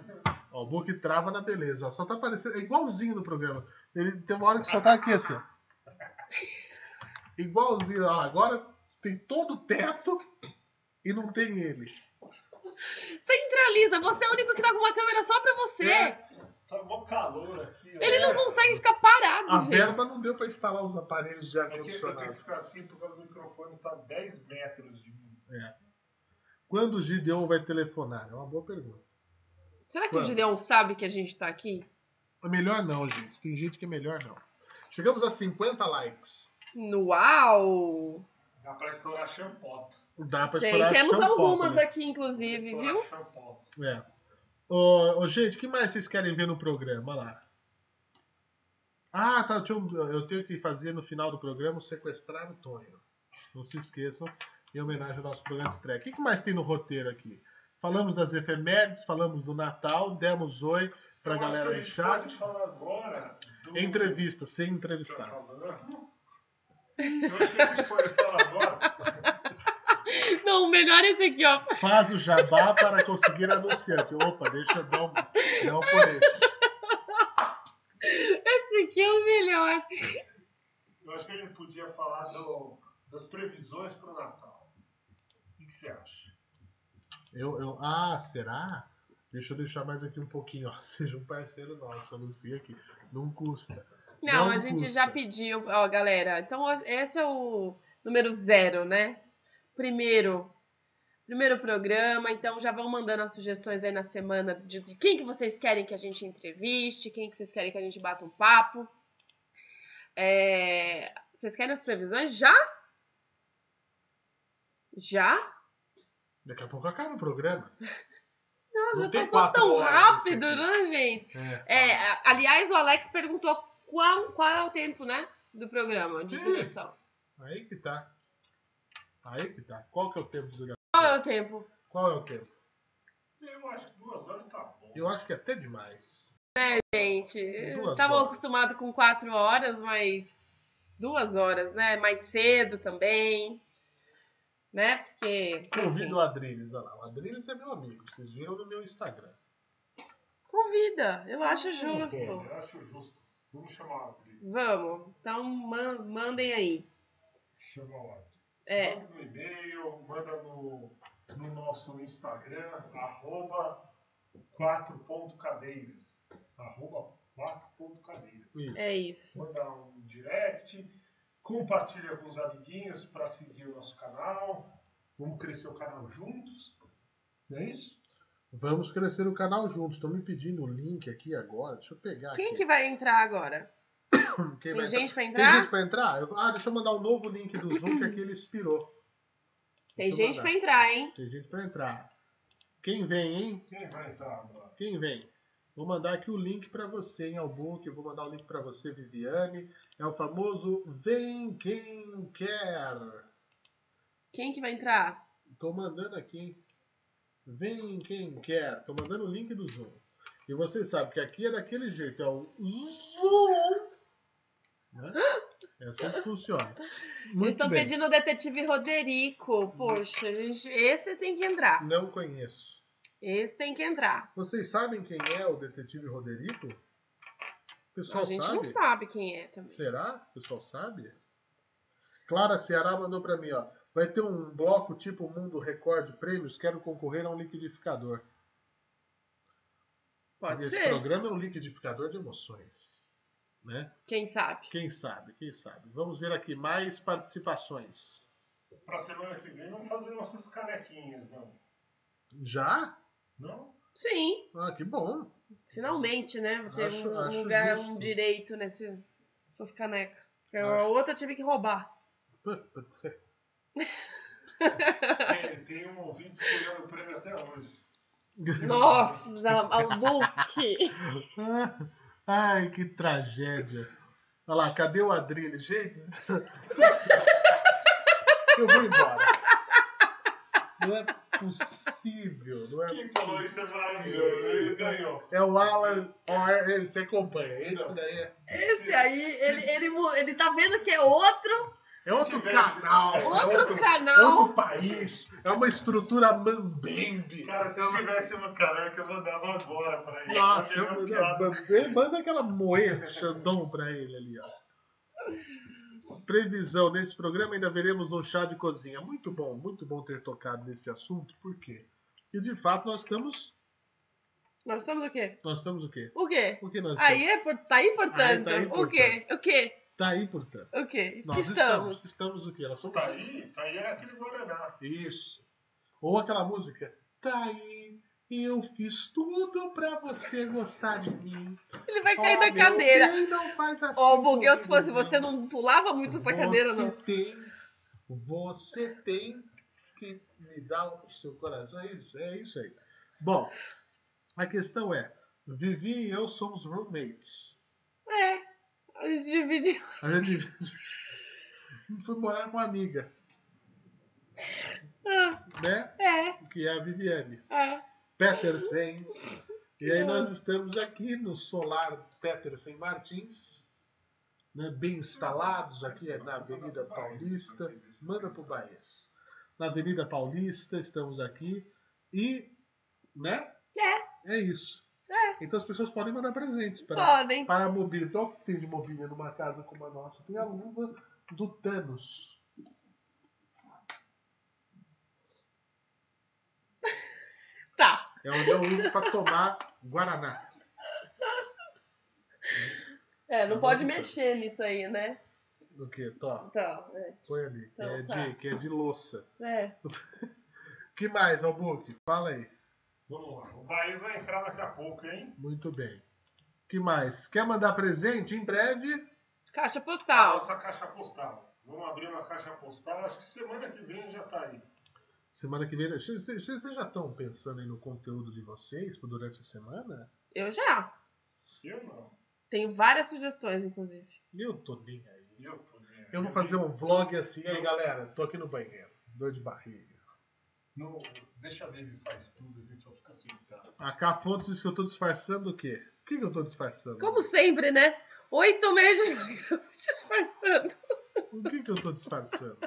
Speaker 1: Ó, o Book trava na beleza. ó, Só tá aparecendo. É igualzinho no programa. Ele tem uma hora que só tá aqui assim. ó. Igualzinho. ó, agora tem todo o teto e não tem ele.
Speaker 3: centraliza. Você é o único que tá com uma câmera só pra você.
Speaker 1: É.
Speaker 2: Tá mó calor aqui. ó.
Speaker 3: Ele não consegue ficar parado,
Speaker 1: A
Speaker 3: gente.
Speaker 1: Verba não deu pra instalar os aparelhos de
Speaker 2: É que eu tenho
Speaker 1: ar-condicionado.
Speaker 2: que ficar assim porque o microfone tá 10 metros de mim.
Speaker 1: É. Quando o Gideon vai telefonar? É uma boa pergunta.
Speaker 3: Será que
Speaker 1: Claro.
Speaker 3: o Gideon sabe que a gente tá aqui?
Speaker 1: É melhor não, gente. Tem gente que é melhor não. Chegamos a 50 likes.
Speaker 3: No Uau!
Speaker 2: Dá pra estourar a champota.
Speaker 1: Dá pra
Speaker 3: Tem,
Speaker 1: estoular
Speaker 3: temos
Speaker 1: champoca,
Speaker 3: algumas
Speaker 1: né?
Speaker 3: aqui, inclusive,
Speaker 2: Estourar
Speaker 3: viu?
Speaker 2: a champota.
Speaker 1: É. Ô, ô, gente, o que mais vocês querem ver no programa? Olha lá. Ah, tá. deixa Eu, eu tenho que fazer no final do programa o sequestrar o Tonho. Não se esqueçam, em homenagem ao nosso programa de estreia. O que que mais tem no roteiro aqui? Falamos das efemérides, falamos do Natal, demos oi pra
Speaker 2: Eu acho
Speaker 1: galera
Speaker 2: que a
Speaker 1: do
Speaker 2: gente
Speaker 1: chat.
Speaker 2: Pode falar agora do...
Speaker 1: Entrevista, sem
Speaker 2: Tá
Speaker 1: entrevistar.
Speaker 2: falando? Eu acho que a gente pode falar agora.
Speaker 3: Não, o melhor é esse aqui, ó.
Speaker 1: Faz o jabá para conseguir anunciante. Opa, deixa eu dar um, dar um colete.
Speaker 3: Esse aqui é o melhor.
Speaker 2: Eu acho que a gente podia falar do, das previsões pro Natal. O que que você acha?
Speaker 1: Eu, eu, ah, será? Deixa eu deixar mais aqui um pouquinho, ó. Seja um parceiro nosso, anuncia aqui. Não custa.
Speaker 3: Não,
Speaker 1: Não
Speaker 3: a gente
Speaker 1: custa.
Speaker 3: já pediu, ó, galera. Então, ó, esse é o número zero, né? Primeiro. Primeiro programa, então já vão mandando as sugestões aí na semana de, de quem que vocês querem que a gente entreviste, quem que vocês querem que a gente bata um papo. É, Vocês querem as previsões? Já? Já?
Speaker 1: Daqui a pouco acaba o programa.
Speaker 3: Nossa,
Speaker 1: Não
Speaker 3: já
Speaker 1: tem
Speaker 3: passou
Speaker 1: quatro
Speaker 3: tão
Speaker 1: horas isso
Speaker 3: rápido, né,
Speaker 1: aqui.
Speaker 3: gente?
Speaker 1: É.
Speaker 3: É, a- aliás, o Alex perguntou qual, qual é o tempo, né? Do programa, de
Speaker 1: Ih.
Speaker 3: duração.
Speaker 1: Aí que tá. Aí que tá. Qual que é o tempo do Gabriel?
Speaker 3: Qual é o tempo?
Speaker 1: Qual é o tempo?
Speaker 2: Eu acho que duas horas tá bom.
Speaker 1: Eu acho que é até demais.
Speaker 3: Gente,
Speaker 1: Duas
Speaker 3: tava
Speaker 1: horas.
Speaker 3: acostumado com quatro horas, mas duas horas, né? Mais cedo também. Né? Porque.
Speaker 1: Convido o Adriles, olha lá. O Adriles é meu amigo, vocês viram no meu Instagram.
Speaker 3: Convida, eu acho justo.
Speaker 2: Eu acho justo. Vamos chamar o Adriles.
Speaker 3: Vamos, então man- mandem aí.
Speaker 2: Chama o Adriles.
Speaker 3: É.
Speaker 2: Manda no e-mail, manda no, no nosso Instagram, arroba 4.cadeiras. Arroba 4.cadeiras.
Speaker 3: Isso. É isso.
Speaker 2: Manda um direct, compartilha com os amiguinhos para seguir o nosso canal. Vamos crescer o canal juntos. Não é isso?
Speaker 1: Vamos crescer o canal juntos. Estão me pedindo o link aqui agora. Deixa eu pegar
Speaker 3: Quem
Speaker 1: aqui.
Speaker 3: que vai entrar agora?
Speaker 1: Quem
Speaker 3: Tem
Speaker 1: vai
Speaker 3: gente pra
Speaker 1: Tem
Speaker 3: entrar?
Speaker 1: gente pra entrar? Eu- Ah, deixa eu mandar um novo link do Zoom, que aqui ele expirou.
Speaker 3: Tem
Speaker 1: Deixa eu
Speaker 3: gente
Speaker 1: mandar.
Speaker 3: pra entrar, hein?
Speaker 1: Tem gente pra entrar. Quem vem, hein?
Speaker 2: Quem vai entrar agora?
Speaker 1: Quem vem? Vou mandar aqui o link pra você, hein, Albuque. Vou mandar o link pra você, Viviane. É o famoso Vem Quem Quer.
Speaker 3: Quem que vai entrar?
Speaker 1: Tô mandando aqui, hein? Vem quem quer. Tô mandando o link do Zoom. E vocês sabem que aqui é daquele jeito. É o Zoom. Né? É assim que funciona. Muito
Speaker 3: Eles estão
Speaker 1: bem.
Speaker 3: pedindo o detetive Roderico. Poxa, gente, esse tem que entrar.
Speaker 1: Não conheço.
Speaker 3: Esse tem que entrar.
Speaker 1: Vocês sabem quem é o detetive Roderico? O pessoal
Speaker 3: a gente
Speaker 1: sabe?
Speaker 3: não sabe quem é também.
Speaker 1: Será? O pessoal sabe? Clara Ceará mandou pra mim, ó. Vai ter um bloco tipo Mundo Record Prêmios. Quero concorrer a um liquidificador.
Speaker 3: Pode
Speaker 1: Esse
Speaker 3: ser.
Speaker 1: programa é um liquidificador de emoções. Né?
Speaker 3: Quem sabe?
Speaker 1: Quem sabe, quem sabe. Vamos ver aqui mais participações.
Speaker 2: Para semana que vem, vamos fazer nossas canequinhas, não?
Speaker 1: Já?
Speaker 2: Não?
Speaker 3: Sim,
Speaker 1: Ah, que bom.
Speaker 3: finalmente, né? Vou ter
Speaker 1: Acho-
Speaker 3: um,
Speaker 1: acho
Speaker 3: lugar,
Speaker 1: justo.
Speaker 3: um direito nesse, nessas canecas. Porque a
Speaker 1: Acho.
Speaker 3: outra eu tive que roubar.
Speaker 1: Putz,
Speaker 2: Tem, tem um ouvinte esperando o prêmio até hoje.
Speaker 3: Nossa, Albuque!
Speaker 1: Ai, que tragédia. Olha lá, cadê o Adrilho? Gente, eu vou embora. Não é possível. Não é...
Speaker 2: Quem falou isso é maravilhoso. Ele ganhou.
Speaker 1: é o Alan. Ó, é- é- você acompanha. Esse daí é,
Speaker 3: Esse aí, ele, ele, mu- ele tá vendo que é outro,
Speaker 1: é outro
Speaker 2: tivesse-
Speaker 1: canal. é
Speaker 3: outro, canal.
Speaker 2: Um
Speaker 1: outro país. É uma estrutura mambembe.
Speaker 2: Cara, se eu tivesse uma caneca, eu mandava agora pra ele. é um
Speaker 1: Nossa,
Speaker 2: Melhor
Speaker 1: eu-
Speaker 2: que a-
Speaker 1: manda, manda aquela moeda de Xandão pra ele ali, ó. Previsão, nesse programa ainda veremos um chá de cozinha. Muito bom, muito bom ter tocado nesse assunto, por quê? Porque de fato nós estamos.
Speaker 3: Nós estamos o quê?
Speaker 1: Nós estamos o quê?
Speaker 3: O quê?
Speaker 1: O que nós
Speaker 3: Aí
Speaker 1: estamos?
Speaker 3: é, por- tá importante.
Speaker 1: Aí tá
Speaker 3: O quê? O quê?
Speaker 1: Tá aí, portanto.
Speaker 3: O quê?
Speaker 1: Nós
Speaker 3: que
Speaker 1: estamos.
Speaker 3: estamos?
Speaker 1: Estamos o quê? Nós somos
Speaker 2: Tá aí, tá aí é aquele Guaraná.
Speaker 1: Isso. Ou aquela música. Tá aí, eu fiz tudo pra você gostar de mim.
Speaker 3: Ele vai cair
Speaker 1: Ó,
Speaker 3: da
Speaker 1: meu
Speaker 3: cadeira.
Speaker 1: bem, não faz assim
Speaker 3: Ó, Bugueu, se
Speaker 1: comigo,
Speaker 3: fosse você, não pulava muito essa cadeira,
Speaker 1: você
Speaker 3: não.
Speaker 1: Tem, você tem que me dar o seu coração. É isso, é isso aí. Bom, a questão é: Vivi e eu somos roommates.
Speaker 3: É. A gente divide.
Speaker 1: A gente foi morar com uma amiga,
Speaker 3: Ah,
Speaker 1: né?
Speaker 3: É,
Speaker 1: Que é a Viviane
Speaker 3: é.
Speaker 1: Petersen. E aí nós estamos aqui no solar Petersen Martins, né? bem instalados aqui é na Avenida Paulista. Manda pro Bahia. Na Avenida Paulista estamos aqui e, né?
Speaker 3: É,
Speaker 1: É isso.
Speaker 3: É.
Speaker 1: Então as pessoas podem mandar presentes
Speaker 3: Tá.
Speaker 1: para,
Speaker 3: podem.
Speaker 1: para a mobília. Então, o que tem de mobília numa casa como a nossa? Tem a luva do Thanos.
Speaker 3: Tá.
Speaker 1: É onde eu uso para tomar Guaraná.
Speaker 3: É, não
Speaker 1: Não
Speaker 3: pode
Speaker 1: vou dizer.
Speaker 3: mexer nisso aí, né?
Speaker 1: Do que? Tó,
Speaker 3: Então, é.
Speaker 1: põe ali. Que,
Speaker 3: Então,
Speaker 1: é,
Speaker 3: tá.
Speaker 1: de, que é de louça.
Speaker 3: é.
Speaker 1: que mais, Albuque? Fala aí.
Speaker 2: Vamos lá. O Baís vai entrar daqui a pouco, hein?
Speaker 1: Muito bem. que mais? Quer mandar presente? Em breve.
Speaker 3: Caixa
Speaker 2: A
Speaker 3: postal.
Speaker 2: nossa caixa postal. Vamos abrir uma caixa postal. Acho que semana que vem já tá aí.
Speaker 1: Semana que vem. Vocês vocês- vocês já estão pensando aí no conteúdo de vocês por- durante a semana?
Speaker 3: Eu já.
Speaker 2: Eu não.
Speaker 3: Tenho várias sugestões, inclusive.
Speaker 1: Eu tô nem aí.
Speaker 2: Eu tô né?
Speaker 1: Eu vou fazer um vlog assim, aí galera, tô aqui no banheiro, dor de barriga.
Speaker 2: Não, deixa a Baby faz tudo, a gente só fica sentado.
Speaker 3: Hum.
Speaker 1: A K Fontes disse que eu tô disfarçando o quê? O que, que eu tô disfarçando?
Speaker 3: Como sempre, né? Oito meses de programa disfarçando.
Speaker 1: O que, que eu tô disfarçando?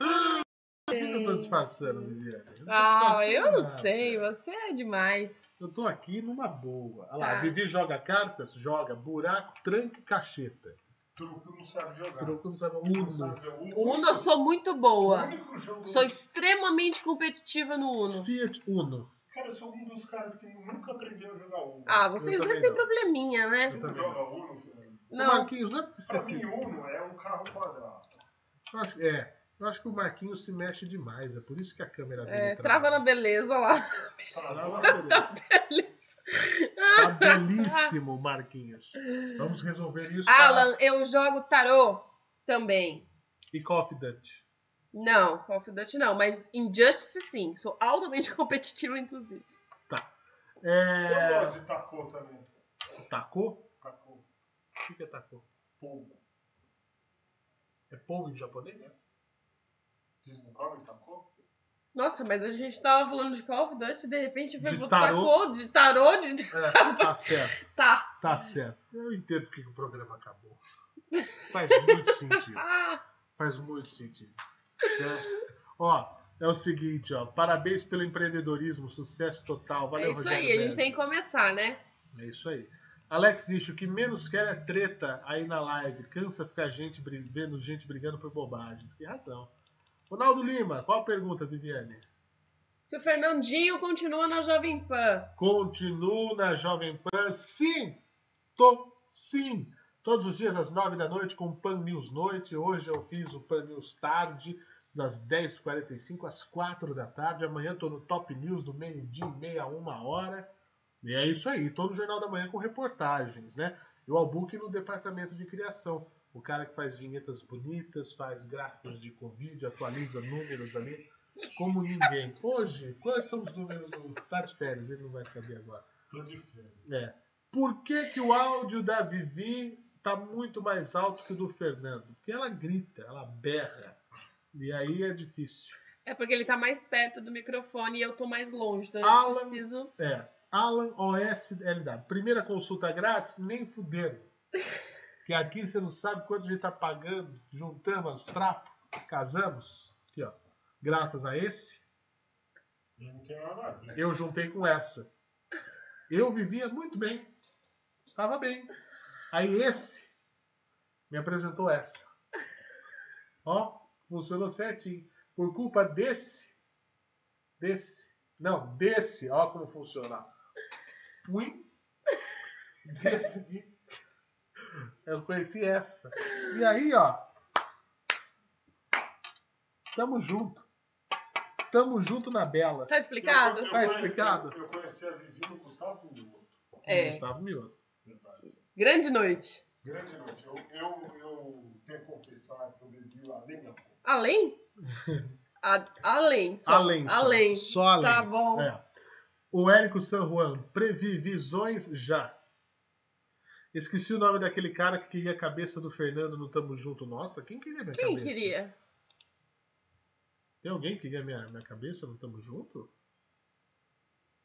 Speaker 1: Ah, O que, que eu tô disfarçando, Viviane? Eu não tô
Speaker 3: Ah,
Speaker 1: disfarçando
Speaker 3: eu não
Speaker 1: nada.
Speaker 3: sei, você é demais.
Speaker 1: Eu tô aqui numa boa. Olha lá,
Speaker 3: Tá.
Speaker 1: Vivi joga cartas, joga buraco, tranca e cacheta.
Speaker 2: Truco não sabe jogar.
Speaker 1: Truco não sabe
Speaker 2: Não
Speaker 1: Tá. Uno.
Speaker 2: sabe jogar.
Speaker 3: Uno eu sou muito boa.
Speaker 2: O único jogo-
Speaker 3: Sou extremamente competitiva no Uno.
Speaker 1: Fiat Uno.
Speaker 2: Cara, eu sou um dos caras que nunca aprendeu a jogar Uno.
Speaker 3: Ah, vocês
Speaker 1: Eu
Speaker 3: dois
Speaker 1: também
Speaker 3: têm
Speaker 1: não.
Speaker 3: probleminha, né?
Speaker 2: Você não joga Uno, Fernando?
Speaker 1: O
Speaker 3: Não.
Speaker 1: Marquinhos, não é porque você
Speaker 2: Pra
Speaker 1: se...
Speaker 2: mim, Uno é um carro quadrado.
Speaker 1: Eu acho, é, eu acho que o Marquinhos se mexe demais. É por isso que a câmera dele
Speaker 3: É, trava na beleza lá.
Speaker 2: é
Speaker 1: Trava na beleza. Tá belíssimo, Marquinhos. Vamos resolver isso. tá? Alan.
Speaker 3: Alan, eu jogo tarô também.
Speaker 1: E Confident.
Speaker 3: Não, Call of Duty não, mas Injustice sim. Sou altamente competitiva, inclusive.
Speaker 2: Eu
Speaker 1: É...
Speaker 2: gosto de tacô também.
Speaker 1: Tacou?
Speaker 2: Tacô.
Speaker 1: O que que é tacou?
Speaker 2: Pouco.
Speaker 1: É polvo em japonês?
Speaker 2: Vocês não comem tacô?
Speaker 3: Nossa, mas a gente tava falando de Call of Duty e de repente foi
Speaker 1: De
Speaker 3: pro
Speaker 1: tarô.
Speaker 3: tacô, de tarô, de.
Speaker 1: É, tá certo,
Speaker 3: Tá.
Speaker 1: tá certo. Eu entendo porque que o programa acabou. Faz muito sentido.
Speaker 3: Ah,
Speaker 1: Faz muito sentido. É. Ó, é o seguinte, ó. Parabéns pelo empreendedorismo, sucesso total. Valeu,
Speaker 3: é isso
Speaker 1: Rogério
Speaker 3: aí, a gente
Speaker 1: Neves.
Speaker 3: tem que começar, né?
Speaker 1: É isso aí. Alex Ish, o que menos quer é treta aí na live. Cansa ficar gente bri- vendo gente brigando por bobagens. Tem razão. Ronaldo Lima, qual a pergunta, Viviane?
Speaker 3: Se o Fernandinho continua na Jovem Pan.
Speaker 1: Continuo na Jovem Pan. Sim! Tô sim! Todos os dias às 9 da noite com o Pan News Noite. Hoje eu fiz o Pan News Tarde, das 10h45 às 4 da tarde. Amanhã tô no Top News do meio-dia e meia a uma hora. E é isso aí. Tô no Jornal da Manhã com reportagens, né? E o Albuque no Departamento de Criação. O cara que faz vinhetas bonitas, faz gráficos de Covid, atualiza números ali como ninguém. Hoje, quais são os números do Tá de férias? Ele não vai saber agora.
Speaker 2: Tô de férias.
Speaker 1: É. Por que, que o áudio da Vivi tá muito mais alto que o do Fernando? Porque ela grita, ela berra. E aí é difícil.
Speaker 3: É porque ele tá mais perto do microfone e eu tô mais longe, então eu
Speaker 1: Alan-
Speaker 3: preciso.
Speaker 1: É. Alan OSLW. Primeira consulta grátis, nem fudendo. Que aqui você não sabe quanto a gente tá pagando, juntamos os trapos, casamos. Aqui, ó. Graças a esse.
Speaker 2: E não tem nada a ver.
Speaker 1: Eu juntei com essa. Eu vivia muito bem. Tava bem. Aí esse me apresentou essa. Ó, funcionou certinho. Por culpa desse. Desse. Não, desse. Ó como funciona. Ui. Desse aqui. Eu conheci essa. E aí, ó. Tamo junto. Tamo junto na bela.
Speaker 3: Tá explicado?
Speaker 2: Eu- eu
Speaker 1: Tá
Speaker 2: conheci-
Speaker 1: explicado?
Speaker 2: Eu conheci a Vivi no Gustavo Lima.
Speaker 1: Com
Speaker 3: É.
Speaker 1: Gustavo Mioto.
Speaker 2: Verdade.
Speaker 3: Grande noite.
Speaker 2: Grande noite. Eu, eu, eu tenho que confessar que eu bebi um- lá nem a pouco.
Speaker 3: Além? A- além. Só.
Speaker 1: Além. só.
Speaker 3: Além.
Speaker 1: Só além.
Speaker 3: Tá bom.
Speaker 1: É. O Érico San Juan, previsões já. Esqueci o nome daquele cara que queria a cabeça do Fernando no Tamo Junto. Nossa, quem queria minha
Speaker 3: Quem
Speaker 1: cabeça?
Speaker 3: queria?
Speaker 1: Tem alguém que queria minha, minha cabeça no Tamo Junto?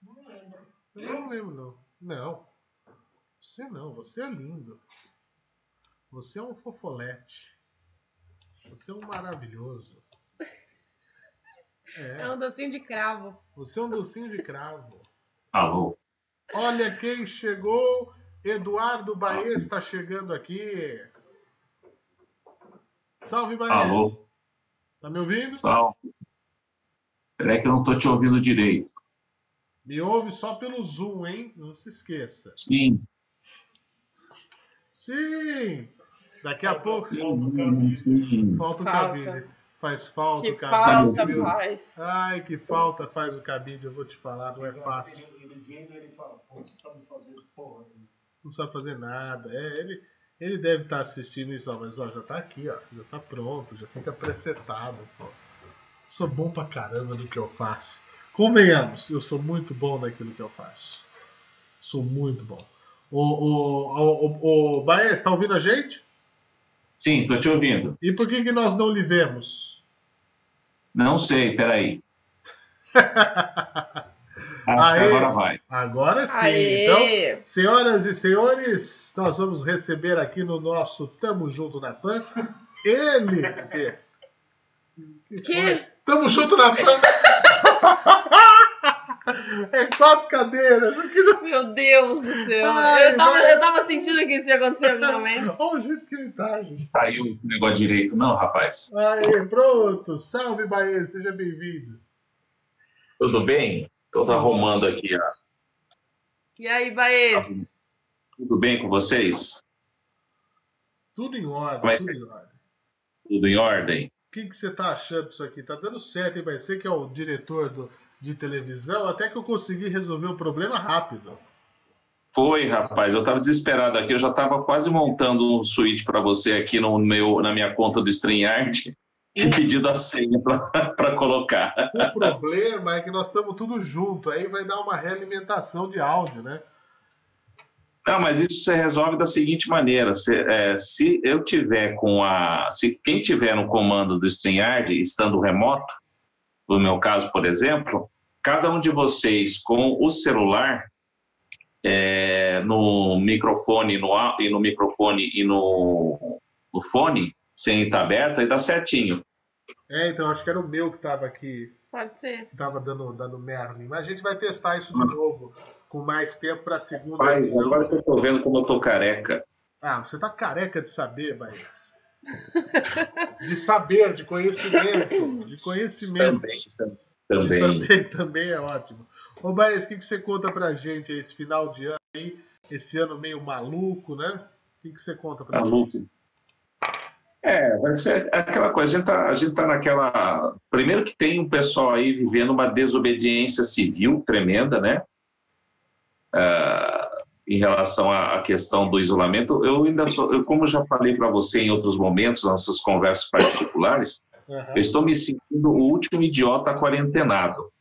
Speaker 2: Não lembro.
Speaker 1: Eu não lembro, não. Não. Você não, você é lindo. Você é um fofolete. Você é um maravilhoso.
Speaker 3: É
Speaker 1: É,
Speaker 3: um docinho de cravo.
Speaker 1: você é um docinho de cravo.
Speaker 7: Alô?
Speaker 1: Olha quem chegou! Eduardo Baez está chegando aqui. Salve, Baez!
Speaker 7: Alô?
Speaker 1: Tá me ouvindo?
Speaker 7: Pessoal, peraí que eu não tô te ouvindo direito.
Speaker 1: Me ouve só pelo Zoom, hein? Não se esqueça.
Speaker 7: Sim.
Speaker 1: Sim! Daqui a pouco
Speaker 2: Falta
Speaker 7: Hum.
Speaker 2: o camisa.
Speaker 7: Sim.
Speaker 1: falta o
Speaker 3: Falta.
Speaker 1: cabide. Faz falta
Speaker 3: Que
Speaker 1: o cabide.
Speaker 3: falta,
Speaker 1: viu?
Speaker 3: pai.
Speaker 1: Ai, que falta faz o cabide, eu vou te falar, não é fácil.
Speaker 2: Ele, ele vem e ele fala, pô, você sabe fazer porra. nenhuma."
Speaker 1: Não sabe fazer nada. É, ele, ele deve estar assistindo isso, ó, mas ó, já tá aqui, ó. Já tá pronto, já fica presetado, pô. Sou bom pra caramba no que eu faço. Convenhamos, eu sou muito bom naquilo que eu faço. Sou muito bom. Ô, ô, ô, ô, ô Baez, tá ouvindo a gente?
Speaker 7: Sim, tô te ouvindo.
Speaker 1: E por que, que nós não lhe vemos?
Speaker 7: Não sei, peraí.
Speaker 1: Aê,
Speaker 7: agora vai.
Speaker 1: Agora sim.
Speaker 15: Aê.
Speaker 1: Então, senhoras e senhores, nós vamos receber aqui no nosso Tamo Junto na Pan ele. Que?
Speaker 15: Que?
Speaker 1: Tamo Junto na Pan. É quatro cadeiras. Aqui não...
Speaker 15: Meu Deus do céu.
Speaker 1: Ai,
Speaker 15: eu, tava,
Speaker 1: vai.
Speaker 15: eu tava sentindo que isso ia acontecer em algum momento.
Speaker 1: é? Olha o jeito que ele tá, gente.
Speaker 7: Saiu o negócio direito, não, rapaz.
Speaker 1: Aê, pronto. Salve, Bahia. Seja bem-vindo.
Speaker 7: Tudo bem? Tô arrumando aqui, ó.
Speaker 15: E aí, Baez?
Speaker 7: Tudo bem com vocês?
Speaker 1: Tudo em ordem,
Speaker 7: Vai.
Speaker 1: tudo em ordem.
Speaker 7: Tudo em ordem?
Speaker 1: O que, que você tá achando disso aqui? Tá dando certo, hein? Vai ser que é o diretor do- de televisão. Até que eu consegui resolver o problema rápido.
Speaker 7: Foi, rapaz, eu estava desesperado aqui, eu já estava quase montando um suíte para você aqui no meu, na minha conta do StreamYard e pedindo a senha para colocar.
Speaker 1: O problema é que nós estamos tudo junto. Aí vai dar uma realimentação de áudio, né?
Speaker 7: Não, mas isso você resolve da seguinte maneira: se, é, se eu tiver com a. Se quem tiver no comando do StreamYard, estando remoto, no meu caso, por exemplo, cada um de vocês com o celular é, no microfone no, á- e no microfone e no, no fone, sem estar aberto, aí dá certinho.
Speaker 1: É, então acho que era o meu que tava aqui.
Speaker 15: Pode ser.
Speaker 1: Tava dando, dando Merlin. Mas a gente vai testar isso de novo com mais tempo para a segunda
Speaker 7: Rapaz,
Speaker 1: edição.
Speaker 7: agora que eu tô vendo como eu tô careca.
Speaker 1: Ah, você tá careca de saber, Baez. De saber, de conhecimento. De conhecimento.
Speaker 7: Também.
Speaker 1: Também, também é ótimo. Ô, Baez, o que, que você conta pra gente esse final de ano aí? Esse ano meio maluco, né? O que, que você conta pra gente?
Speaker 7: Maluco. É, vai ser aquela coisa, a gente, tá, a gente tá naquela. Primeiro que tem um pessoal aí vivendo uma desobediência civil tremenda, né? Ah, em relação à, à questão do isolamento. Eu ainda sou, eu, como eu já falei para você em outros momentos, nas nossas conversas particulares, eu estou me sentindo o último idiota quarentenado.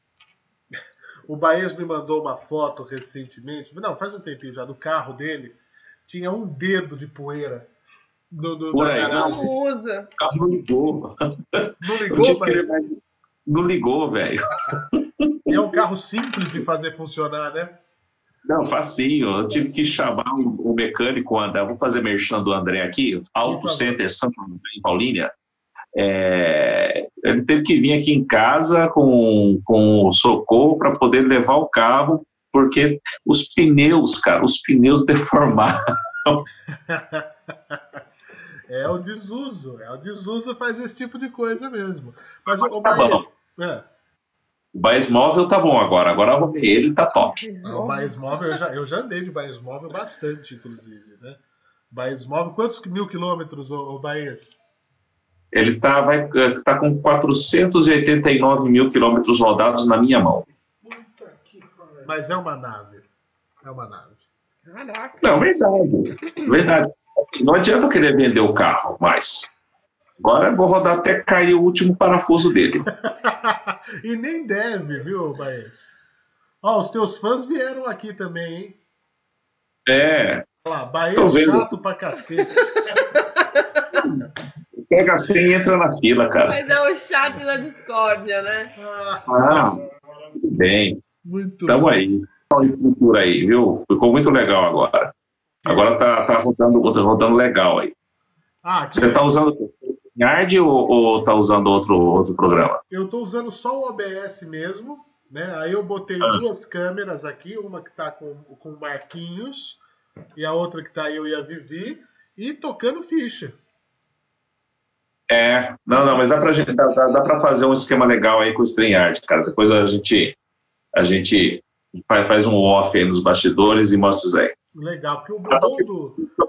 Speaker 1: O Baez me mandou uma foto recentemente, não, faz um tempinho já, do carro dele. Tinha um dedo de poeira no, no,
Speaker 7: Por
Speaker 1: na
Speaker 7: aí,
Speaker 1: garagem.
Speaker 7: não.
Speaker 15: usa.
Speaker 7: O carro não ligou.
Speaker 1: Não
Speaker 7: Eu
Speaker 1: ligou,
Speaker 7: tive que
Speaker 1: Baez?
Speaker 7: levar- Não ligou, velho.
Speaker 1: E é um carro simples de fazer funcionar, né?
Speaker 7: Não, facinho. Eu tive que chamar o, o mecânico, o André. Vou fazer merchan do André aqui, Auto Center Santo André, em Paulínia. É, ele teve que vir aqui em casa com, com o socorro para poder levar o carro, porque os pneus, cara, os pneus deformaram.
Speaker 1: É o desuso. É o desuso faz esse tipo de coisa mesmo. Mas, ô,
Speaker 7: Tá bom.
Speaker 1: Baez, é,
Speaker 7: O Baez móvel tá bom agora, agora eu arrumei ele tá top.
Speaker 1: o Ah, Baez móvel, eu já, eu já andei de Baez móvel bastante, inclusive, né? Baez móvel, quantos mil quilômetros, ô, ô Baez?
Speaker 7: Ele tá, vai, tá com 489 mil quilômetros rodados na minha mão.
Speaker 1: Mas é uma nave. É uma nave.
Speaker 15: Caraca.
Speaker 7: Não, verdade. Verdade. Assim, Não adianta eu querer vender o carro mais. Agora eu vou rodar até cair o último parafuso dele.
Speaker 1: E nem deve, viu, Baez? Ó, os teus fãs vieram aqui também, hein?
Speaker 7: É.
Speaker 1: Olha lá,
Speaker 7: Tô
Speaker 1: Baez
Speaker 7: vendo.
Speaker 1: chato pra cacete.
Speaker 7: Pega a senha e entra na fila, cara.
Speaker 15: Mas é o chat da discórdia, né?
Speaker 7: Ah, tudo bem.
Speaker 1: Muito
Speaker 7: Tamo aí. Só em cultura aí, viu? Ficou muito legal agora. Agora tá, tá rodando, tá rodando legal aí.
Speaker 1: Ah, aqui
Speaker 7: Você tá usando o Nerd ou, ou tá usando outro, outro programa?
Speaker 1: eu tô usando só o OBS mesmo, né? Aí eu botei
Speaker 7: Ah.
Speaker 1: duas câmeras aqui, uma que tá com, com o Marquinhos e a outra que tá eu e a Vivi, e tocando ficha.
Speaker 7: É, não, não, mas dá pra, gente, dá, dá, dá pra fazer um esquema legal aí com o StreamYard, cara. Depois a gente, a gente fa- faz um off aí nos bastidores e mostra isso aí.
Speaker 1: Legal, porque o bom do. é que o-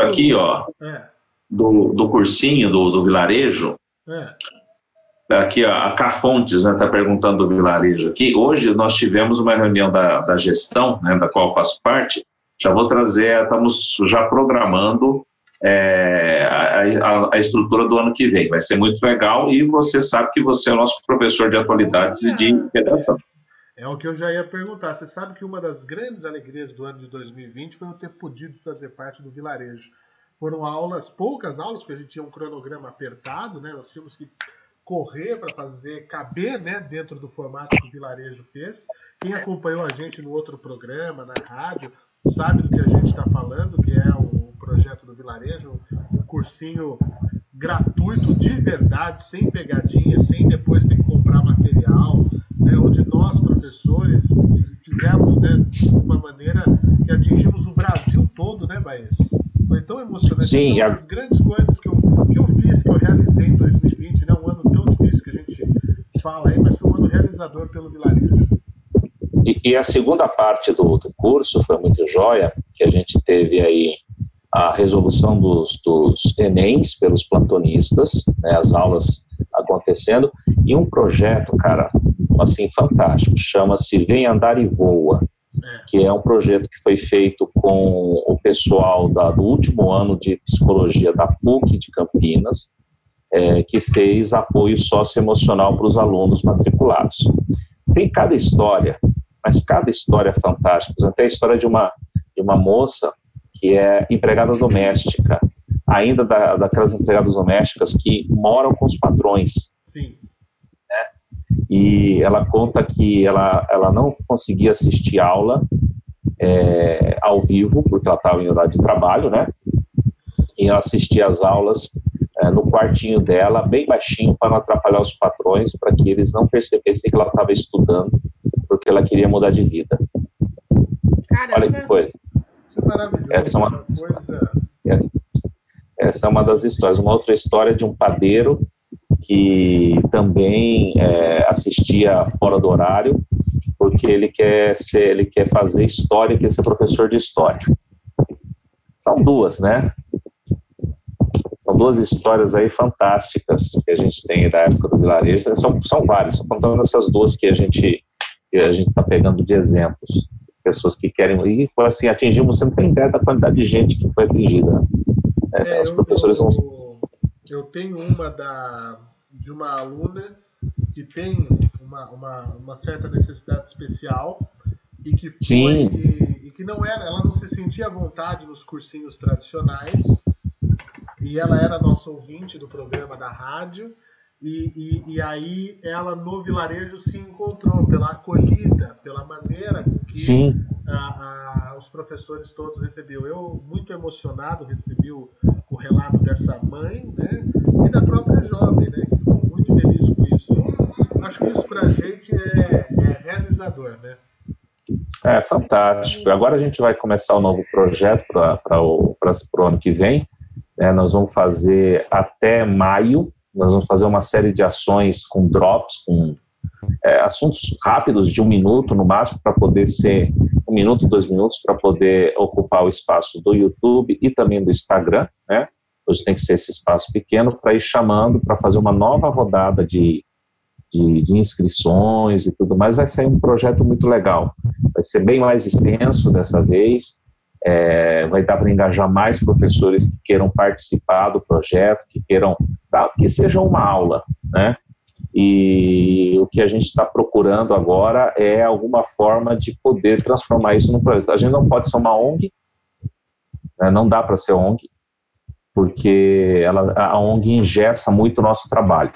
Speaker 7: Ah, Aqui, ó,
Speaker 1: É,
Speaker 7: do, do cursinho do, do vilarejo,
Speaker 1: é.
Speaker 7: aqui ó, a Cafontes né, tá perguntando do vilarejo aqui. Hoje nós tivemos uma reunião da, da gestão, né, da qual eu faço parte. Já vou trazer, estamos já programando é, a, a- a estrutura do ano que vem. Vai ser muito legal e você sabe que você é o nosso professor de atualidades e de integração.
Speaker 1: É o que eu já ia perguntar. Você sabe que uma das grandes alegrias do ano de 2020 foi eu ter podido fazer parte do vilarejo. Foram aulas, poucas aulas, porque a gente tinha um cronograma apertado, né? Nós tínhamos que correr para fazer caber né, dentro do formato que o Vilarejo fez. Quem acompanhou a gente no outro programa, na rádio, sabe do que a gente está falando, que é o projeto do Vilarejo, um cursinho gratuito de verdade, sem pegadinha, sem depois ter que comprar material, né, onde nós, professores, fizemos né, de uma maneira que atingimos o Brasil todo, né, Baez? Foi tão emocionante.
Speaker 7: Sim,
Speaker 1: uma
Speaker 7: é-
Speaker 1: das grandes coisas que eu, que eu fiz, que eu realizei em 2020, né, um ano tão difícil que a gente fala aí, mas foi um ano realizador pelo Vilarejo.
Speaker 7: E, e a segunda parte do, do curso foi muito joia, que a gente teve aí a resolução dos, dos Enems pelos plantonistas, né, as aulas acontecendo, e um projeto, cara, assim, fantástico, chama-se Vem Andar e Voa, que é um projeto que foi feito com o pessoal da- do último ano de psicologia da PUC de Campinas, é, que fez apoio socioemocional para os alunos matriculados. Tem cada história, mas cada história fantástica. Por exemplo, Tem a história de uma, de uma moça que é empregada doméstica, ainda da, daquelas empregadas domésticas que moram com os patrões.
Speaker 1: Sim.
Speaker 7: E ela conta que ela, ela não conseguia assistir aula é, ao vivo, porque ela estava em horário de trabalho, né? E ela assistia as aulas é, no quartinho dela, bem baixinho, para não atrapalhar os patrões, para que eles não percebessem que ela estava estudando, porque ela queria mudar de vida. Olha
Speaker 3: Uhum.
Speaker 7: que coisa.
Speaker 1: Isso é maravilhoso.
Speaker 7: Essa é uma-
Speaker 1: uma coisa
Speaker 7: Essa, essa é uma das histórias. Uma outra história é de um padeiro que também é, assistia fora do horário, porque ele quer ser, ele quer fazer história, quer ser professor de história. São duas, né? São duas histórias aí fantásticas que a gente tem da época do vilarejo. São, são várias, estou contando essas duas que a gente que a gente está pegando de exemplos. Pessoas que querem ir, foi assim, atingimos, você não tem ideia da quantidade de gente que foi atingida. né? É, os professores vão
Speaker 1: Eu tenho uma da, de uma aluna que tem uma, uma, uma certa necessidade especial e que foi
Speaker 7: Sim.
Speaker 1: e, e que não era, ela não se sentia à vontade nos cursinhos tradicionais e ela era nossa ouvinte do programa da rádio e, e, e aí ela no vilarejo se encontrou pela acolhida, pela maneira com que
Speaker 7: Sim.
Speaker 1: a- a- os professores todos recebiam. Eu, muito emocionado, recebi o, o relato dessa mãe né, e da própria jovem, né, que ficou muito feliz com isso. Eu acho que isso pra gente é, é realizador, né?
Speaker 7: É fantástico. Agora a gente vai começar um novo projeto para o pra- pro ano que vem. né? nós vamos fazer até maio. Nós vamos fazer uma série de ações com drops, com é, assuntos rápidos de um minuto no máximo para poder ser um minuto, dois minutos para poder ocupar o espaço do YouTube e também do Instagram, né? Hoje tem que ser esse espaço pequeno para ir chamando para fazer uma nova rodada de de, de inscrições e tudo mais, vai sair um projeto muito legal. Vai ser bem mais extenso dessa vez, é, vai dar para engajar mais professores que queiram participar do projeto, que queiram, tá, que seja uma aula, né? E o que a gente está procurando agora é alguma forma de poder transformar isso num projeto. A gente não pode ser uma ONG, né? não dá para ser ONG, porque ela, a ONG engessa muito o nosso trabalho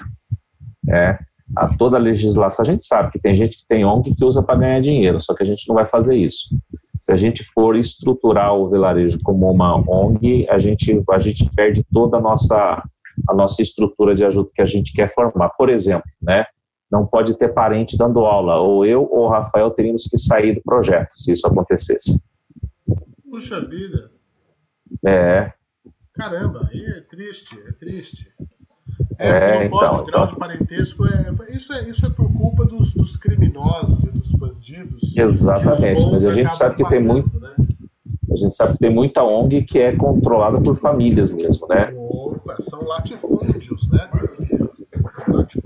Speaker 7: né? A toda a legislação, a gente sabe que tem gente que tem ONG que usa para ganhar dinheiro, só que a gente não vai fazer isso. Se a gente for estruturar o vilarejo como uma ONG, a gente, a gente perde toda a nossa, a nossa estrutura de ajuda que a gente quer formar. Por exemplo, né? não pode ter parente dando aula, ou eu ou o Rafael teríamos que sair do projeto, se isso acontecesse.
Speaker 1: Puxa vida,
Speaker 7: É,
Speaker 1: caramba, aí é triste, é triste. não
Speaker 7: é,
Speaker 1: pode,
Speaker 7: então,
Speaker 1: o grau de
Speaker 7: então.
Speaker 1: um parentesco é. Isso é, isso é por culpa dos, dos criminosos e dos bandidos.
Speaker 7: Exatamente, mas a gente sabe que tem muito.
Speaker 1: né?
Speaker 7: A gente sabe que tem muita ONG que é controlada por famílias mesmo, né?
Speaker 1: Opa, são latifúndios, né?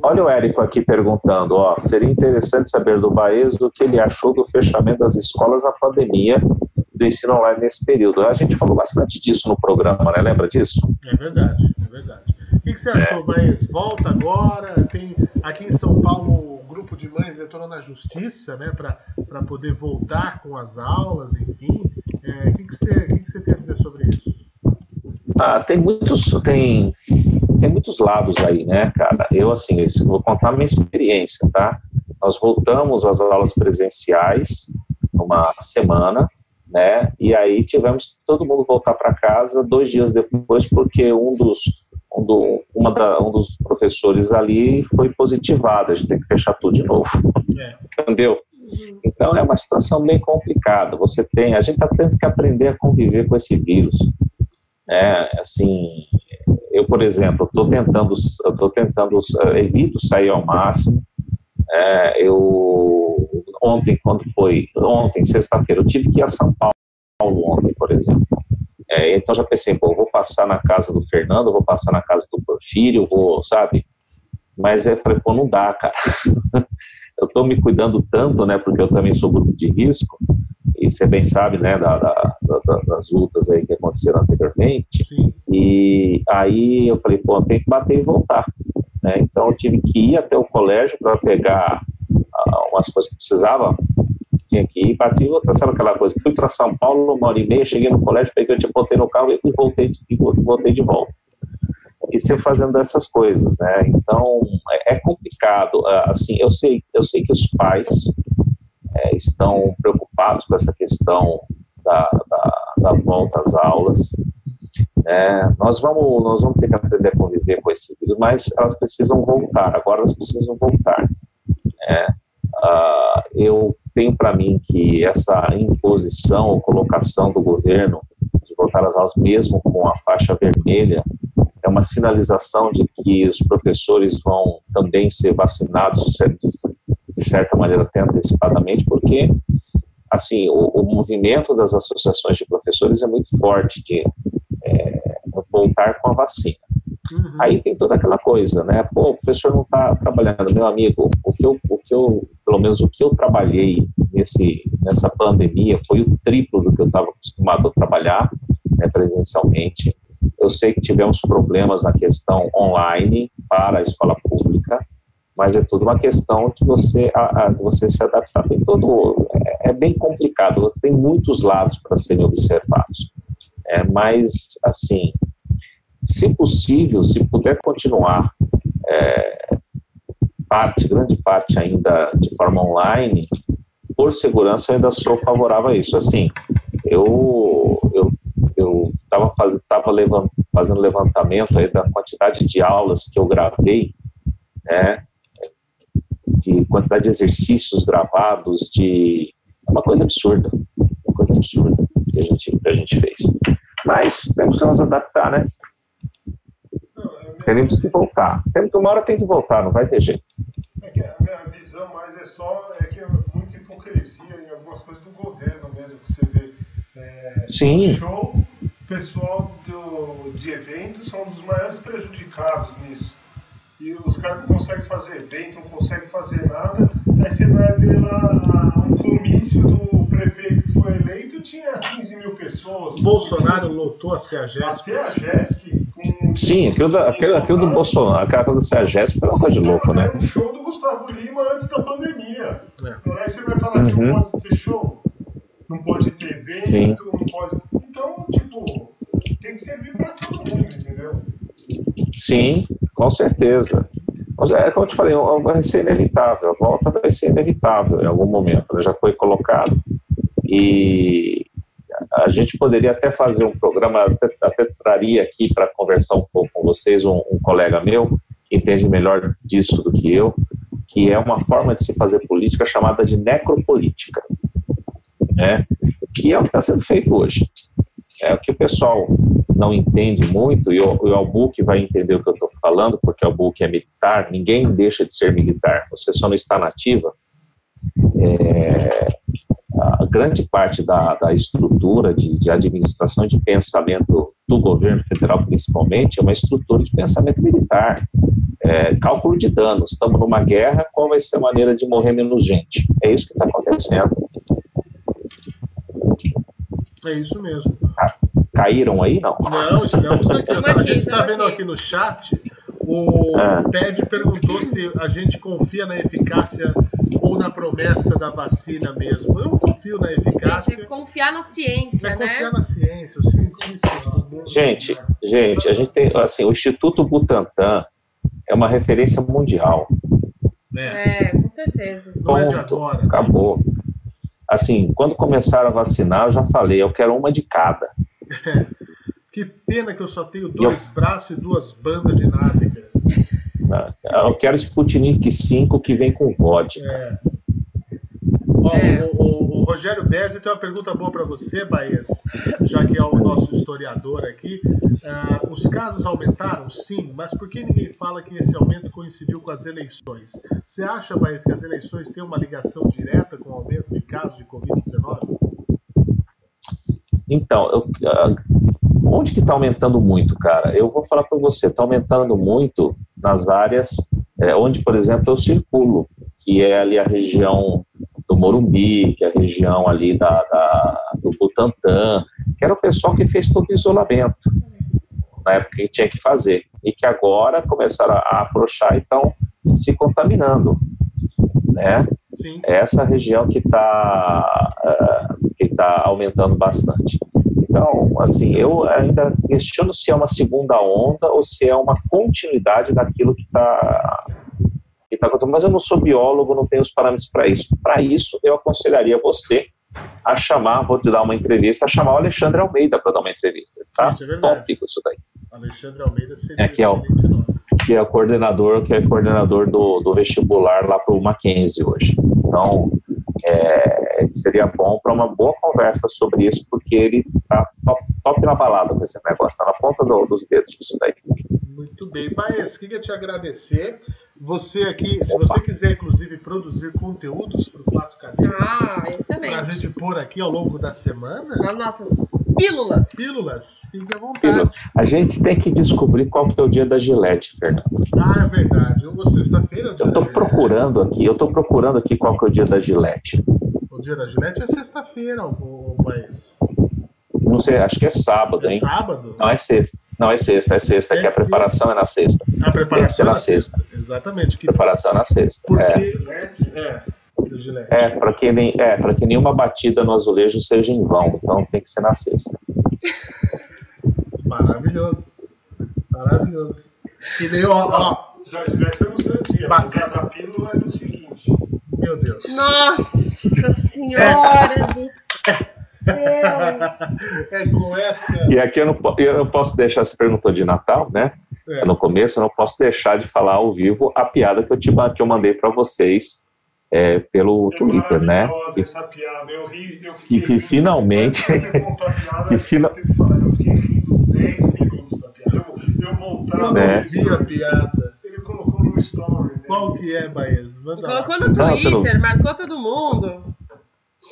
Speaker 7: Olha o Érico aqui perguntando, ó, seria interessante saber do Baez o que ele achou do fechamento das escolas na pandemia do ensino online nesse período. A gente falou bastante disso no programa, né? Lembra disso?
Speaker 1: É verdade, é verdade. O que, que você achou, Baez? Volta agora. Tem aqui em São Paulo o grupo de mães entrou na justiça, né, para poder voltar com as aulas, enfim. É, o que, que, você, o que, que você tem a dizer sobre isso?
Speaker 7: Ah, tem muitos, tem, tem muitos lados aí, né, cara? Eu, assim, eu vou contar a minha experiência, tá? Nós voltamos às aulas presenciais uma semana, né? E aí tivemos todo mundo voltar para casa dois dias depois, porque um dos, um, do, uma da, um dos professores ali foi positivado, a gente tem que fechar tudo de novo. Entendeu? Então é uma situação bem complicada. Você tem, a gente está tendo que aprender a conviver com esse vírus. né? assim, eu por exemplo, estou tentando, estou tentando evito sair ao máximo. É, eu ontem, quando foi ontem, sexta-feira, eu tive que ir a São Paulo ontem, por exemplo. É, então já pensei, pô, eu vou passar na casa do Fernando, eu vou passar na casa do Porfírio, eu vou, sabe? Mas eu falei, pô, não dá, cara. eu estou me cuidando tanto, né? Porque eu também sou grupo de risco, e você bem sabe, né, da, da, da, das lutas aí que aconteceram anteriormente. E aí eu falei, pô, tem que bater e voltar. Né? Então eu tive que ir até o colégio para pegar ah, umas coisas que precisava, tinha que ir, bati outra, sabe aquela coisa? Fui para São Paulo uma hora e meia, cheguei no colégio, peguei, eu te botei no carro e voltei, de- voltei de volta e ser fazendo essas coisas, né? Então é é complicado. Ah, Assim, eu sei, eu sei que os pais eh, estão preocupados com essa questão da, da, da volta às aulas. né? Nós vamos, nós vamos ter que aprender a conviver com esse vírus, mas elas precisam voltar. Agora elas precisam voltar. né? Ah, eu tenho para mim que essa imposição ou colocação do governo de voltar às aulas mesmo com a faixa vermelha é uma sinalização de que os professores vão também ser vacinados de cer- de certa maneira até antecipadamente, porque assim o, o movimento das associações de professores é muito forte de é, voltar com a vacina. Aí tem toda aquela coisa, né? Pô, o professor não está trabalhando, meu amigo. O que eu, o que eu, pelo menos o que eu trabalhei nesse nessa pandemia foi o triplo do que eu estava acostumado a trabalhar né, presencialmente. Eu sei que tivemos problemas na questão online para a escola pública, mas é tudo uma questão de você, a, a- de você se adaptar. Tem todo, é, é bem complicado, tem muitos lados para serem observados. É, mas, assim, se possível, se puder continuar é, parte, grande parte ainda de forma online, por segurança eu ainda sou favorável a isso. Assim, eu eu eu estava fazendo, tava levan- fazendo levantamento aí da quantidade de aulas que eu gravei, né? De quantidade de exercícios gravados, de é uma coisa absurda, uma coisa absurda que a gente que a gente fez. Mas temos que nos adaptar, né? Teremos que voltar. Temos que- Uma hora tem que voltar, não vai ter jeito.
Speaker 2: É que a minha visão mais é só é que é muita hipocrisia em algumas coisas do governo mesmo que você vê. É,
Speaker 7: Sim.
Speaker 2: Show, o pessoal do, de eventos são os maiores prejudicados nisso. E os caras não conseguem fazer evento, não conseguem fazer nada. Aí você vai ver lá a- um comício do prefeito que foi eleito, tinha 15 mil pessoas.
Speaker 1: Bolsonaro lotou a CEAGESP.
Speaker 2: A CEAGESP
Speaker 7: Sim, aquilo, da, aquilo, aquilo do Bolsonaro, aquela coisa do Sergésio foi uma coisa de louco, né?
Speaker 2: um show do Gustavo Lima antes da pandemia.
Speaker 3: É.
Speaker 2: Aí você vai falar que não
Speaker 7: Uhum.
Speaker 2: pode ter show, não pode ter evento,
Speaker 7: Sim.
Speaker 2: não pode. Então, tipo, tem que servir pra todo mundo, entendeu?
Speaker 7: Sim, com certeza. Mas é como eu te falei, eu- eu- vai ser inevitável, a volta vai ser inevitável em algum momento, né? já foi colocado. E a gente poderia até fazer um programa, até, até traria aqui para conversar um pouco com vocês, um, um colega meu, que entende melhor disso do que eu, que é uma forma de se fazer política chamada de necropolítica, né? que é o que está sendo feito hoje. É o que o pessoal não entende muito, e o, e o Albuque vai entender o que eu estou falando, porque o Albuque é militar, ninguém deixa de ser militar, você só não está nativa. É, a grande parte da, da estrutura de, de administração e de pensamento do governo federal, principalmente, é uma estrutura de pensamento militar. É, cálculo de danos, estamos numa guerra, qual vai ser a maneira de morrer menos gente? É isso que está acontecendo.
Speaker 1: É isso mesmo.
Speaker 7: Caíram aí? Não.
Speaker 1: Não, estamos aqui.
Speaker 7: Estamos
Speaker 1: a
Speaker 7: aqui,
Speaker 1: gente está
Speaker 7: estamos
Speaker 1: vendo aqui no chat, o
Speaker 7: Ah.
Speaker 1: Ted perguntou se a gente confia na eficácia ou na promessa da vacina mesmo. Eu confio na eficácia.
Speaker 15: Gente, confiar na ciência,
Speaker 1: é
Speaker 15: né?
Speaker 1: confiar na ciência, os cientistas do mundo.
Speaker 7: Gente, gente, a gente tem assim, o Instituto Butantan é uma referência mundial.
Speaker 1: né?
Speaker 15: É, com certeza.
Speaker 1: é
Speaker 7: Ponto. Acabou. Assim, quando começaram a vacinar, eu já falei, eu quero uma de cada.
Speaker 1: Que pena que eu só tenho dois braços e duas bandas de nave, cara.
Speaker 7: né? Eu quero Sputnik 5 que vem com vodka.
Speaker 1: É. Ó, o, o- o Rogério Bezzi tem uma pergunta boa para você, Baez, já que é o nosso historiador aqui. Ah, os casos aumentaram, sim, mas por que ninguém fala que esse aumento coincidiu com as eleições? Você acha, Baez, que as eleições têm uma ligação direta com o aumento de casos de Covid-19?
Speaker 7: Então, eu- ah, onde que está aumentando muito, cara? Eu vou falar para você, está aumentando muito nas áreas eh, onde, por exemplo, eu circulo, que é ali a região do Morumbi, que é a região ali da, da- do Butantã, que era o pessoal que fez todo o isolamento na época que tinha que fazer, e que agora começaram a afrouxar e estão se contaminando, né? Essa região que está que tá aumentando bastante. Então, assim, eu ainda questiono se é uma segunda onda ou se é uma continuidade daquilo que está que tá acontecendo. Mas eu não sou biólogo, não tenho os parâmetros para isso. Para isso, eu aconselharia você a chamar, vou te dar uma entrevista, a chamar o Alexandre Almeida para dar uma entrevista, tá?
Speaker 1: Isso é verdade.
Speaker 7: Tópico isso daí.
Speaker 1: Alexandre Almeida seria
Speaker 7: É, que é o que é o coordenador, que é coordenador do, do vestibular lá para o Mackenzie hoje. Então, é, seria bom para uma boa conversa sobre isso, porque ele tá top, top na balada com esse negócio, tá na ponta do- dos dedos isso daí.
Speaker 1: Muito bem, Baez, queria te agradecer. Você aqui, se você quiser, inclusive, produzir conteúdos para o Quatro Cadeiras,
Speaker 15: Ah, excelente.
Speaker 1: para a gente pôr aqui ao longo da semana.
Speaker 15: Nas nossas pílulas.
Speaker 1: Pílulas, fique à vontade.
Speaker 7: Filho, a gente tem que descobrir qual que é o dia da Gillette, Fernando.
Speaker 1: Ah, é verdade. Ou sexta-feira, o dia
Speaker 7: Eu tô
Speaker 1: da Gillette.
Speaker 7: procurando aqui, eu tô procurando aqui qual que é o dia da Gillette.
Speaker 1: O dia da Gillette é sexta-feira, o, o Baez.
Speaker 7: Não sei, acho que é sábado,
Speaker 1: É
Speaker 7: hein?
Speaker 1: sábado?
Speaker 7: Não é sexta, não é sexta, é sexta,
Speaker 1: É
Speaker 7: que a preparação é na sexta.
Speaker 1: A
Speaker 7: Tem que ser
Speaker 1: preparação
Speaker 7: na
Speaker 1: é
Speaker 7: sexta.
Speaker 1: Exatamente. Que,
Speaker 7: Preparação é na sexta.
Speaker 1: porque,
Speaker 7: é.
Speaker 1: é, do Gillette.
Speaker 7: É, para que, nem, é, pra que nenhuma batida no azulejo seja em vão, então tem que ser na sexta.
Speaker 1: Maravilhoso. Maravilhoso. Que nem, ó, ó.
Speaker 2: Já estivesse no seu dia, mas a da pílula é no seguinte.
Speaker 1: Meu Deus.
Speaker 15: Nossa Senhora do céu!
Speaker 1: É com essa.
Speaker 7: E aqui eu não, po- eu não posso deixar, você perguntou de Natal, né?
Speaker 1: É.
Speaker 7: No começo, eu não posso deixar de falar ao vivo a piada que eu, te, ba- que eu mandei para vocês é, pelo Twitter, né?
Speaker 2: Maravilhosa
Speaker 7: E,
Speaker 2: essa piada. Eu ri, eu
Speaker 7: e
Speaker 2: fiquei
Speaker 7: que
Speaker 2: rindo.
Speaker 7: finalmente.
Speaker 2: Você contou a piada,
Speaker 7: que fina-
Speaker 2: eu tenho que falar, eu fiquei rindo 10 minutos da piada. Eu, eu voltava
Speaker 7: Né?
Speaker 2: no story.
Speaker 1: a piada.
Speaker 2: Ele colocou no story. Né?
Speaker 1: Qual que é, Baez? Manda lá.
Speaker 15: Colocou no
Speaker 7: Não, você não-
Speaker 15: Twitter, marcou todo mundo.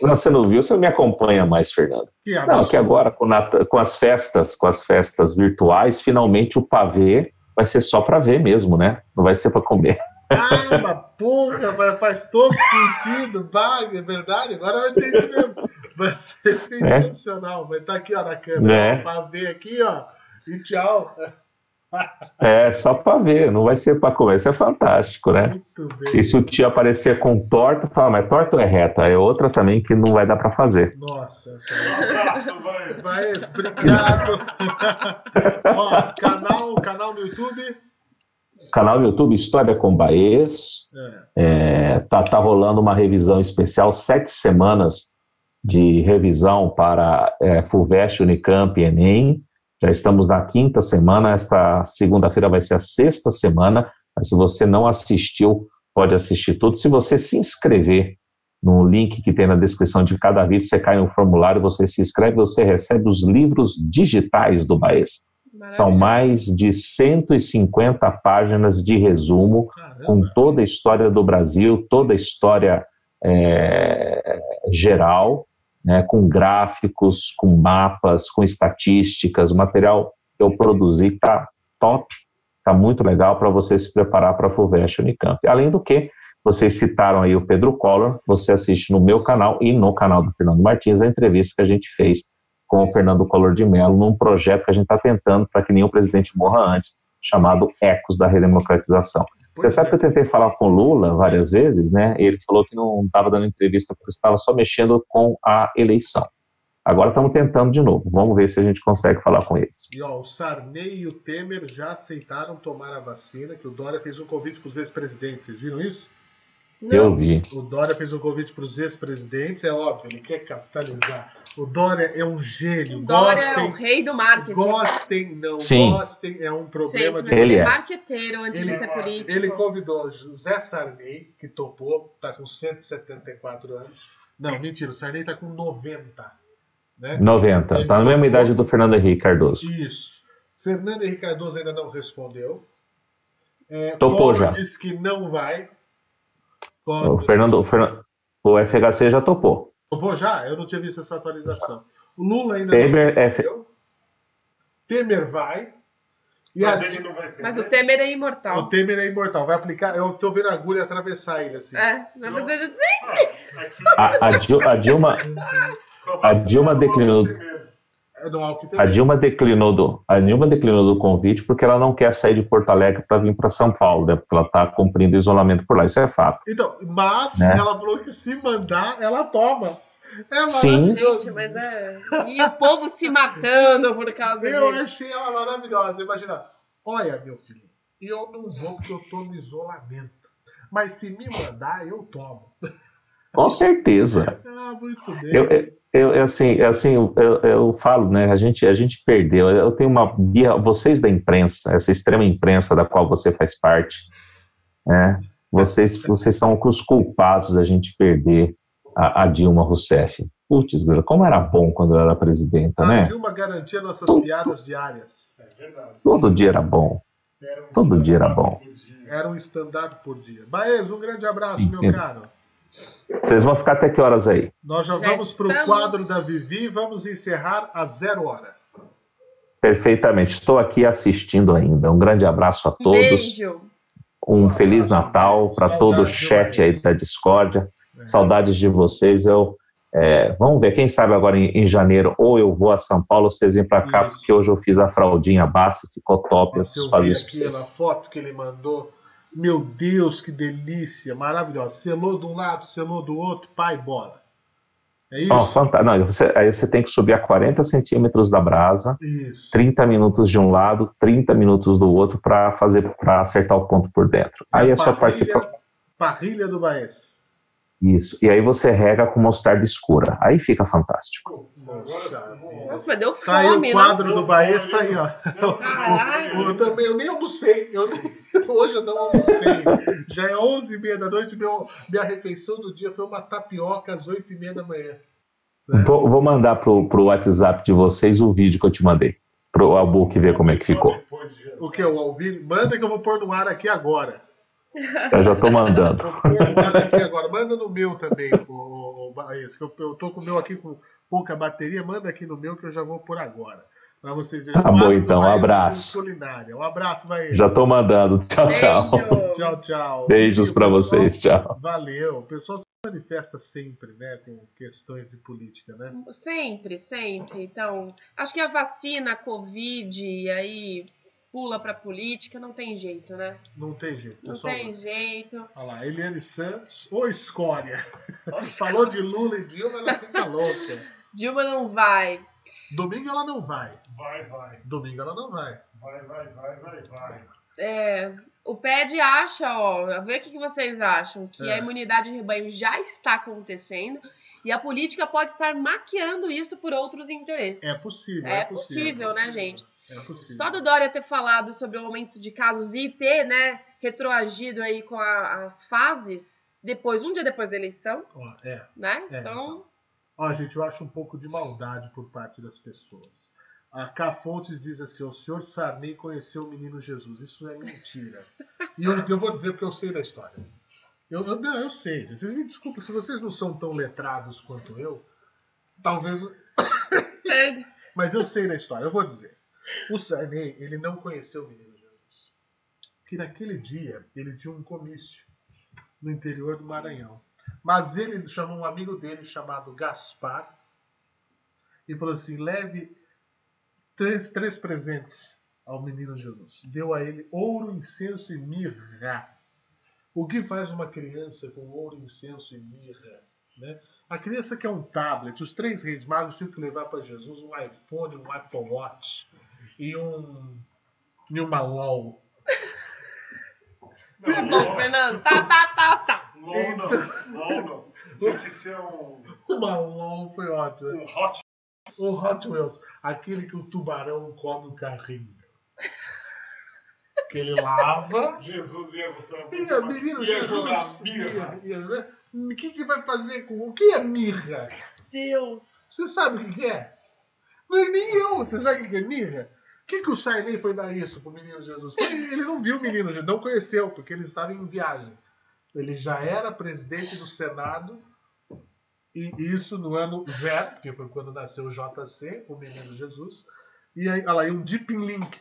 Speaker 7: Não, você não viu, você não me acompanha mais, Fernando.
Speaker 1: Que
Speaker 7: Não,
Speaker 1: absurdo.
Speaker 7: que é- agora com, Nata- com as festas, com as festas virtuais, finalmente o pavê vai ser só para ver mesmo, né? Não vai ser para comer.
Speaker 1: Ah, mas porra, vai- faz todo sentido, vai, é verdade, agora vai ter isso mesmo. Vai ser sensacional, vai estar aqui ó, na câmera,
Speaker 7: É.
Speaker 1: ó, pra ver aqui, ó, e tchau.
Speaker 7: É, só para ver, não vai ser para comer, isso é fantástico, né?
Speaker 1: Muito
Speaker 7: E
Speaker 1: bem.
Speaker 7: se o tio aparecer com torta, fala, mas torta ou é reta? É outra também que não vai dar para fazer.
Speaker 1: Nossa,
Speaker 2: Um abraço, vai.
Speaker 1: vai, obrigado. ó, canal, canal no YouTube.
Speaker 7: Canal no YouTube História com Baez. É, tá, tá rolando uma revisão especial, sete semanas de revisão para é, FUVEST, Unicamp e Enem. Já estamos na quinta semana, esta segunda-feira vai ser a sexta semana. Mas se você não assistiu, pode assistir tudo. Se você se inscrever no link que tem na descrição de cada vídeo, você cai no formulário, você se inscreve, você recebe os livros digitais do Baez. São mais de 150 páginas de resumo com toda a história do Brasil, toda a história eh, geral, né, com gráficos, com mapas, com estatísticas, o material que eu produzi está top, está muito legal para você se preparar para a FUVEST Unicamp. Além do que, vocês citaram aí o Pedro Collor, você assiste no meu canal e no canal do Fernando Martins a entrevista que a gente fez com o Fernando Collor de Mello num tá projeto que a gente está tentando para que nenhum presidente morra antes, chamado Ecos da Redemocratização. Você
Speaker 1: é.
Speaker 7: sabe que eu tentei falar com o Lula várias vezes, né? Ele falou que não estava dando entrevista porque estava só mexendo com a eleição. Agora estamos tentando de novo. Vamos ver se a gente consegue falar com eles.
Speaker 1: E ó, o Sarney e o Temer já aceitaram tomar a vacina, que o Dória fez um convite para os ex-presidentes. Vocês viram isso?
Speaker 7: Eu vi.
Speaker 1: O Dória fez um convite para os ex-presidentes, é óbvio, ele quer capitalizar. O Dória é um gênio.
Speaker 3: O Dória gostem, é o rei do marketing.
Speaker 1: Gostem, não. Sim. Gostem é um problema
Speaker 3: Gente, mas ele é marqueteiro antes ele, de ser político.
Speaker 1: Ele convidou Zé Sarney, que topou, está com 174 anos. Não, mentira, o Sarney está com 90. Né?
Speaker 7: 90, está na mesma idade do Fernando Henrique Cardoso.
Speaker 1: Isso. Fernando Henrique Cardoso ainda não respondeu.
Speaker 7: É, topou Paulo já.
Speaker 1: disse que não vai,
Speaker 7: o Fernando, o Fernando, o FHC já topou.
Speaker 1: Topou já? Eu não tinha visto essa atualização. O Lula ainda
Speaker 7: Temer, é
Speaker 1: não F... Temer vai.
Speaker 3: Mas, a... ele não vai ter, mas o Temer é imortal.
Speaker 1: O Temer é imortal. Vai aplicar. Eu tô vendo a agulha atravessar ele assim.
Speaker 3: É, na verdade,
Speaker 7: a, a, Dilma. A Dilma declinou.
Speaker 1: É
Speaker 7: A Dilma declinou do, a Dilma declinou do convite porque ela não quer sair de Porto Alegre para vir para São Paulo, né? porque ela está cumprindo isolamento por lá, isso é fato.
Speaker 1: Então, mas né? ela falou que se mandar, ela toma.
Speaker 7: É Sim.
Speaker 3: Gente, mas é... E o povo se matando por causa
Speaker 1: Eu dele. achei ela maravilhosa. Imagina, olha, meu filho, eu não vou porque eu estou no isolamento. Mas se me mandar, eu tomo.
Speaker 7: Com certeza.
Speaker 1: Ah, muito
Speaker 7: bem. Eu, eu eu, assim, assim eu, eu, falo, né? A gente, a gente perdeu. Eu tenho uma birra. Vocês da imprensa, essa extrema imprensa da qual você faz parte, né? Vocês, vocês são os culpados da gente perder a, a Dilma Rousseff. Putz, como era bom quando ela era presidenta,
Speaker 1: a
Speaker 7: né? A
Speaker 1: Ah, Dilma garantia nossas todo, piadas diárias.
Speaker 7: É todo dia era bom. Era um todo dia era bom.
Speaker 1: Dia. Era um stand-up por dia. Baez, um grande abraço, Sim, meu sim. caro.
Speaker 7: Vocês vão ficar até que horas aí?
Speaker 1: Nós já vamos estamos... para o quadro da Vivi e vamos encerrar a zero hora.
Speaker 7: Perfeitamente. Estou aqui assistindo ainda. Um grande abraço a todos.
Speaker 3: Beijo.
Speaker 7: Um Boa Feliz abraço. Natal para todo o chat aí tá da Discordia. É. Saudades de vocês. Eu, é, vamos ver, quem sabe agora em, em, janeiro ou eu vou a São Paulo, vocês vêm para cá, isso. porque hoje eu fiz a fraldinha bassa, ficou top. Nossa, eu
Speaker 1: fazer
Speaker 7: isso aqui,
Speaker 1: aquela foto que ele mandou. Meu Deus, que delícia, maravilhosa. Selou de um lado, selou do outro, pai, bola. É isso?
Speaker 7: Oh, fanta... Não, você, aí você tem que subir a 40 centímetros da brasa,
Speaker 1: isso.
Speaker 7: 30 minutos de um lado, 30 minutos do outro para fazer para acertar o ponto por dentro.
Speaker 1: É
Speaker 7: aí
Speaker 1: é
Speaker 7: parrilha, só partir pra...
Speaker 1: Parrilha do Baez.
Speaker 7: Isso. E aí você rega com mostarda escura. Aí fica fantástico.
Speaker 3: Nossa, Nossa deu fome, né?
Speaker 1: tá aí
Speaker 3: o
Speaker 1: quadro
Speaker 3: não?
Speaker 1: do Baez, tá aí, ó. Eu, eu, eu, também, eu nem almocei. Eu nem, hoje eu não almocei. Já é 11h30 da noite. Meu, minha refeição do dia foi uma tapioca às 8h30 da manhã.
Speaker 7: Vou, vou, mandar pro, pro WhatsApp de vocês o vídeo que eu te mandei. Pro Albuque ver como é que ficou.
Speaker 1: O que? O Alvin? Manda que eu vou pôr no ar aqui agora.
Speaker 7: Eu já estou mandando.
Speaker 1: agora. Manda no meu também, o, que eu, eu tô com o meu aqui com pouca bateria, manda aqui no meu que eu já vou por agora. Para vocês verem.
Speaker 7: Tá bom, então. Um abraço.
Speaker 1: Culinária. Um abraço, vai.
Speaker 7: Já estou mandando. Tchau,
Speaker 3: Beijo.
Speaker 7: tchau.
Speaker 1: Tchau, tchau.
Speaker 7: Beijos para vocês. Tchau.
Speaker 1: Valeu. O pessoal se manifesta sempre, né, com questões de política, né?
Speaker 3: Sempre, sempre. Então, acho que a vacina, a Covid, e aí pula para política, não tem jeito, né?
Speaker 1: Não tem jeito.
Speaker 3: Não tem lá. jeito.
Speaker 1: Olha lá, Eliane Santos, ou escória. Falou de Lula e Dilma, ela fica louca.
Speaker 3: Dilma não vai.
Speaker 1: Domingo ela não vai.
Speaker 2: Vai, vai.
Speaker 1: Domingo ela não vai.
Speaker 2: Vai, vai, vai, vai, vai.
Speaker 3: É, o PED acha, ó, vê o que vocês acham, que é. a imunidade de rebanho já está acontecendo e a política pode estar maquiando isso por outros interesses.
Speaker 1: É possível. É,
Speaker 3: é possível,
Speaker 1: possível,
Speaker 3: né,
Speaker 1: possível.
Speaker 3: gente? É Só do Dória ter falado sobre o aumento de casos e ter, né, retroagido aí com a, as fases depois, um dia depois da eleição,
Speaker 1: Ó, é,
Speaker 3: né?
Speaker 1: é.
Speaker 3: Então,
Speaker 1: Ó, gente, eu acho um pouco de maldade por parte das pessoas. A K. Fontes diz assim: o senhor Sarney conheceu o menino Jesus. Isso é mentira. e eu, eu, vou dizer porque eu sei da história. Eu, eu, não, eu sei. Vocês me desculpem, se vocês não são tão letrados quanto eu, talvez.
Speaker 3: é,
Speaker 1: Mas eu sei da história, eu vou dizer. O Sarney, ele não conheceu o menino Jesus. Que naquele dia ele tinha um comício no interior do Maranhão. Mas ele chamou um amigo dele chamado Gaspar e falou assim: leve três, três presentes ao menino Jesus. Deu a ele ouro, incenso e mirra. O que faz uma criança com ouro, incenso e mirra? Né? A criança quer um tablet. Os três reis magos tinham que levar para Jesus um iPhone, um Apple Watch e um. e uma LOL.
Speaker 3: Tá bom, Fernando. Tá, tá, tá, tá.
Speaker 2: LOL não, LOL não. Tem que ser um.
Speaker 1: Uma LOL foi ótimo.
Speaker 2: Um hot.
Speaker 1: O Hot Wheels, aquele que o tubarão come o carrinho. que ele lava.
Speaker 2: Jesus ia gostar.
Speaker 1: E a menina
Speaker 2: Ia
Speaker 1: Jesus.
Speaker 2: jogar birra.
Speaker 1: ia- ia, né? O que, que vai fazer com. O que é mirra?
Speaker 3: Deus.
Speaker 1: Você sabe o que que é? Não, nem eu. Você sabe o que que é mirra? O que, que o Sarney foi dar isso pro menino Jesus? Foi- ele não viu o menino Jesus, não conheceu, porque ele estava em viagem. Ele já era presidente do Senado, e isso no ano zero, porque foi quando nasceu o JC, o menino Jesus. E aí, olha lá, e um deeping link.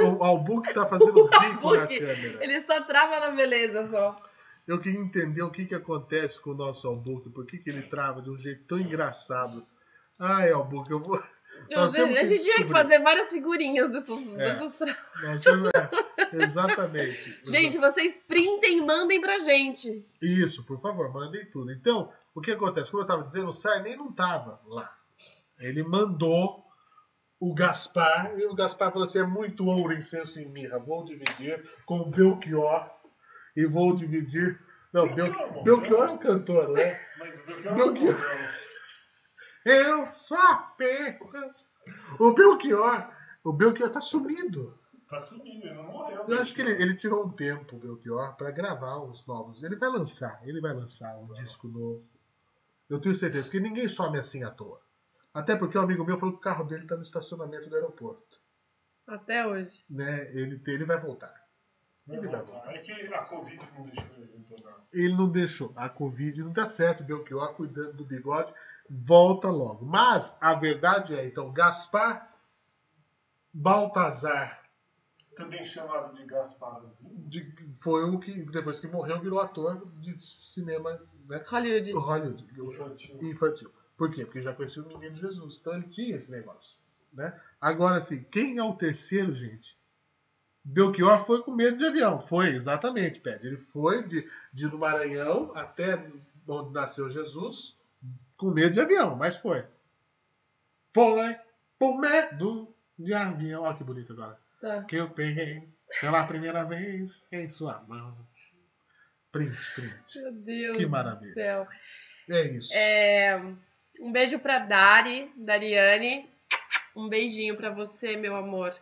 Speaker 1: O Albuque tá fazendo bico na
Speaker 3: Porque
Speaker 1: câmera.
Speaker 3: ele só trava na beleza só.
Speaker 1: Eu queria entender o que, que acontece com o nosso Albuque, por que, que ele trava de um jeito tão engraçado. Ai, Albuque, eu vou.
Speaker 3: Deus,
Speaker 1: Nós temos É.
Speaker 3: a gente tinha que
Speaker 1: descobrir.
Speaker 3: fazer várias figurinhas desses, dessas tra-
Speaker 1: Nós temos- é, exatamente.
Speaker 3: Gente, vocês printem e mandem pra gente.
Speaker 1: Isso, por favor, mandem tudo. Então, o que acontece? Como eu estava dizendo, o Sarney não estava lá. Ele mandou o Gaspar, e o Gaspar falou assim: é muito ouro, incenso e mirra, vou dividir com o Belchior e vou dividir. Não, Bel... Belchior é o cantor, né?
Speaker 2: Mas o
Speaker 1: Belchior. Eu sou apenas. O Belchior, o Belchior tá sumido.
Speaker 2: Tá sumindo, ele não morreu.
Speaker 1: Eu acho que ele, ele tirou um tempo, Belchior, pra gravar os novos. Ele vai lançar, ele vai lançar um disco novo. Eu tenho certeza que ninguém some assim à toa. Até porque um amigo meu falou que o carro dele tá no estacionamento do aeroporto.
Speaker 3: Até hoje.
Speaker 1: Né? Ele, ele vai voltar.
Speaker 2: Vai
Speaker 1: tá
Speaker 2: voltar. É que a Covid não deixou ele retornar.
Speaker 1: Ele não deixou. A Covid não dá certo. Belchior cuidando do bigode. Volta logo. Mas a verdade é, então, Gaspar Baltazar
Speaker 2: Também chamado de Gasparzinho.
Speaker 1: de- foi o que, depois que morreu, virou ator de cinema, né?
Speaker 3: Hollywood.
Speaker 1: Hollywood.
Speaker 2: Infantil.
Speaker 1: Infantil. Por quê? Porque já conhecia o menino Jesus. Então ele tinha esse negócio. Né? Agora, assim, quem é o terceiro, gente? Belchior foi com medo de avião. Foi, exatamente, Pedro. Ele foi de, de do Maranhão até onde nasceu Jesus com medo de avião, mas foi. Foi com medo de avião. Olha que bonito agora.
Speaker 3: Tá.
Speaker 1: Que eu peguei pela primeira vez em sua mão. Print, print.
Speaker 3: Meu Deus
Speaker 1: Que maravilha.
Speaker 3: do céu.
Speaker 1: É isso.
Speaker 3: É, um beijo pra Dari, Dariane. Um beijinho pra você, meu amor.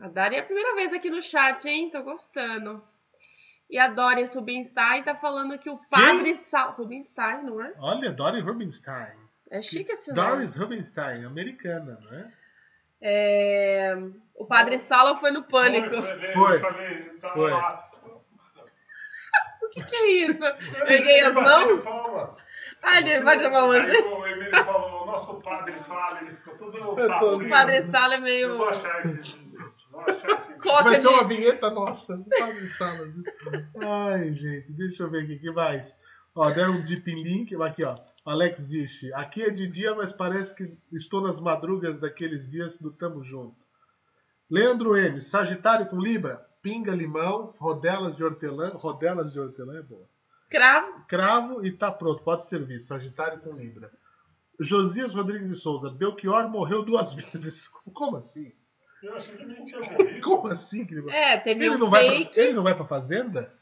Speaker 3: A Dari é a primeira vez aqui no chat, hein? Tô gostando. E a Dória Subinstein tá falando que o padre Sal... Rubinstein, não é?
Speaker 1: Olha, Dory Rubinstein.
Speaker 3: É chique esse nome.
Speaker 1: Doris Rubinstein, americana, não é?
Speaker 3: É, O padre Sala foi no pânico.
Speaker 1: Foi.
Speaker 2: Eu falei, eu tava
Speaker 1: Foi.
Speaker 2: lá.
Speaker 3: O que, que é isso? Peguei as mãos?
Speaker 2: Palma.
Speaker 3: Ah, ele vai jogar
Speaker 2: Aí
Speaker 3: onde?
Speaker 2: o Emílio falou, nosso padre Sala, ele ficou
Speaker 1: É
Speaker 2: todo
Speaker 3: O
Speaker 2: facinho.
Speaker 3: padre Sala é meio.
Speaker 2: Eu vou achar esse vídeo. Vou achar esse vídeo.
Speaker 3: Coca
Speaker 1: Vai ser
Speaker 3: de...
Speaker 1: uma vinheta nossa. não tá em salas. Ai, gente, deixa eu ver aqui o que mais. Ó, deram um deep link. Aqui, ó. Alex Zisch. Aqui é de dia, mas parece que estou nas madrugas daqueles dias do Tamo Junto. Leandro M. Sagitário com Libra. Pinga limão, rodelas de hortelã. Rodelas de hortelã é boa.
Speaker 3: Cravo.
Speaker 1: Cravo e tá pronto. Pode servir. Sagitário com Libra. Josias Rodrigues de Souza. Belchior morreu duas vezes. Como assim?
Speaker 2: Eu achei que nem tinha morrido.
Speaker 1: Como assim, que ele morreu?
Speaker 3: É, teve
Speaker 1: Ele
Speaker 3: um
Speaker 1: não, vai
Speaker 3: fake.
Speaker 1: pra, ele não vai pra fazenda?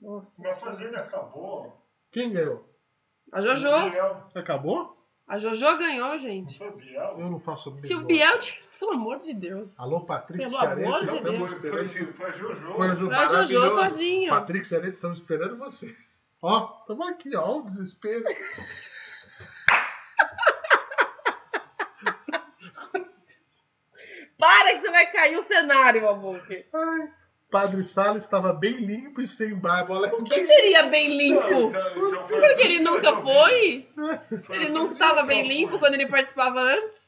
Speaker 3: Nossa.
Speaker 2: Mas fazenda acabou.
Speaker 1: Quem ganhou?
Speaker 3: A Jojo.
Speaker 2: Biel,
Speaker 1: Acabou?
Speaker 3: A Jojo ganhou, gente.
Speaker 2: Foi o Biel.
Speaker 1: Eu não faço
Speaker 3: Se o
Speaker 1: menor-
Speaker 3: Biel tinha. Pelo amor de Deus.
Speaker 1: Alô, Patrick
Speaker 3: Pelo
Speaker 1: Ciaretti,
Speaker 3: amor de
Speaker 1: não estamos
Speaker 3: Deus.
Speaker 2: Foi,
Speaker 1: esperando.
Speaker 2: foi, foi Jojo.
Speaker 1: Foi a Ju-
Speaker 3: Foi a Jojo
Speaker 1: maravilhoso.
Speaker 3: todinho.
Speaker 1: Patrick Ciaretti, estamos esperando você. Ó, estamos aqui, ó, o desespero.
Speaker 3: Para que você vai cair o cenário, Abuque.
Speaker 1: Ai, Padre Sala estava bem limpo e sem barba. Olha
Speaker 3: O que seria bem limpo?
Speaker 2: Então, foi-
Speaker 3: Porque ele nunca foi?
Speaker 2: foi
Speaker 3: Ele
Speaker 2: tudo
Speaker 3: não
Speaker 2: que
Speaker 3: estava
Speaker 2: Biel
Speaker 3: bem
Speaker 2: foi.
Speaker 3: limpo quando ele participava antes?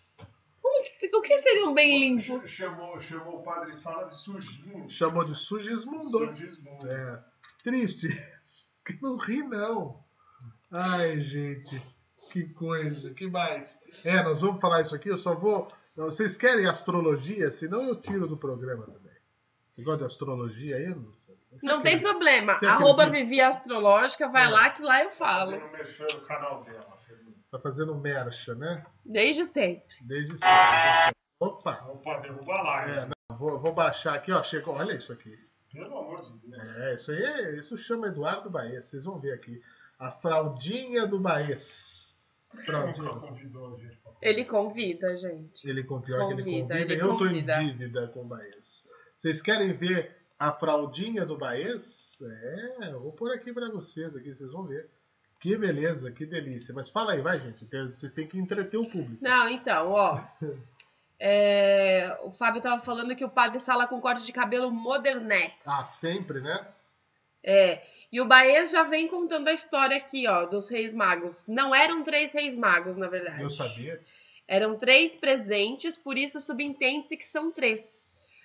Speaker 3: Como que se- O que seria um bem limpo?
Speaker 2: Chamou, chamou o padre Sala de sujinho.
Speaker 1: Chamou de sujismundo.
Speaker 2: Sujismundo.
Speaker 1: É, triste. Não ri, não. Ai, gente, que coisa, que mais? É, nós vamos falar isso aqui, eu só vou... Vocês querem astrologia? Senão eu tiro do programa também. Se Você gosta de astrologia aí? Você
Speaker 3: Não tem
Speaker 1: acredita-
Speaker 3: problema.
Speaker 1: Você
Speaker 3: Arroba
Speaker 1: acredita?
Speaker 3: Vivi Astrológica, vai
Speaker 1: É.
Speaker 3: lá que lá eu falo.
Speaker 2: Não mexeu no canal dela.
Speaker 1: Tá fazendo mercha, né?
Speaker 3: Desde sempre.
Speaker 1: Desde sempre. Opa!
Speaker 2: Opa, derruba a live.
Speaker 1: É, não, vou, vou baixar aqui, ó. Chegou, olha isso aqui.
Speaker 2: né? Pelo amor de Deus.
Speaker 1: É, isso aí é- isso chama Eduardo Baez. Vocês vão ver aqui. A fraldinha do Baez. Fraldinha.
Speaker 2: Convidou a gente pra
Speaker 3: Ele convida, gente.
Speaker 1: Ele com pior que ele
Speaker 3: Convida,
Speaker 1: convida.
Speaker 3: ele
Speaker 1: Eu tô em
Speaker 3: convida.
Speaker 1: dívida com o Baez. Vocês querem ver a fraldinha do Baez? É, eu vou pôr aqui pra vocês aqui, vocês vão ver. Que beleza, que delícia. Mas fala aí, vai, gente. Tem- Vocês têm que entreter o público.
Speaker 3: Não, então, ó. É, o Fábio tava falando que o padre sala com corte de cabelo modernex.
Speaker 1: Ah, sempre, né?
Speaker 3: É, e o Baez já vem contando a história aqui, ó, dos Reis Magos. Não eram três Reis Magos, na verdade.
Speaker 1: Eu sabia.
Speaker 3: Eram três presentes, por isso subentende-se que são três.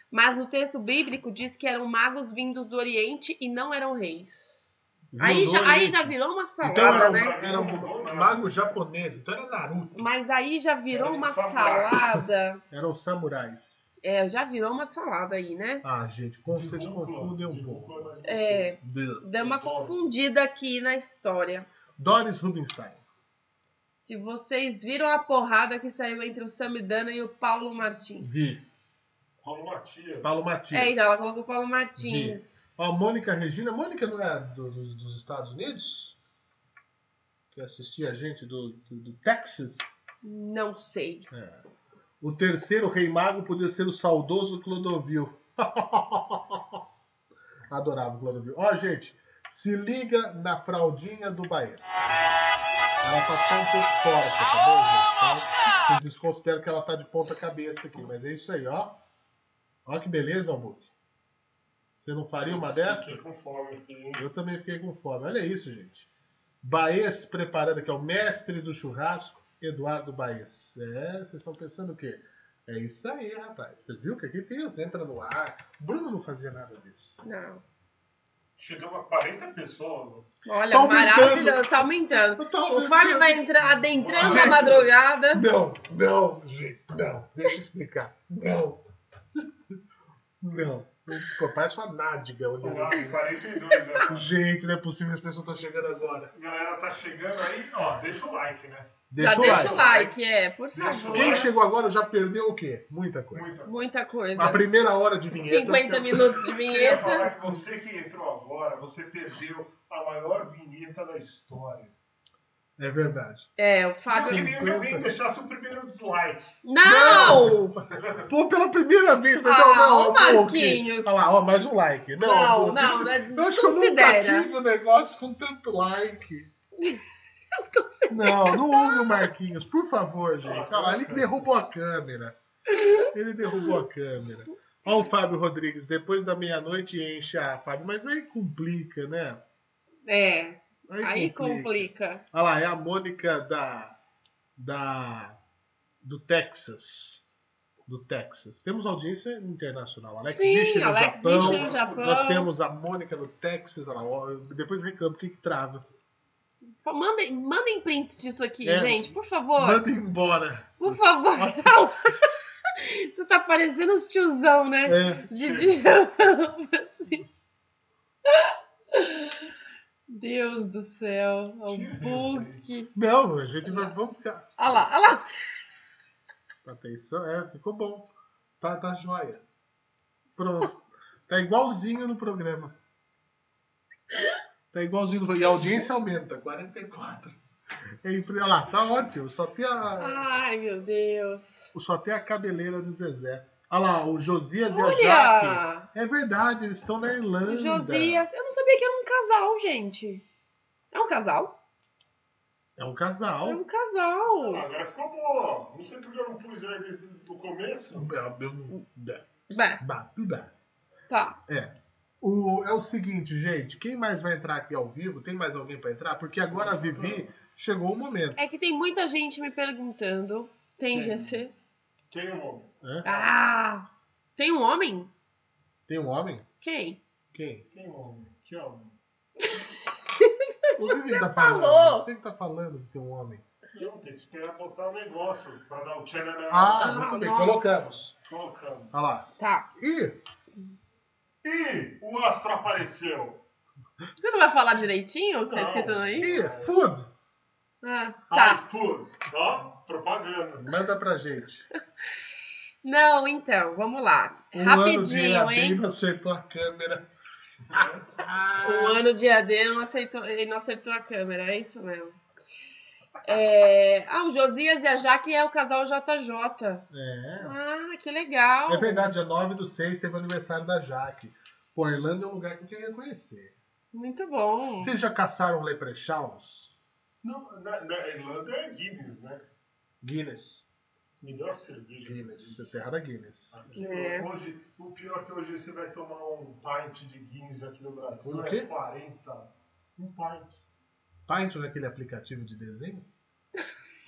Speaker 3: Mas no texto bíblico diz que eram magos vindos do Oriente e não eram reis.
Speaker 1: Viu,
Speaker 3: Aí
Speaker 1: do
Speaker 3: já, aí
Speaker 1: Oriente.
Speaker 3: já virou uma salada,
Speaker 1: Então era um,
Speaker 3: né?
Speaker 1: era um mago japonês, então era Naruto.
Speaker 3: Mas aí já virou uma
Speaker 1: samurai.
Speaker 3: salada.
Speaker 1: Eram os samurais.
Speaker 3: É, já virou uma salada aí, né?
Speaker 1: Ah, gente, como vocês confundem um pouco.
Speaker 3: É,
Speaker 1: Duh.
Speaker 3: deu uma confundida aqui na história.
Speaker 1: Doris Rubinstein.
Speaker 3: Se vocês viram a porrada que saiu entre o Samidana e o Paulo Martins.
Speaker 1: Vi.
Speaker 2: Paulo Matias.
Speaker 1: Paulo Matias.
Speaker 3: É, então ela colocou o Paulo
Speaker 1: Vi.
Speaker 3: Martins.
Speaker 1: Ó, Mônica Regina. Mônica não é do- do- dos Estados Unidos? Que assistia a gente do, do, do Texas?
Speaker 3: Não sei.
Speaker 1: É. O terceiro rei mago podia ser o saudoso Clodovil. Adorava o Clodovil. Ó, gente, se liga na fraldinha do Baez. Ela passou um pouco fora, tá bom, gente? Então, vocês desconsideram que ela tá de ponta cabeça aqui, mas é isso aí, ó. Ó que beleza, Albuque. Você não faria uma dessa?
Speaker 2: Fiquei com fome um- aqui.
Speaker 1: Eu também fiquei com fome. Olha isso, gente. Baez preparando, que é o mestre do churrasco, Eduardo Baez. É, vocês estão pensando o quê? É isso aí, rapaz. Você viu que aqui tem os entra no ar. Bruno não fazia nada disso.
Speaker 3: Não.
Speaker 2: Chegamos a 40 pessoas.
Speaker 3: Olha,
Speaker 1: Tá aumentando.
Speaker 3: maravilhoso, tá aumentando.
Speaker 1: Tá
Speaker 3: O
Speaker 1: aumentando.
Speaker 3: Fábio vai entrar adentrando na
Speaker 1: Gente,
Speaker 3: madrugada.
Speaker 1: Não, não, gente, não. Deixa eu explicar. Não. Não. Pô, parece uma nádega. olhando
Speaker 2: Vamos lá,
Speaker 1: assim.
Speaker 2: 42 agora.
Speaker 1: Gente, não é possível, as pessoas estão chegando agora.
Speaker 2: né? A galera tá chegando aí, ó, deixa o like, né?
Speaker 1: Deixa
Speaker 3: já
Speaker 1: o like.
Speaker 3: deixa o like, é, por
Speaker 2: Deixa o
Speaker 3: favor.
Speaker 1: Quem chegou agora já perdeu o quê? Muita coisa.
Speaker 3: Muita coisa.
Speaker 1: A primeira hora de vinheta.
Speaker 3: 50 minutos de
Speaker 2: Queria falar
Speaker 3: vinheta.
Speaker 2: que você que entrou agora, você perdeu a maior vinheta da história.
Speaker 1: É verdade.
Speaker 3: É, o
Speaker 2: Eu
Speaker 3: Fábio.
Speaker 2: queria que alguém deixasse o primeiro dislike.
Speaker 3: Não!
Speaker 1: Pô, pela primeira vez, né?
Speaker 3: Ah,
Speaker 1: não, não,
Speaker 3: ô,
Speaker 1: pô,
Speaker 3: Marquinhos.
Speaker 1: que- Olha lá, ó, mais um like. Não,
Speaker 3: Não,
Speaker 1: pô,
Speaker 3: não,
Speaker 1: que-
Speaker 3: né,
Speaker 1: Eu acho que eu nunca
Speaker 3: desconsidera.
Speaker 1: tive um negócio com tanto like. Não, não ouve o Marquinhos, por favor, gente. Olha lá, ele derrubou a câmera. Ele derrubou a câmera. Olha o Fábio Rodrigues, depois da meia-noite enche a Fábio, mas aí complica, né?
Speaker 3: É, aí
Speaker 1: complica.
Speaker 3: complica.
Speaker 1: Olha lá, é a Mônica da. da do Texas. Do Texas. Temos audiência internacional. Alex
Speaker 3: Sim,
Speaker 1: Zischer no
Speaker 3: Alex
Speaker 1: Japão.
Speaker 3: Zischer no Japão.
Speaker 1: Nós temos a Mônica do Texas. Olha lá, ó, depois reclama, por que que trava?
Speaker 3: Fa- Mandem, mandem prints disso aqui,
Speaker 1: É,
Speaker 3: gente, por favor.
Speaker 1: Manda embora.
Speaker 3: Por favor. Você tá parecendo os tiozão, né?
Speaker 1: É.
Speaker 3: De diabo, assim. Deus do céu, é um book.
Speaker 1: Não, a gente vai. Vamos ficar.
Speaker 3: Olha lá, olha lá.
Speaker 1: Atenção, é, ficou bom. Tá, tá joia. Pronto. Tá igualzinho no programa. Tá igualzinho no programa. E a audiência aumenta, 44. É, impre- olha lá, tá ótimo. Só tem a.
Speaker 3: Ai, meu Deus.
Speaker 1: Só tem a cabeleira do Zezé. Olha lá, o Josias e a Jaque.
Speaker 3: Olha!
Speaker 1: É verdade, eles estão na Irlanda.
Speaker 3: O Josias. Eu não sabia que era um casal, gente. É um casal?
Speaker 1: É um
Speaker 3: É
Speaker 1: casal.
Speaker 3: um casal.
Speaker 2: Ah, Agora ficou boa. Não sei porque eu não pus aí desde o
Speaker 1: é um,
Speaker 2: começo.
Speaker 3: Bah,
Speaker 1: Bah, bah.
Speaker 3: tá.
Speaker 1: É. O, é o seguinte, gente. Quem mais vai entrar aqui ao vivo? Tem mais alguém para entrar? Porque agora a Vivi chegou o momento.
Speaker 3: É que tem muita gente me perguntando. Tem GC?
Speaker 2: Tem um homem.
Speaker 1: né?
Speaker 3: Ah! Tem um homem?
Speaker 1: Tem um homem?
Speaker 3: Quem?
Speaker 1: Quem?
Speaker 2: Tem um homem. Que homem?
Speaker 1: O que ele tá
Speaker 3: falou.
Speaker 1: falando? Você que tá falando que tem um homem.
Speaker 2: Eu tenho que esperar botar o negócio pra dar o tchananã.
Speaker 1: Ah, muito bem.
Speaker 3: nossa.
Speaker 1: Colocamos.
Speaker 2: Colocamos.
Speaker 1: Olha lá.
Speaker 3: Tá.
Speaker 1: E
Speaker 2: E o astro apareceu.
Speaker 3: Você não vai falar direitinho o que tá
Speaker 2: Não.
Speaker 3: escrito aí?
Speaker 1: Ih, food.
Speaker 3: Ah,
Speaker 2: Tá.
Speaker 3: tá.
Speaker 2: iFood. Ó, propaganda.
Speaker 1: Manda pra gente.
Speaker 3: Não, então, vamos lá.
Speaker 1: Um ano de
Speaker 3: Rapidinho, hein?
Speaker 1: Iabema acertou a câmera.
Speaker 3: Um ano de AD não aceitou, ele não acertou a câmera, é isso mesmo. É, Ah, o Josias e a Jaque é o casal JJ.
Speaker 1: É.
Speaker 3: Ah, que legal.
Speaker 1: É verdade, dia 9 do 6 teve o aniversário da Jaque. Pô, Irlanda é um lugar que eu queria conhecer.
Speaker 3: Muito bom.
Speaker 1: Vocês já caçaram leprechauns?
Speaker 2: Não, na, na Irlanda é Guinness, né?
Speaker 1: Guinness.
Speaker 2: Melhor cerveja.
Speaker 1: Guinness, é terra da Guinness.
Speaker 2: Aqui no-
Speaker 3: É.
Speaker 2: hoje, o pior é que hoje você vai tomar um pint de Guinness aqui no Brasil.
Speaker 1: Um
Speaker 2: é
Speaker 1: quê?
Speaker 2: 40. Um pint.
Speaker 1: Pint não é aquele aplicativo de desenho?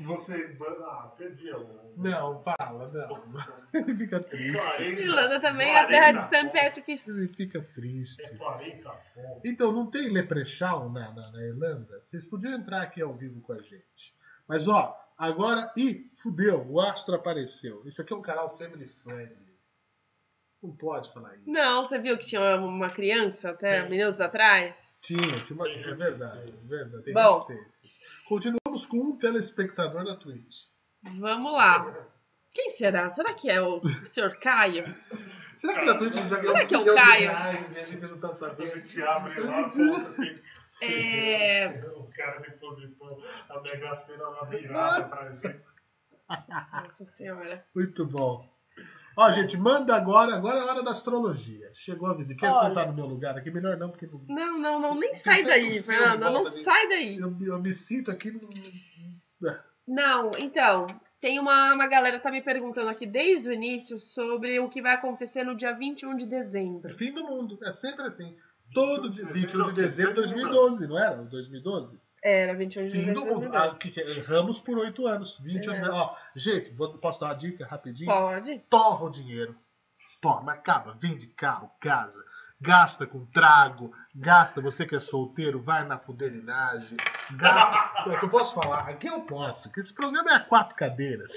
Speaker 2: Você. Ah, perdi a mão.
Speaker 1: Não, fala, não. Fica triste.
Speaker 3: Irlanda também é a terra de St. Patrick's.
Speaker 1: Ele fica triste.
Speaker 2: É 40 pontos.
Speaker 1: Então, não tem leprechaun na, na, na Irlanda? Vocês podiam entrar aqui ao vivo com a gente. Mas, ó, agora... Ih, fudeu, o astro apareceu. Isso aqui é um canal family friendly. Não pode falar isso.
Speaker 3: Não, você viu que tinha uma criança até minutos atrás?
Speaker 1: Tinha, tinha uma... É verdade, é verdade. Tem
Speaker 3: Bom.
Speaker 1: licenças. Continuamos com um telespectador da Twitch.
Speaker 3: Vamos lá. Quem será? Será que é o senhor Caio?
Speaker 1: Será que na Twitch a gente já ganhou
Speaker 3: Será que é o
Speaker 1: um milhão de
Speaker 3: Caio?
Speaker 1: reais e a gente não tá sabendo?
Speaker 2: A gente abre lá, pô, tem-
Speaker 3: É,
Speaker 2: o cara depositou a Mega Sena na virada pra gente.
Speaker 3: Nossa senhora.
Speaker 1: Muito bom. Ó, gente, manda agora. Agora é a hora da astrologia. Chegou a Vivi. Quer
Speaker 3: Olha.
Speaker 1: sentar no meu lugar aqui? Melhor não, porque não-
Speaker 3: Não, não, não, nem sai
Speaker 1: Então,
Speaker 3: daí, Fernando. Não sai daí.
Speaker 1: eu, eu me sinto aqui. no-
Speaker 3: Não, então, tem uma, uma galera que tá me perguntando aqui desde o início sobre o que vai acontecer no dia 21 de dezembro.
Speaker 1: É fim do mundo. É sempre assim. Todo dia, 21 de dezembro de 2012, não era? 2012?
Speaker 3: É, Era 21 de
Speaker 1: Fim do
Speaker 3: dezembro. de
Speaker 1: mundo.
Speaker 3: 2012.
Speaker 1: Ah, que- que- erramos por oito anos. 21
Speaker 3: É.
Speaker 1: de- Ó, gente, vou- posso dar uma dica rapidinho?
Speaker 3: Pode.
Speaker 1: torra o dinheiro. Toma, acaba, vende carro, casa, gasta com trago, gasta, você que é solteiro, vai na fuderinagem, gasta. É que eu posso falar, aqui eu posso, que esse programa é a quatro cadeiras.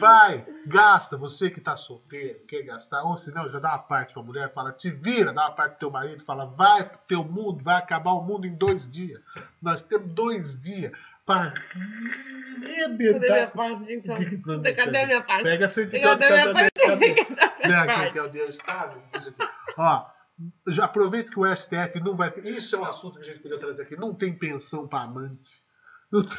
Speaker 1: Vai, gasta, você que tá solteiro, quer gastar, ou se não, já dá uma parte pra mulher, fala, te vira, dá uma parte pro teu marido, fala, vai pro teu mundo, vai acabar o mundo em dois dias. Nós temos dois dias pra
Speaker 3: Cadê minha
Speaker 1: arrebentar.
Speaker 3: parte, então?
Speaker 1: Que- que- não,
Speaker 3: Cadê a minha parte?
Speaker 1: Pega a certidão de
Speaker 3: Cadê a minha
Speaker 1: casamento.
Speaker 3: parte?
Speaker 1: cadê?
Speaker 3: Cadê
Speaker 1: Né,
Speaker 3: a
Speaker 1: aqui, aqui é o
Speaker 3: parte?
Speaker 1: Deus estável. isso aqui. Ó, já aproveita que o STF não vai ter. Isso é um assunto que a gente podia trazer aqui. Não tem pensão para amante. Não tem-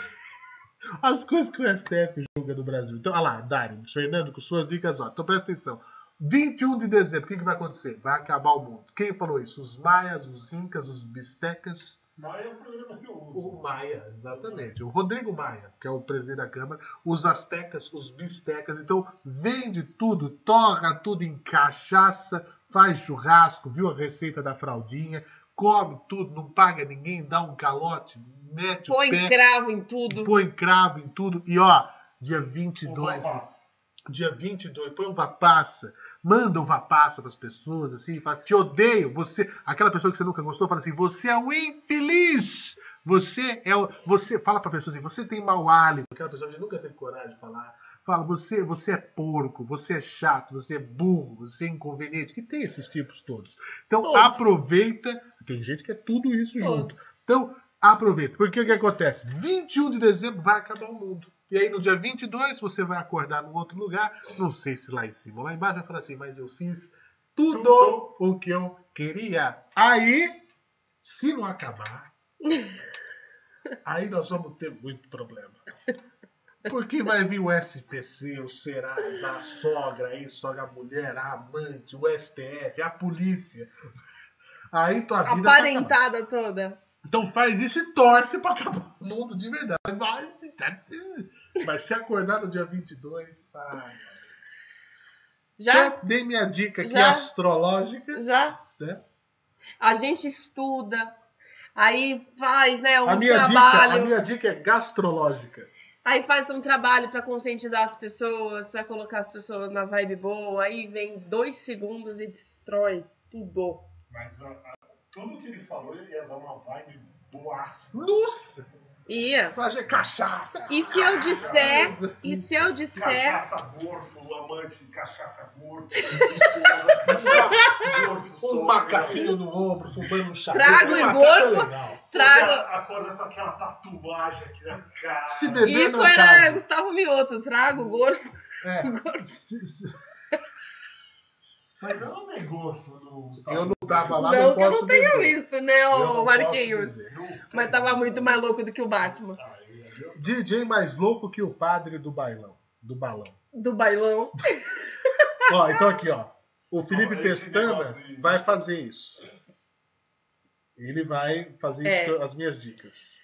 Speaker 1: As coisas que o STF julga no Brasil. Então, olha lá, Dário, Fernando, com suas dicas, ó. Então presta atenção. 21 de dezembro, o que, que vai acontecer? Vai acabar o mundo. Quem falou isso? Os maias, os incas, os bistecas?
Speaker 2: Mas é o programa que eu uso.
Speaker 1: O Maia, exatamente. O Rodrigo Maia, que é o presidente da Câmara, os astecas, os bistecas. Então, vende tudo, torra tudo em cachaça, faz churrasco, viu a receita da fraldinha, come tudo, não paga ninguém, dá um calote, mete o
Speaker 3: Põe
Speaker 1: pé,
Speaker 3: cravo em tudo.
Speaker 1: põe cravo em tudo. E ó, dia 22
Speaker 2: Uva passa.
Speaker 1: dia 22, põe uva passa, manda uva passa pras pessoas, assim, faz, te odeio, você, aquela pessoa que você nunca gostou, fala assim, você é um infeliz, você é o, você, fala pra pessoa assim, você tem mau hálito, aquela pessoa que nunca teve coragem de falar, fala, você, você é porco, você é chato, você é burro, você é inconveniente, que tem esses tipos todos. Então,
Speaker 3: Todos.
Speaker 1: aproveita, tem gente que é tudo isso junto. Então, aproveita. Porque o que acontece? 21 de dezembro vai acabar o mundo. E aí, no dia 22, você vai acordar num outro lugar, não sei se lá em cima ou lá embaixo, vai falar assim, mas eu fiz tudo,
Speaker 2: Tudo.
Speaker 1: o que eu queria. Aí, se não acabar, aí nós vamos ter muito problema. Porque vai vir o SPC, o Serasa, a sogra, aí, sogra a mulher, a amante, o STF, a polícia. Aí tua vida tá acabando.
Speaker 3: Aparentada toda.
Speaker 1: Então faz isso e torce pra acabar o mundo de verdade. Vai, mas se acordar no dia 22, ah,
Speaker 3: Já?
Speaker 1: só dei minha dica aqui
Speaker 3: Já?
Speaker 1: astrológica.
Speaker 3: Já?
Speaker 1: né?
Speaker 3: A gente estuda, aí faz, né, um
Speaker 1: a, minha
Speaker 3: trabalho.
Speaker 1: dica, a minha dica é gastrológica.
Speaker 3: Aí faz um trabalho pra conscientizar as pessoas, pra colocar as pessoas na vibe boa, aí vem dois segundos e destrói tudo.
Speaker 2: é Mas a- a- tudo que ele falou, ele ia dar uma vibe boaça.
Speaker 1: Nossa!
Speaker 3: Ia.
Speaker 1: Fazer cachaça.
Speaker 3: E se eu disser, e se eu disser,
Speaker 2: Cachaça gorfo, amante de cachaça gorfo.
Speaker 1: Um macaquinho no ombro, fumando um chapéu.
Speaker 3: Trago e
Speaker 1: Macaco é
Speaker 3: gorfo.
Speaker 1: legal.
Speaker 3: trago.
Speaker 2: Acorda com aquela tatuagem aqui na cara.
Speaker 1: Se beber,
Speaker 3: Isso
Speaker 1: não
Speaker 3: era
Speaker 1: casa.
Speaker 3: Gustavo Mioto, trago gorfo.
Speaker 1: É. se- se-
Speaker 2: Mas é um eu não dei gorfo no Gustavo.
Speaker 1: Eu não tava lá,
Speaker 3: não
Speaker 1: não
Speaker 3: que eu
Speaker 1: posso
Speaker 3: não tenha
Speaker 1: dizer.
Speaker 3: visto, né,
Speaker 1: Eu
Speaker 3: o
Speaker 1: não
Speaker 3: Marquinhos?
Speaker 1: posso dizer.
Speaker 3: Mas tava muito mais louco do que o Batman.
Speaker 1: DJ mais louco que o padre do bailão. Do balão.
Speaker 3: Do bailão.
Speaker 1: Ó, então aqui, ó. O Felipe
Speaker 2: Olha esse
Speaker 1: Pestana
Speaker 2: negócio de-
Speaker 1: vai fazer isso. Ele vai fazer
Speaker 3: É.
Speaker 1: isso com as minhas dicas.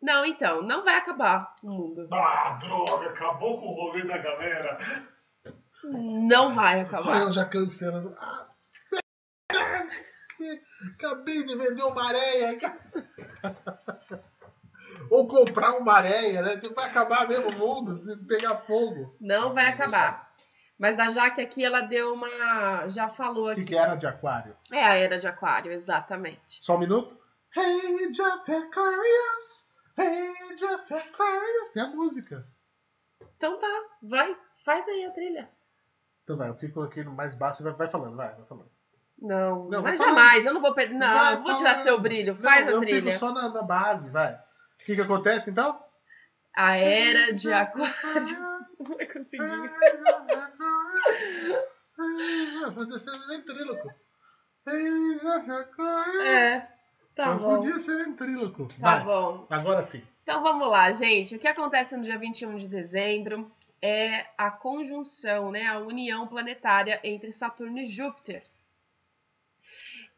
Speaker 3: Não, então, não vai acabar o mundo.
Speaker 2: Ah, droga, acabou com o rolê da galera.
Speaker 3: Não vai acabar.
Speaker 1: Eu já cancelando. Ah, acabei de vender uma areia. Ou comprar uma areia, né? Tipo, vai acabar mesmo o mundo se pegar fogo.
Speaker 3: Não vai acabar. Mas a Jaque aqui, ela deu uma. Já falou
Speaker 1: O que,
Speaker 3: aqui.
Speaker 1: que era de aquário?
Speaker 3: É a era de Aquário, exatamente.
Speaker 1: Só um minuto. Hey, Jeff Aquarius! Hey, Jeff Aquarius! Tem a música.
Speaker 3: Então tá, vai, faz aí a trilha.
Speaker 1: Então vai, eu fico aqui no mais baixo e vai, vai falando, vai, vai falando.
Speaker 3: Não,
Speaker 1: Não, vai
Speaker 3: mas
Speaker 1: falar.
Speaker 3: jamais, eu não vou perder. Não,
Speaker 1: Vai
Speaker 3: eu vou tirar
Speaker 1: falando.
Speaker 3: seu brilho,
Speaker 1: Não,
Speaker 3: faz a
Speaker 1: eu
Speaker 3: trilha.
Speaker 1: fico só na, na base, vai. O que que acontece então?
Speaker 3: A era de Aquário. Não vai conseguir.
Speaker 1: Você fez ventríloco. Hey, Jeff Aquarius!
Speaker 3: É, tá
Speaker 1: eu
Speaker 3: bom.
Speaker 1: podia ser ventríloco.
Speaker 3: Tá
Speaker 1: Ah. vai,
Speaker 3: bom.
Speaker 1: agora sim.
Speaker 3: Então vamos lá, gente. O que acontece no dia 21 de dezembro é a conjunção, né, a união planetária entre Saturno e Júpiter.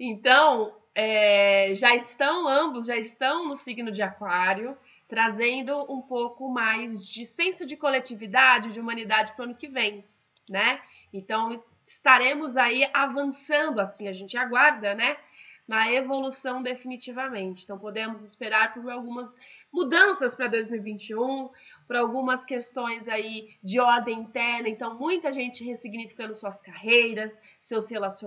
Speaker 3: Então, é, já estão ambos, já estão no signo de Aquário, trazendo um pouco mais de senso de coletividade, de humanidade para o ano que vem, né? Então, estaremos aí avançando, assim, a gente aguarda, né? Na evolução definitivamente. Então, podemos esperar por algumas mudanças para 2021, para um, algumas questões aí de ordem interna. Então, muita gente ressignificando suas carreiras, seus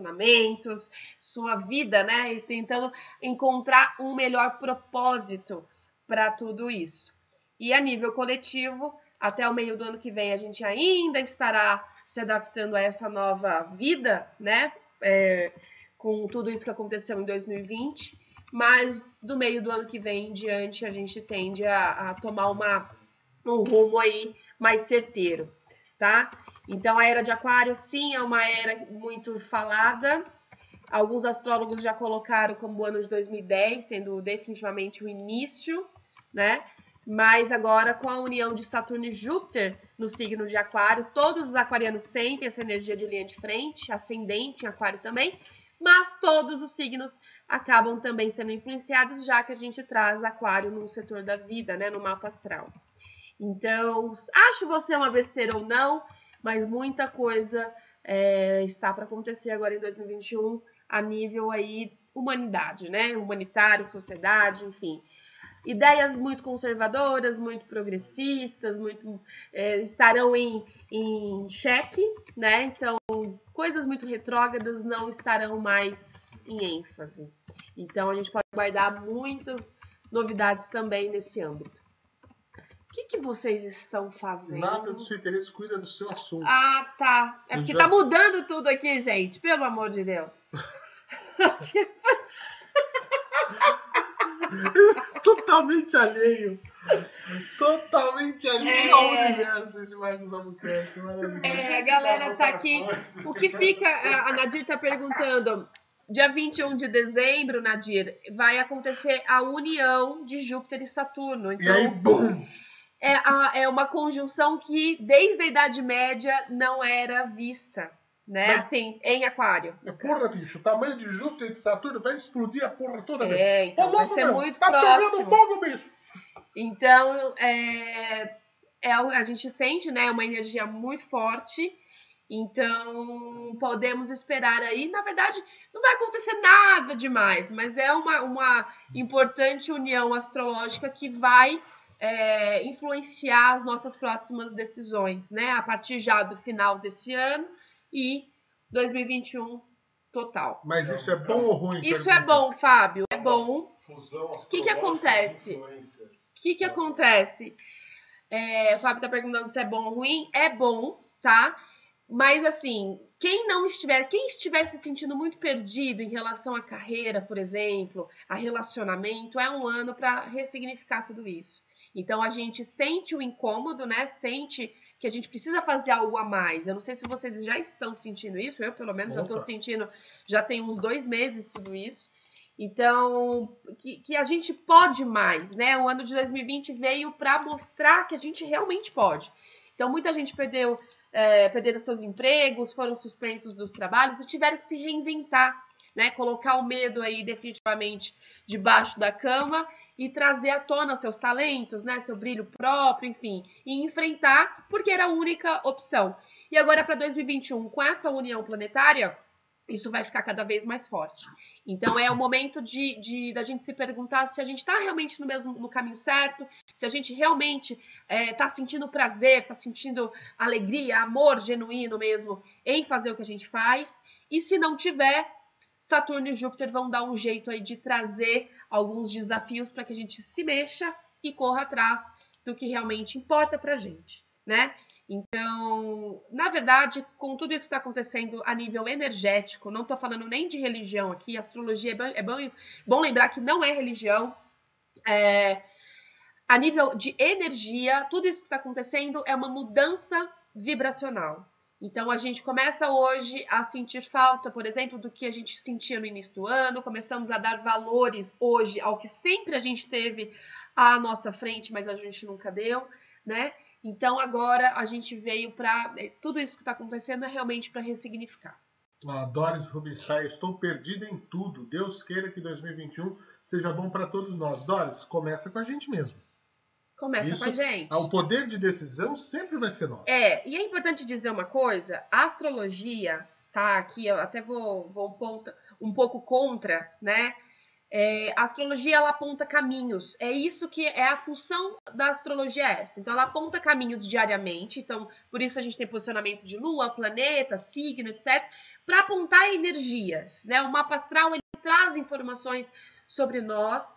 Speaker 3: relacionamentos, sua vida, né? E tentando encontrar um melhor propósito para tudo isso. E a nível coletivo, até o meio do ano que vem, a gente ainda estará se adaptando a essa nova vida, né? É, com tudo isso que aconteceu em 2020 mas do meio do ano que vem em diante a gente tende a, a tomar uma, um rumo aí mais certeiro, tá? Então a era de Aquário, sim, é uma era muito falada. Alguns astrólogos já colocaram como o ano de 2010, sendo definitivamente o início, né? Mas agora, com a união de Saturno e Júpiter no signo de Aquário, todos os aquarianos sentem essa energia de linha de frente, ascendente em Aquário também, mas todos os signos acabam também sendo influenciados, já que a gente traz aquário no setor da vida, né, no mapa astral. Então, acho você uma besteira ou não, mas muita coisa é, está para acontecer agora em 2021 a nível aí humanidade, né, humanitário, sociedade, enfim. Ideias muito conservadoras, muito progressistas, muito é, estarão em, em xeque, né? Então, coisas muito retrógradas não estarão mais em ênfase. Então a gente pode guardar muitas novidades também nesse âmbito. O que, que vocês estão fazendo?
Speaker 1: Nada do seu interesse cuida do seu assunto.
Speaker 3: Ah, tá. É
Speaker 1: Eu
Speaker 3: porque
Speaker 1: já-
Speaker 3: tá mudando tudo aqui, gente. Pelo amor de Deus.
Speaker 1: Totalmente alheio. Totalmente alheio ao universo esse Marcos Albuquerque. Maravilhoso.
Speaker 3: É, a galera tá aqui. O que fica. A a Nadir tá perguntando. Dia 21 de dezembro, Nadir, vai acontecer a união de Júpiter e Saturno.
Speaker 1: E
Speaker 3: Então,
Speaker 1: aí, bum!
Speaker 3: é, a- é uma conjunção que desde a Idade Média não era vista, né?
Speaker 1: Mas-
Speaker 3: Assim, em Aquário.
Speaker 1: É Porra, bicho, o tamanho de Júpiter e de Saturno vai explodir a porra toda mesmo.
Speaker 3: É, então
Speaker 1: Ô,
Speaker 3: vai
Speaker 1: louco,
Speaker 3: ser
Speaker 1: meu,
Speaker 3: muito
Speaker 1: tá pegando
Speaker 3: próximo.
Speaker 1: fogo, bicho.
Speaker 3: Então, é, é, o- a gente sente né, uma energia muito forte. Então, podemos esperar aí. Na verdade, não vai acontecer nada demais, mas é uma, uma importante união astrológica que vai é, influenciar as nossas próximas decisões, né? A partir já do final desse ano e 2021 total.
Speaker 1: Mas isso é bom ou ruim?
Speaker 3: Isso
Speaker 1: pergunta?
Speaker 3: é bom, Fábio. É bom.
Speaker 2: Fusão
Speaker 3: O que, que acontece? O que, que acontece? É, o Fábio tá perguntando se é bom ou ruim. É bom, tá? Mas assim, quem não estiver, quem estiver se sentindo muito perdido em relação à carreira, por exemplo, a relacionamento, é um ano para ressignificar tudo isso. Então a gente sente o incômodo, né? Sente que a gente precisa fazer algo a mais. Eu não sei se vocês já estão sentindo isso, eu pelo menos Opa. já estou sentindo, já tem uns dois meses tudo isso. Então, que, que, a gente pode mais, né? O ano de 2020 veio para mostrar que a gente realmente pode. Então, muita gente perdeu, é, perderam seus empregos, foram suspensos dos trabalhos e tiveram que se reinventar, né? Colocar o medo aí definitivamente debaixo da cama e trazer à tona seus talentos, né, seu brilho próprio, enfim, e enfrentar, porque era a única opção. E agora para 2021, com essa união planetária, isso vai ficar cada vez mais forte. Então é o momento de, de da gente se perguntar se a gente está realmente no mesmo no caminho certo, se a gente realmente está é, sentindo prazer, está sentindo alegria, amor genuíno mesmo em fazer o que a gente faz. E se não tiver, Saturno e Júpiter vão dar um jeito aí de trazer alguns desafios para que a gente se mexa e corra atrás do que realmente importa para a gente, né? Então, na verdade, com tudo isso que está acontecendo a nível energético, não estou falando nem de religião aqui, astrologia é bom, é bom, bom lembrar que não é religião. É, a nível de energia, tudo isso que está acontecendo é uma mudança vibracional, então a gente começa hoje a sentir falta, por exemplo, do que a gente sentia no início do ano, começamos a dar valores hoje ao que sempre a gente teve à nossa frente, mas a gente nunca deu, né? Então agora a gente veio para tudo isso que está acontecendo é realmente para ressignificar.
Speaker 1: Ah, Doris Rubinstein, estou perdida em tudo. Deus queira que 2021 seja bom para todos nós. Doris, começa com a gente mesmo. Ah,
Speaker 3: Começa Isso, com a gente.
Speaker 1: é O poder de decisão sempre vai ser nosso.
Speaker 3: É, e é importante dizer uma coisa: a astrologia, tá? Aqui eu até vou, vou um, ponto, um pouco contra, né? É, a astrologia ela aponta caminhos, é isso que é a função da astrologia essa. Então ela aponta caminhos diariamente, então por isso a gente tem posicionamento de lua, planeta, signo, etc, para apontar energias, né? O mapa astral ele traz informações sobre nós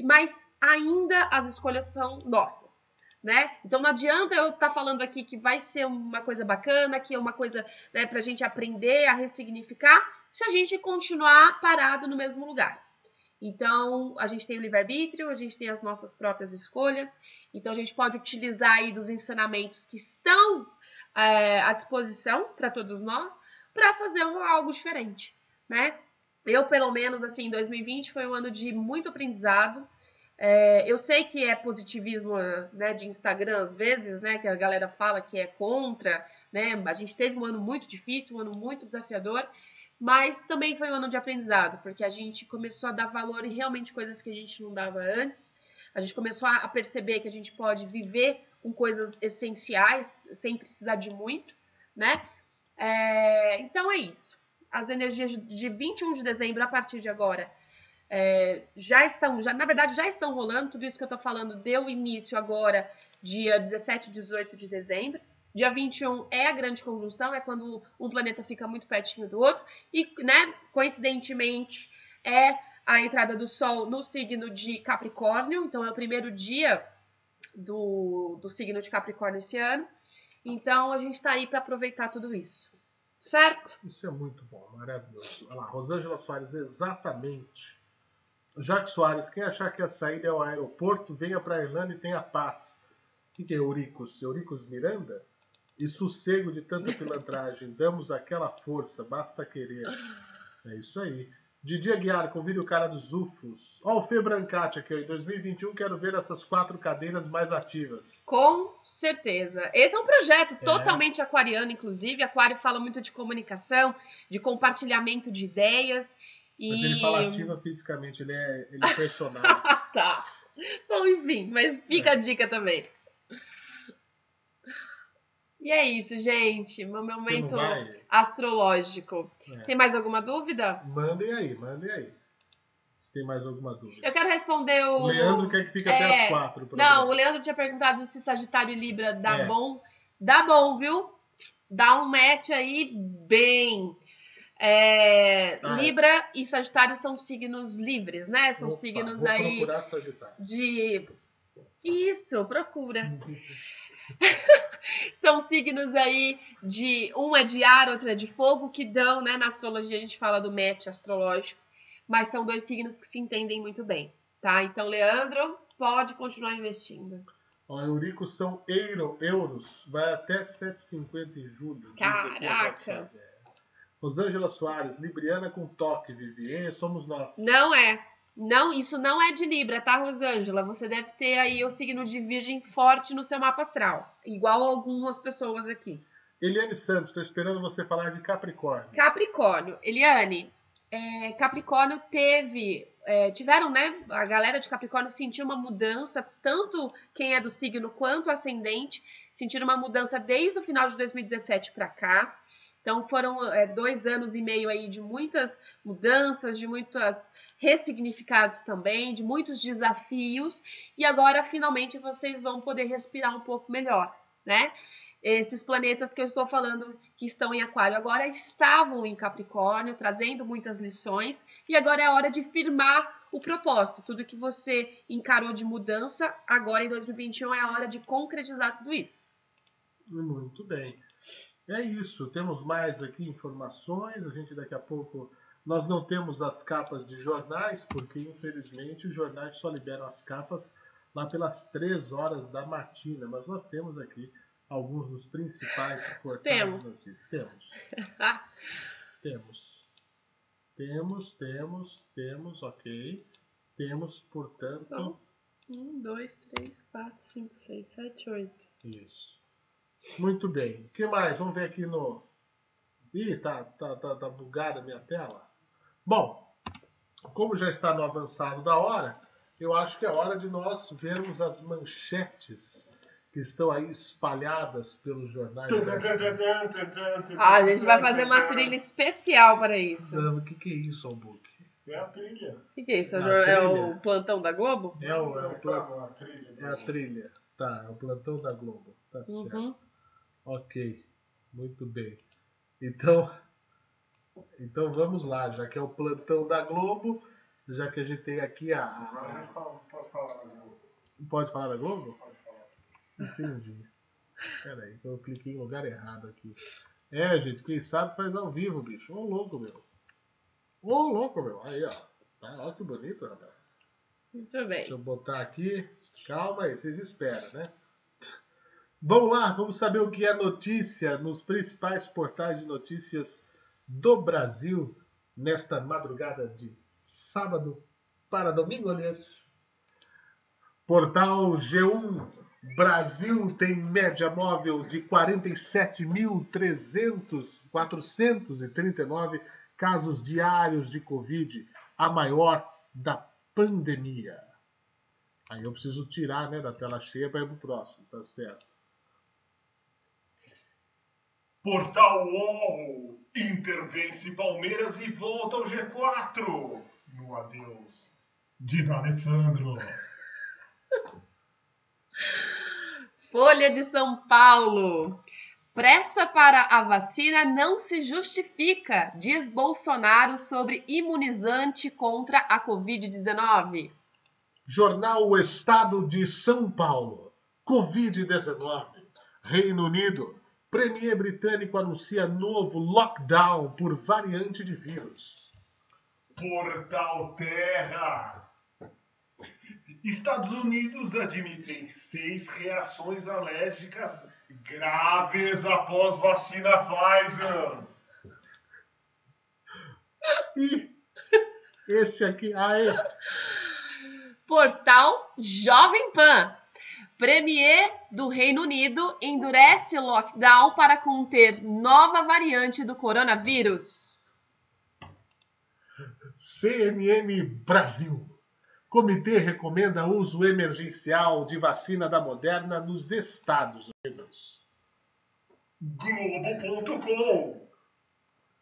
Speaker 3: mas ainda as escolhas são nossas. Né? Então não adianta eu estar tá falando aqui que vai ser uma coisa bacana, que é uma coisa né, para a gente aprender a ressignificar, se a gente continuar parado no mesmo lugar. Então a gente tem o livre-arbítrio, a gente tem as nossas próprias escolhas, então a gente pode utilizar aí dos ensinamentos que estão é, à disposição para todos nós para fazer um, algo diferente. Né? eu pelo menos assim 2020 foi um ano de muito aprendizado é, eu sei que é positivismo né, de Instagram às vezes né que a galera fala que é contra né a gente teve um ano muito difícil um ano muito desafiador mas também foi um ano de aprendizado porque a gente começou a dar valor em realmente coisas que a gente não dava antes a gente começou a perceber que a gente pode viver com coisas essenciais sem precisar de muito né é, então é isso as energias de 21 de dezembro a partir de agora é, já estão, já, na verdade já estão rolando, tudo isso que eu estou falando deu início agora, dia 17 e 18 de dezembro. Dia 21 é a grande conjunção, é quando um planeta fica muito pertinho do outro, e, né, coincidentemente, é a entrada do Sol no signo de Capricórnio, então é o primeiro dia do, do signo de Capricórnio esse ano. Então a gente está aí para aproveitar tudo isso. Certo?
Speaker 1: Isso é muito bom, maravilhoso. Olha lá, Rosângela Soares, exatamente. Jaque Soares, quem achar que a saída é o aeroporto, venha para a Irlanda e tenha paz. O que, que é Euricos? Euricos Miranda? E sossego de tanta pilantragem, damos aquela força, basta querer. É isso aí. Didi Aguiar, convida o cara dos UFOs. Ó, o Fê Brancati aqui, ó. em 2021 quero ver essas quatro cadeiras mais ativas.
Speaker 3: Com certeza. Esse é um projeto é. totalmente aquariano, inclusive. Aquário fala muito de comunicação, de compartilhamento de ideias. E...
Speaker 1: Mas ele fala ativa fisicamente, ele é, ele é personagem.
Speaker 3: tá. Bom, enfim, mas fica é. a dica também. E é isso, gente. Meu momento astrológico. É. Tem mais alguma dúvida?
Speaker 1: Mandem aí, mandem aí. Se tem mais alguma dúvida.
Speaker 3: Eu quero responder o.
Speaker 1: O Leandro quer que fica é... até as quatro.
Speaker 3: Não, agora. o Leandro tinha perguntado se Sagitário e Libra dá é. bom. Dá bom, viu? Dá um match aí bem. É, ah, Libra é. e Sagitário são signos livres, né?
Speaker 1: Então,
Speaker 3: São
Speaker 1: Opa,
Speaker 3: signos
Speaker 1: vou
Speaker 3: aí
Speaker 1: procurar Sagitário.
Speaker 3: de isso, procura. são signos aí de um é de ar, outro é de fogo, que dão, né? Na astrologia a gente fala do match astrológico, mas são dois signos que se entendem muito bem, tá? Então, Leandro, pode continuar investindo.
Speaker 1: Ó, Eurico são euro, euros, vai até 7,50 em julho. diz aqui a
Speaker 3: Caraca.
Speaker 1: Jobs. Rosângela Soares, Libriana com toque, Viviane, somos nós.
Speaker 3: Não é. Não, isso não é de Libra, tá, Rosângela? Você deve ter aí o signo de Virgem forte no seu mapa astral, igual algumas pessoas aqui.
Speaker 1: Eliane Santos, estou esperando você falar de Capricórnio.
Speaker 3: Capricórnio. Eliane, é, Capricórnio teve. é, tiveram, né? A galera de Capricórnio sentiu uma mudança, tanto quem é do signo quanto ascendente, sentiram uma mudança desde o final de 2017 para cá. Então foram é, dois anos e meio aí de muitas mudanças, de muitos ressignificados também, de muitos desafios. E agora finalmente vocês vão poder respirar um pouco melhor, né? Esses planetas que eu estou falando que estão em Aquário agora estavam em Capricórnio, trazendo muitas lições, e agora é a hora de firmar o propósito. Tudo que você encarou de mudança, agora em 2021 é a hora de concretizar tudo isso.
Speaker 1: Muito bem. É isso, temos mais aqui informações. A gente daqui a pouco. Nós não temos as capas de jornais, porque infelizmente os jornais só liberam as capas lá pelas 3 horas da matina. Mas nós temos aqui alguns dos principais portais
Speaker 3: Temos.
Speaker 1: de notícias. Temos,
Speaker 3: tá?
Speaker 1: temos. Temos, temos, temos, ok. Temos, portanto.
Speaker 3: São um, dois, três, quatro, cinco, seis, sete, oito.
Speaker 1: Isso. Muito bem. O que mais? Vamos ver aqui no. Ih, tá, tá, tá, tá bugada a minha tela. Bom, como já está no avançado da hora, eu acho que é hora de nós vermos as manchetes que estão aí espalhadas pelos jornais.
Speaker 3: Ah, a gente vai fazer uma trilha especial para isso.
Speaker 1: O que, que é isso, Albuquerque?
Speaker 2: É a trilha.
Speaker 3: O que, que é isso? É o
Speaker 1: Ah,
Speaker 3: jor- é
Speaker 1: trilha.
Speaker 3: o plantão da Globo?
Speaker 1: É, o, é, o plan-
Speaker 2: a trilha.
Speaker 1: é a trilha. Tá, é o plantão da Globo. Tá certo.
Speaker 3: Uhum.
Speaker 1: Ok, muito bem. Então, então vamos lá, já que é o plantão da Globo, já que a gente tem aqui a.
Speaker 2: Agora a
Speaker 1: a-
Speaker 2: gente fala- pode falar, né?
Speaker 1: Pode falar da Globo? Entendi. Peraí, que eu cliquei em lugar errado aqui. É, gente, quem sabe faz ao vivo, bicho. Ô louco, meu. Ô louco, meu. Aí, ó. Tá, ó que bonito, rapaz.
Speaker 3: Muito bem.
Speaker 1: Deixa eu botar aqui. Calma aí, vocês esperam, né? Vamos lá, vamos saber o que é notícia nos principais portais de notícias do Brasil nesta madrugada de sábado para domingo, aliás. Portal G1 Brasil tem média móvel de 47.439 casos diários de Covid, a maior da pandemia. Aí eu preciso tirar né, da tela cheia para ir pro próximo, tá certo?
Speaker 2: Portal UOL intervence Palmeiras e volta ao G4. No adeus de Alessandro.
Speaker 3: Folha de São Paulo. Pressa para a vacina não se justifica, diz Bolsonaro sobre imunizante contra a Covid-19.
Speaker 1: Jornal O Estado de São Paulo. Covid-19. Reino Unido. Premier britânico anuncia novo lockdown por variante de vírus.
Speaker 2: Portal Terra. Estados Unidos admitem seis reações alérgicas graves após vacina Pfizer.
Speaker 1: E esse aqui, aê,
Speaker 3: Portal Jovem Pan. Premier do Reino Unido endurece lockdown para conter nova variante do coronavírus.
Speaker 1: CMM Brasil. Comitê recomenda uso emergencial de vacina da Moderna nos Estados Unidos.
Speaker 2: Globo.com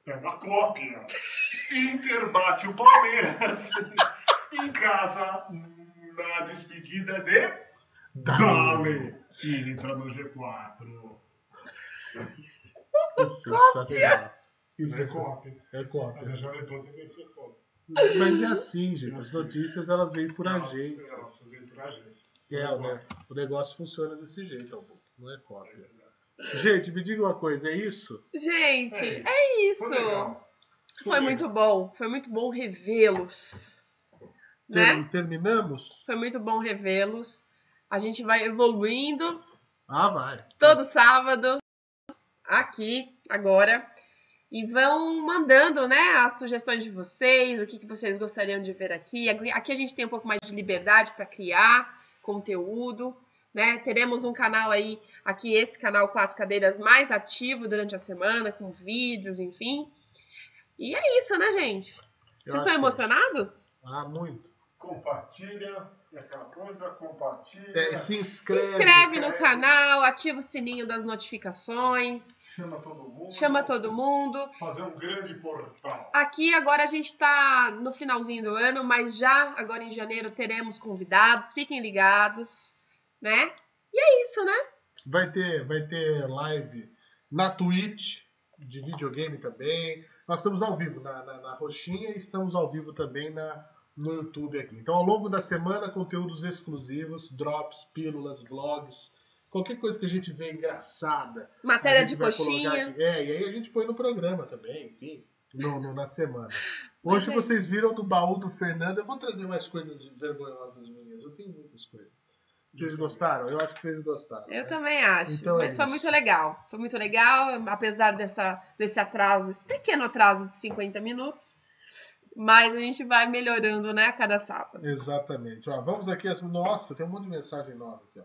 Speaker 2: É uma cópia. Inter bate o Palmeiras em casa na despedida de Dale e entra no G4.
Speaker 1: Sensacional. Isso
Speaker 2: é co-op.
Speaker 1: É co-op.
Speaker 2: A Jovem Pan também foi co-op.
Speaker 1: Mas é assim, gente. As notícias elas vêm por
Speaker 2: Elas-
Speaker 1: agências.
Speaker 2: elas vêm por agências.
Speaker 1: É, né? O negócio funciona desse jeito, Albuquerque. Não é cópia. Gente, me diga uma coisa, é isso?
Speaker 3: Gente,
Speaker 1: É,
Speaker 3: é, isso.
Speaker 1: foi legal.
Speaker 3: Foi muito bom. Foi muito bom revê-los.
Speaker 1: Ter-
Speaker 3: Né?
Speaker 1: Terminamos?
Speaker 3: Foi muito bom revê-los. A gente vai evoluindo
Speaker 1: Ah, vai.
Speaker 3: todo sábado aqui agora e vão mandando né as sugestões de vocês o que, que vocês gostariam de ver aqui aqui a gente tem um pouco mais de liberdade para criar conteúdo né teremos um canal aí aqui esse canal quatro cadeiras mais ativo durante a semana com vídeos enfim e é isso né gente
Speaker 1: Eu
Speaker 3: vocês
Speaker 1: acho
Speaker 3: estão
Speaker 1: que- é
Speaker 3: emocionados
Speaker 1: Ah, muito.
Speaker 2: Compartilha, é aquela coisa, compartilha.
Speaker 1: É, se
Speaker 3: se
Speaker 1: inscreve.
Speaker 3: inscreve no canal ativa o sininho das notificações
Speaker 2: Chama todo mundo.
Speaker 3: chama todo mundo
Speaker 2: Fazer um grande portal.
Speaker 3: Aqui agora a gente está no finalzinho do ano, mas já agora em janeiro teremos convidados, fiquem ligados, né? E é isso, né?
Speaker 1: Vai ter, vai ter live na Twitch de videogame também. Nós estamos ao vivo na, na, na Roxinha e estamos ao vivo também na, no YouTube aqui. Então, ao longo da semana, conteúdos exclusivos, drops, pílulas, vlogs, qualquer coisa que a gente vê engraçada.
Speaker 3: Matéria
Speaker 1: a gente
Speaker 3: de
Speaker 1: vai colocar
Speaker 3: coxinha.
Speaker 1: aqui. É, e aí a gente põe no programa também, enfim, no, no- na semana. Hoje
Speaker 3: é
Speaker 1: vocês viram do baú do Fernando. Eu vou trazer mais coisas vergonhosas minhas. Eu tenho muitas coisas. Vocês gostaram? Eu acho que vocês gostaram.
Speaker 3: Eu
Speaker 1: né?
Speaker 3: também acho.
Speaker 1: Então é
Speaker 3: mas foi
Speaker 1: isso.
Speaker 3: muito legal. Foi muito legal, apesar dessa, desse atraso, esse pequeno atraso de 50 minutos. Mas a gente vai melhorando, né, a cada sábado.
Speaker 1: Exatamente. Ó, vamos aqui. As... Nossa, tem um monte de mensagem nova aqui. Ó.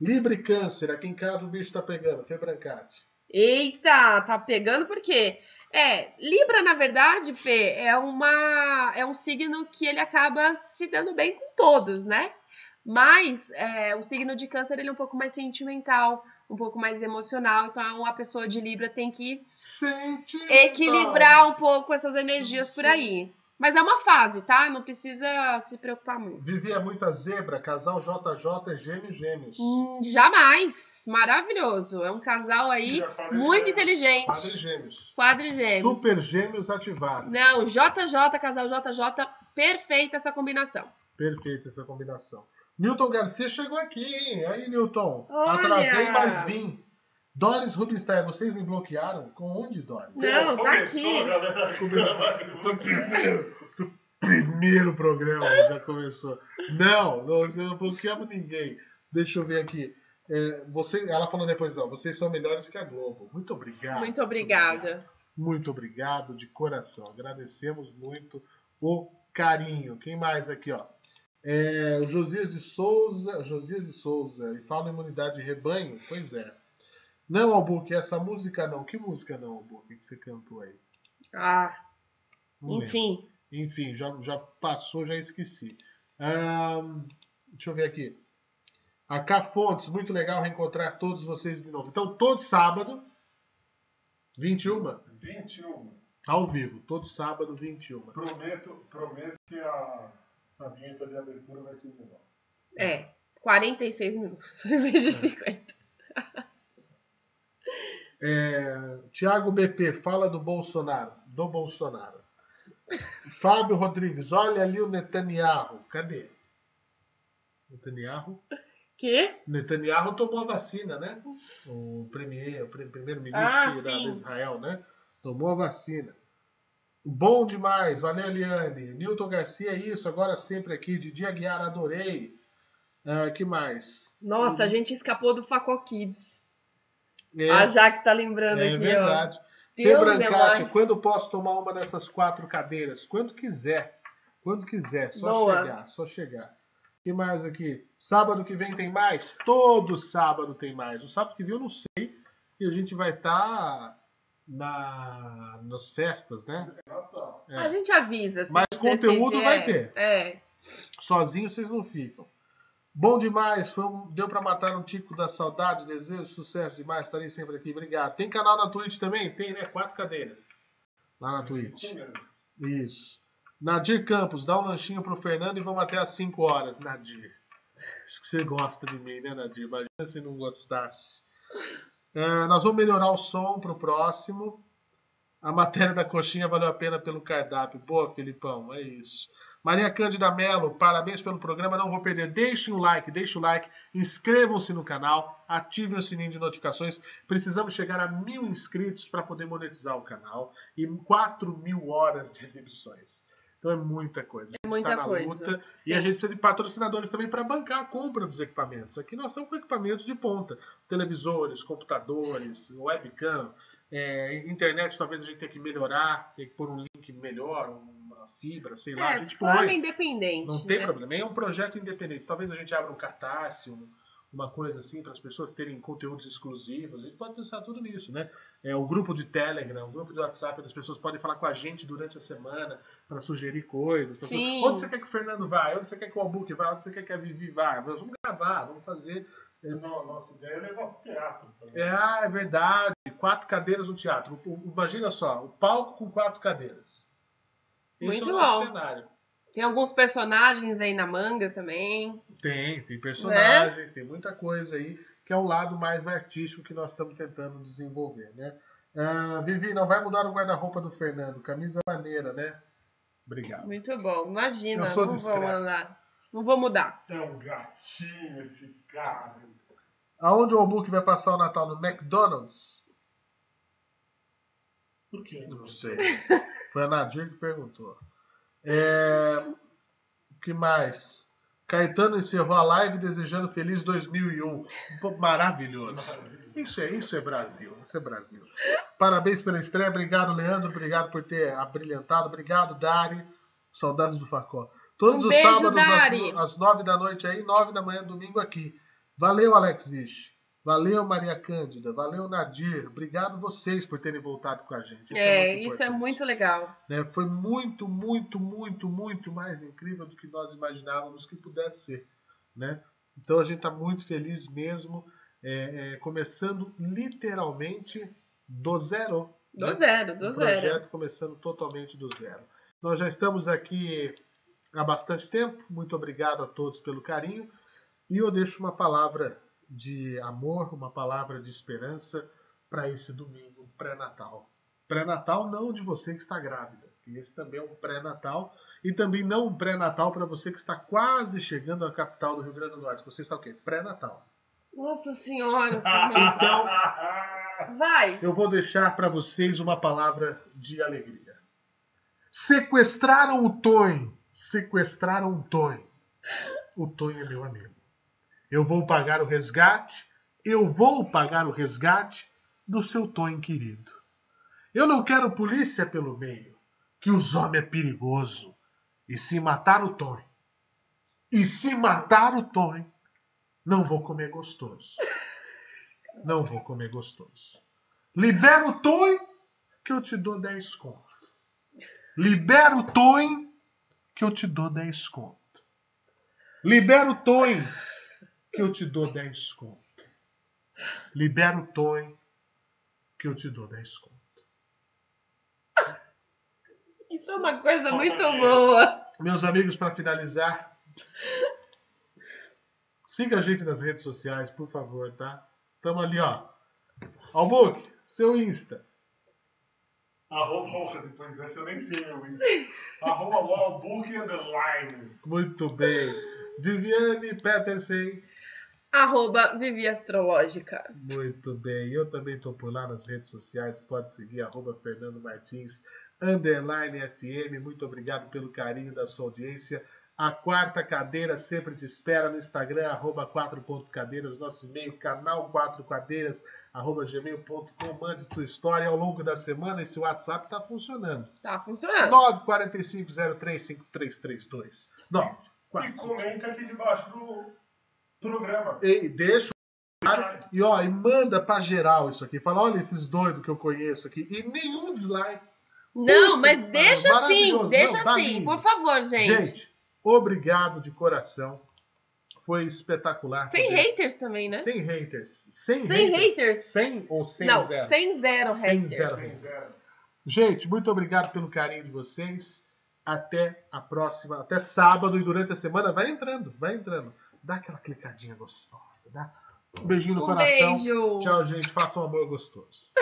Speaker 1: Libre câncer. Aqui em casa o bicho tá pegando. Febrancate.
Speaker 3: Eita, tá pegando por quê? É, Libra, na verdade, Fê, é uma é um signo que ele acaba se dando bem com todos, né? Mas é, o signo de câncer ele é um pouco mais sentimental, um pouco mais emocional, então a pessoa de Libra tem que
Speaker 1: então.
Speaker 3: equilibrar um pouco essas energias por aí. Mas é uma fase, tá? Não precisa se preocupar muito.
Speaker 1: Vivia muita zebra. Casal JJ é gêmeos gêmeos.
Speaker 3: Hum, jamais! Maravilhoso! É um casal aí muito inteligente.
Speaker 1: Padre gêmeos.
Speaker 3: Quadrigêmeos.
Speaker 1: Super gêmeos ativados.
Speaker 3: Não, JJ, casal JJ, perfeita essa combinação.
Speaker 1: Perfeita essa combinação. Newton Garcia chegou aqui, hein? Aí, Newton.
Speaker 3: Olha!
Speaker 1: Atrasei, mas vim. Doris Rubinstein, vocês me bloquearam? Com onde, Doris?
Speaker 3: Não, tá aqui.
Speaker 1: Primeiro, primeiro programa já começou. Não, não, você não bloqueamos ninguém. Deixa eu ver aqui. É, você, ela falou depois, ó, vocês são melhores que a Globo. Muito obrigado.
Speaker 3: Muito obrigada.
Speaker 1: Muito obrigado de coração. Agradecemos muito o carinho. Quem mais aqui, ó? É, o Josias de Souza, Josias de Souza, e fala em imunidade de rebanho? Pois é. Não, Albuque, essa música não. Que música não, Albuque, que você cantou aí?
Speaker 3: Ah,
Speaker 1: Não lembro.
Speaker 3: enfim.
Speaker 1: Enfim, já, já passou, já esqueci. Ahn, deixa eu ver aqui. A K Fontes, muito legal reencontrar todos vocês de novo. Então, todo sábado, 21,
Speaker 2: 21.
Speaker 1: ao vivo. Todo sábado, 21.
Speaker 2: Prometo, prometo que a, a vinheta de abertura vai ser melhor.
Speaker 3: É, 46 minutos em vez de 50.
Speaker 1: É, Tiago BP, fala do Bolsonaro. Do Bolsonaro. Fábio Rodrigues, olha ali o Netanyahu. Cadê? Netanyahu?
Speaker 3: Que?
Speaker 1: Netanyahu tomou a vacina, né? O premier, o prim- primeiro-ministro
Speaker 3: Ah,
Speaker 1: da-
Speaker 3: sim.
Speaker 1: de Israel, né? Tomou a vacina. Bom demais, valeu, Eliane. Newton Garcia, é isso, agora sempre aqui. Didi Aguiar, adorei. Ah, que mais?
Speaker 3: Nossa, a gente escapou do Facó Kids.
Speaker 1: Uhum. É.
Speaker 3: A Jaque tá lembrando
Speaker 1: é
Speaker 3: aqui,
Speaker 1: verdade. tipo,
Speaker 3: ó.
Speaker 1: Fê
Speaker 3: Deus é
Speaker 1: Brancati,
Speaker 3: mais.
Speaker 1: quando posso tomar uma dessas quatro cadeiras? Quando quiser. Quando quiser, só
Speaker 3: Boa.
Speaker 1: chegar, só chegar. O que mais aqui? Sábado que vem tem mais? Todo sábado tem mais. O sábado que vem eu não sei. E a gente vai estar na nas festas, né? É.
Speaker 3: A gente avisa. assim, se
Speaker 1: Mas
Speaker 3: você
Speaker 1: conteúdo
Speaker 3: decidir,
Speaker 1: vai
Speaker 3: é,
Speaker 1: ter.
Speaker 3: É.
Speaker 1: Sozinho vocês não ficam. Bom demais, foi um- deu pra matar um tico da saudade, desejo, sucesso demais, estarei sempre aqui, obrigado. Tem canal na Twitch também? Tem, né? Quatro cadeiras. Lá na Twitch. Isso. Nadir Campos, dá um lanchinho pro Fernando e vamos até às 5 horas, Nadir. Acho que você gosta de mim, né, Nadir? Imagina se não gostasse. É, nós vamos melhorar o som pro próximo. A matéria da coxinha valeu a pena pelo cardápio. Boa, Filipão, é isso. Maria Cândida Mello, parabéns pelo programa, não vou perder. Deixem o like, deixem o like, inscrevam-se no canal, ativem o sininho de notificações. Precisamos chegar a mil inscritos para poder monetizar o canal e 4 mil horas de exibições. Então é muita coisa.
Speaker 15: É muita
Speaker 1: tá
Speaker 15: coisa.
Speaker 1: Luta, e a gente precisa de patrocinadores também para bancar a compra dos equipamentos. Aqui nós estamos com equipamentos de ponta: televisores, computadores, webcam, é, internet. Talvez a gente tenha que melhorar, tem que pôr um link melhor, uma fibra, sei lá. a
Speaker 15: É,
Speaker 1: gente
Speaker 15: forma
Speaker 1: põe.
Speaker 15: independente.
Speaker 1: Não tem
Speaker 15: né?
Speaker 1: problema. É um projeto independente. Talvez a gente abra um catarse, um- uma coisa assim, para as pessoas terem conteúdos exclusivos. A gente pode pensar tudo nisso, né? É, o grupo de Telegram, o grupo de WhatsApp, onde as pessoas podem falar com a gente durante a semana para sugerir coisas. pra-
Speaker 15: Sim.
Speaker 1: Onde você quer que o Fernando vá? Onde você quer que o Albuque vá? Onde você quer que a Vivi vá? Nós vamos gravar, vamos fazer. É,
Speaker 2: Não, nossa ideia é levar pro teatro também.
Speaker 1: é, ah, é verdade. Quatro cadeiras no teatro. O- o- Imagina só, o palco com quatro cadeiras. Esse
Speaker 15: Muito
Speaker 1: é o nosso
Speaker 15: bom.
Speaker 1: cenário.
Speaker 15: Tem alguns personagens aí na manga também.
Speaker 1: Tem,
Speaker 15: Né?
Speaker 1: tem personagens, tem muita coisa aí, que é o lado mais artístico que nós estamos tentando desenvolver, né? Ah, Vivi, não vai mudar o guarda-roupa do Fernando, camisa maneira, né? Obrigado.
Speaker 15: Muito bom. Imagina,
Speaker 1: Eu sou
Speaker 15: não vou
Speaker 1: discreto.
Speaker 15: mandar. Não vou mudar.
Speaker 2: É um gatinho esse cara.
Speaker 1: Aonde o Albuque vai passar o Natal? No McDonald's?
Speaker 2: Por quê?
Speaker 1: Não sei. Foi a Nadir que perguntou. É, O que mais? Caetano encerrou a live desejando feliz 2001. Pô, Maravilhoso. Isso é, isso é Brasil. Isso é Brasil. Parabéns pela estreia. Obrigado, Leandro. Obrigado por ter abrilhantado. Obrigado, Dari. Saudades do Facó. Todos
Speaker 15: Um
Speaker 1: os
Speaker 15: beijo,
Speaker 1: sábados, às
Speaker 15: Dari.
Speaker 1: no- às nove da noite aí, nove da manhã, domingo aqui. Valeu, Alex Ish. Valeu, Maria Cândida. Valeu, Nadir. Obrigado vocês por terem voltado com a gente.
Speaker 15: é,
Speaker 1: muito
Speaker 15: isso é muito legal.
Speaker 1: né? Foi muito, muito, muito, muito mais incrível do que nós imaginávamos que pudesse ser, né? Então a gente está muito feliz mesmo, é, é, começando literalmente do zero.
Speaker 15: Do
Speaker 1: né?
Speaker 15: zero, do
Speaker 1: um
Speaker 15: zero.
Speaker 1: projeto começando totalmente do zero. Nós já estamos aqui há bastante tempo. Muito obrigado a todos pelo carinho. E eu deixo uma palavra de amor, uma palavra de esperança para esse domingo pré-natal. Pré-natal não de você que está grávida, que esse também é um pré-natal. E também não um pré-natal para você que está quase chegando à capital do Rio Grande do Norte. Você está o quê? Pré-natal.
Speaker 15: Nossa senhora. é
Speaker 1: Então,
Speaker 15: Vai.
Speaker 1: eu vou deixar para vocês uma palavra de alegria. Sequestraram o Tonho. Sequestraram o Tonho. O Tonho é meu amigo. Eu vou pagar o resgate. Eu vou pagar o resgate do seu Tonho querido. Eu não quero polícia pelo meio, que os homens é perigoso. E se matar o Tonho, e se matar o Tonho, não vou comer gostoso. Não vou comer gostoso. Libera o Toin, que eu te dou 10 conto. Libera o Toin, que eu te dou 10 conto. Libera o Toin, que eu te dou 10 conto. Libera o Toin, que eu te dou 10 conto.
Speaker 15: Isso é uma coisa muito boa.
Speaker 1: Meus amigos, para finalizar, siga a gente nas redes sociais, por favor, tá? Tamo ali, ó. Albuque, seu Insta.
Speaker 2: Arroba, depois dessa eu nem sei meu isso. Arroba lá, book underline.
Speaker 1: Muito bem. Viviane Petersen.
Speaker 15: Arroba Vivi Astrológica.
Speaker 1: Muito bem, eu também estou por lá nas redes sociais, pode seguir arroba Fernando Martins, underline FM, muito obrigado pelo carinho da sua audiência. A quarta cadeira sempre te espera no Instagram, arroba 4.cadeiras, nosso e-mail, canal 4cadeiras, arroba gmail.com, mande sua história ao longo da semana, esse WhatsApp está funcionando.
Speaker 15: Tá funcionando.
Speaker 1: 945035332. 9.
Speaker 2: E comenta aqui debaixo do programa.
Speaker 1: E deixa o comentário. e ó, e manda pra geral isso aqui. Fala, olha esses doidos que eu conheço aqui. E nenhum dislike.
Speaker 15: Não,
Speaker 1: Puta
Speaker 15: mas
Speaker 1: que
Speaker 15: deixa
Speaker 1: pariu,
Speaker 15: assim,
Speaker 1: maravilhoso.
Speaker 15: deixa
Speaker 1: Não, tá
Speaker 15: assim,
Speaker 1: lindo.
Speaker 15: por favor, gente.
Speaker 1: Gente, obrigado de coração. Foi espetacular.
Speaker 15: Sem
Speaker 1: poder-
Speaker 15: haters também, né?
Speaker 1: Sem haters. Sem,
Speaker 15: Sem
Speaker 1: haters. Sem ou sem
Speaker 15: Não,
Speaker 1: zero?
Speaker 15: sem zero
Speaker 1: Sem
Speaker 15: haters.
Speaker 1: zero haters. Gente, muito obrigado pelo carinho de vocês. Até a próxima, até sábado e durante a semana. Vai entrando, vai entrando. Dá aquela clicadinha gostosa. Dá um beijinho no
Speaker 15: Um
Speaker 1: coração.
Speaker 15: beijo.
Speaker 1: Tchau, gente. Faça um amor gostoso.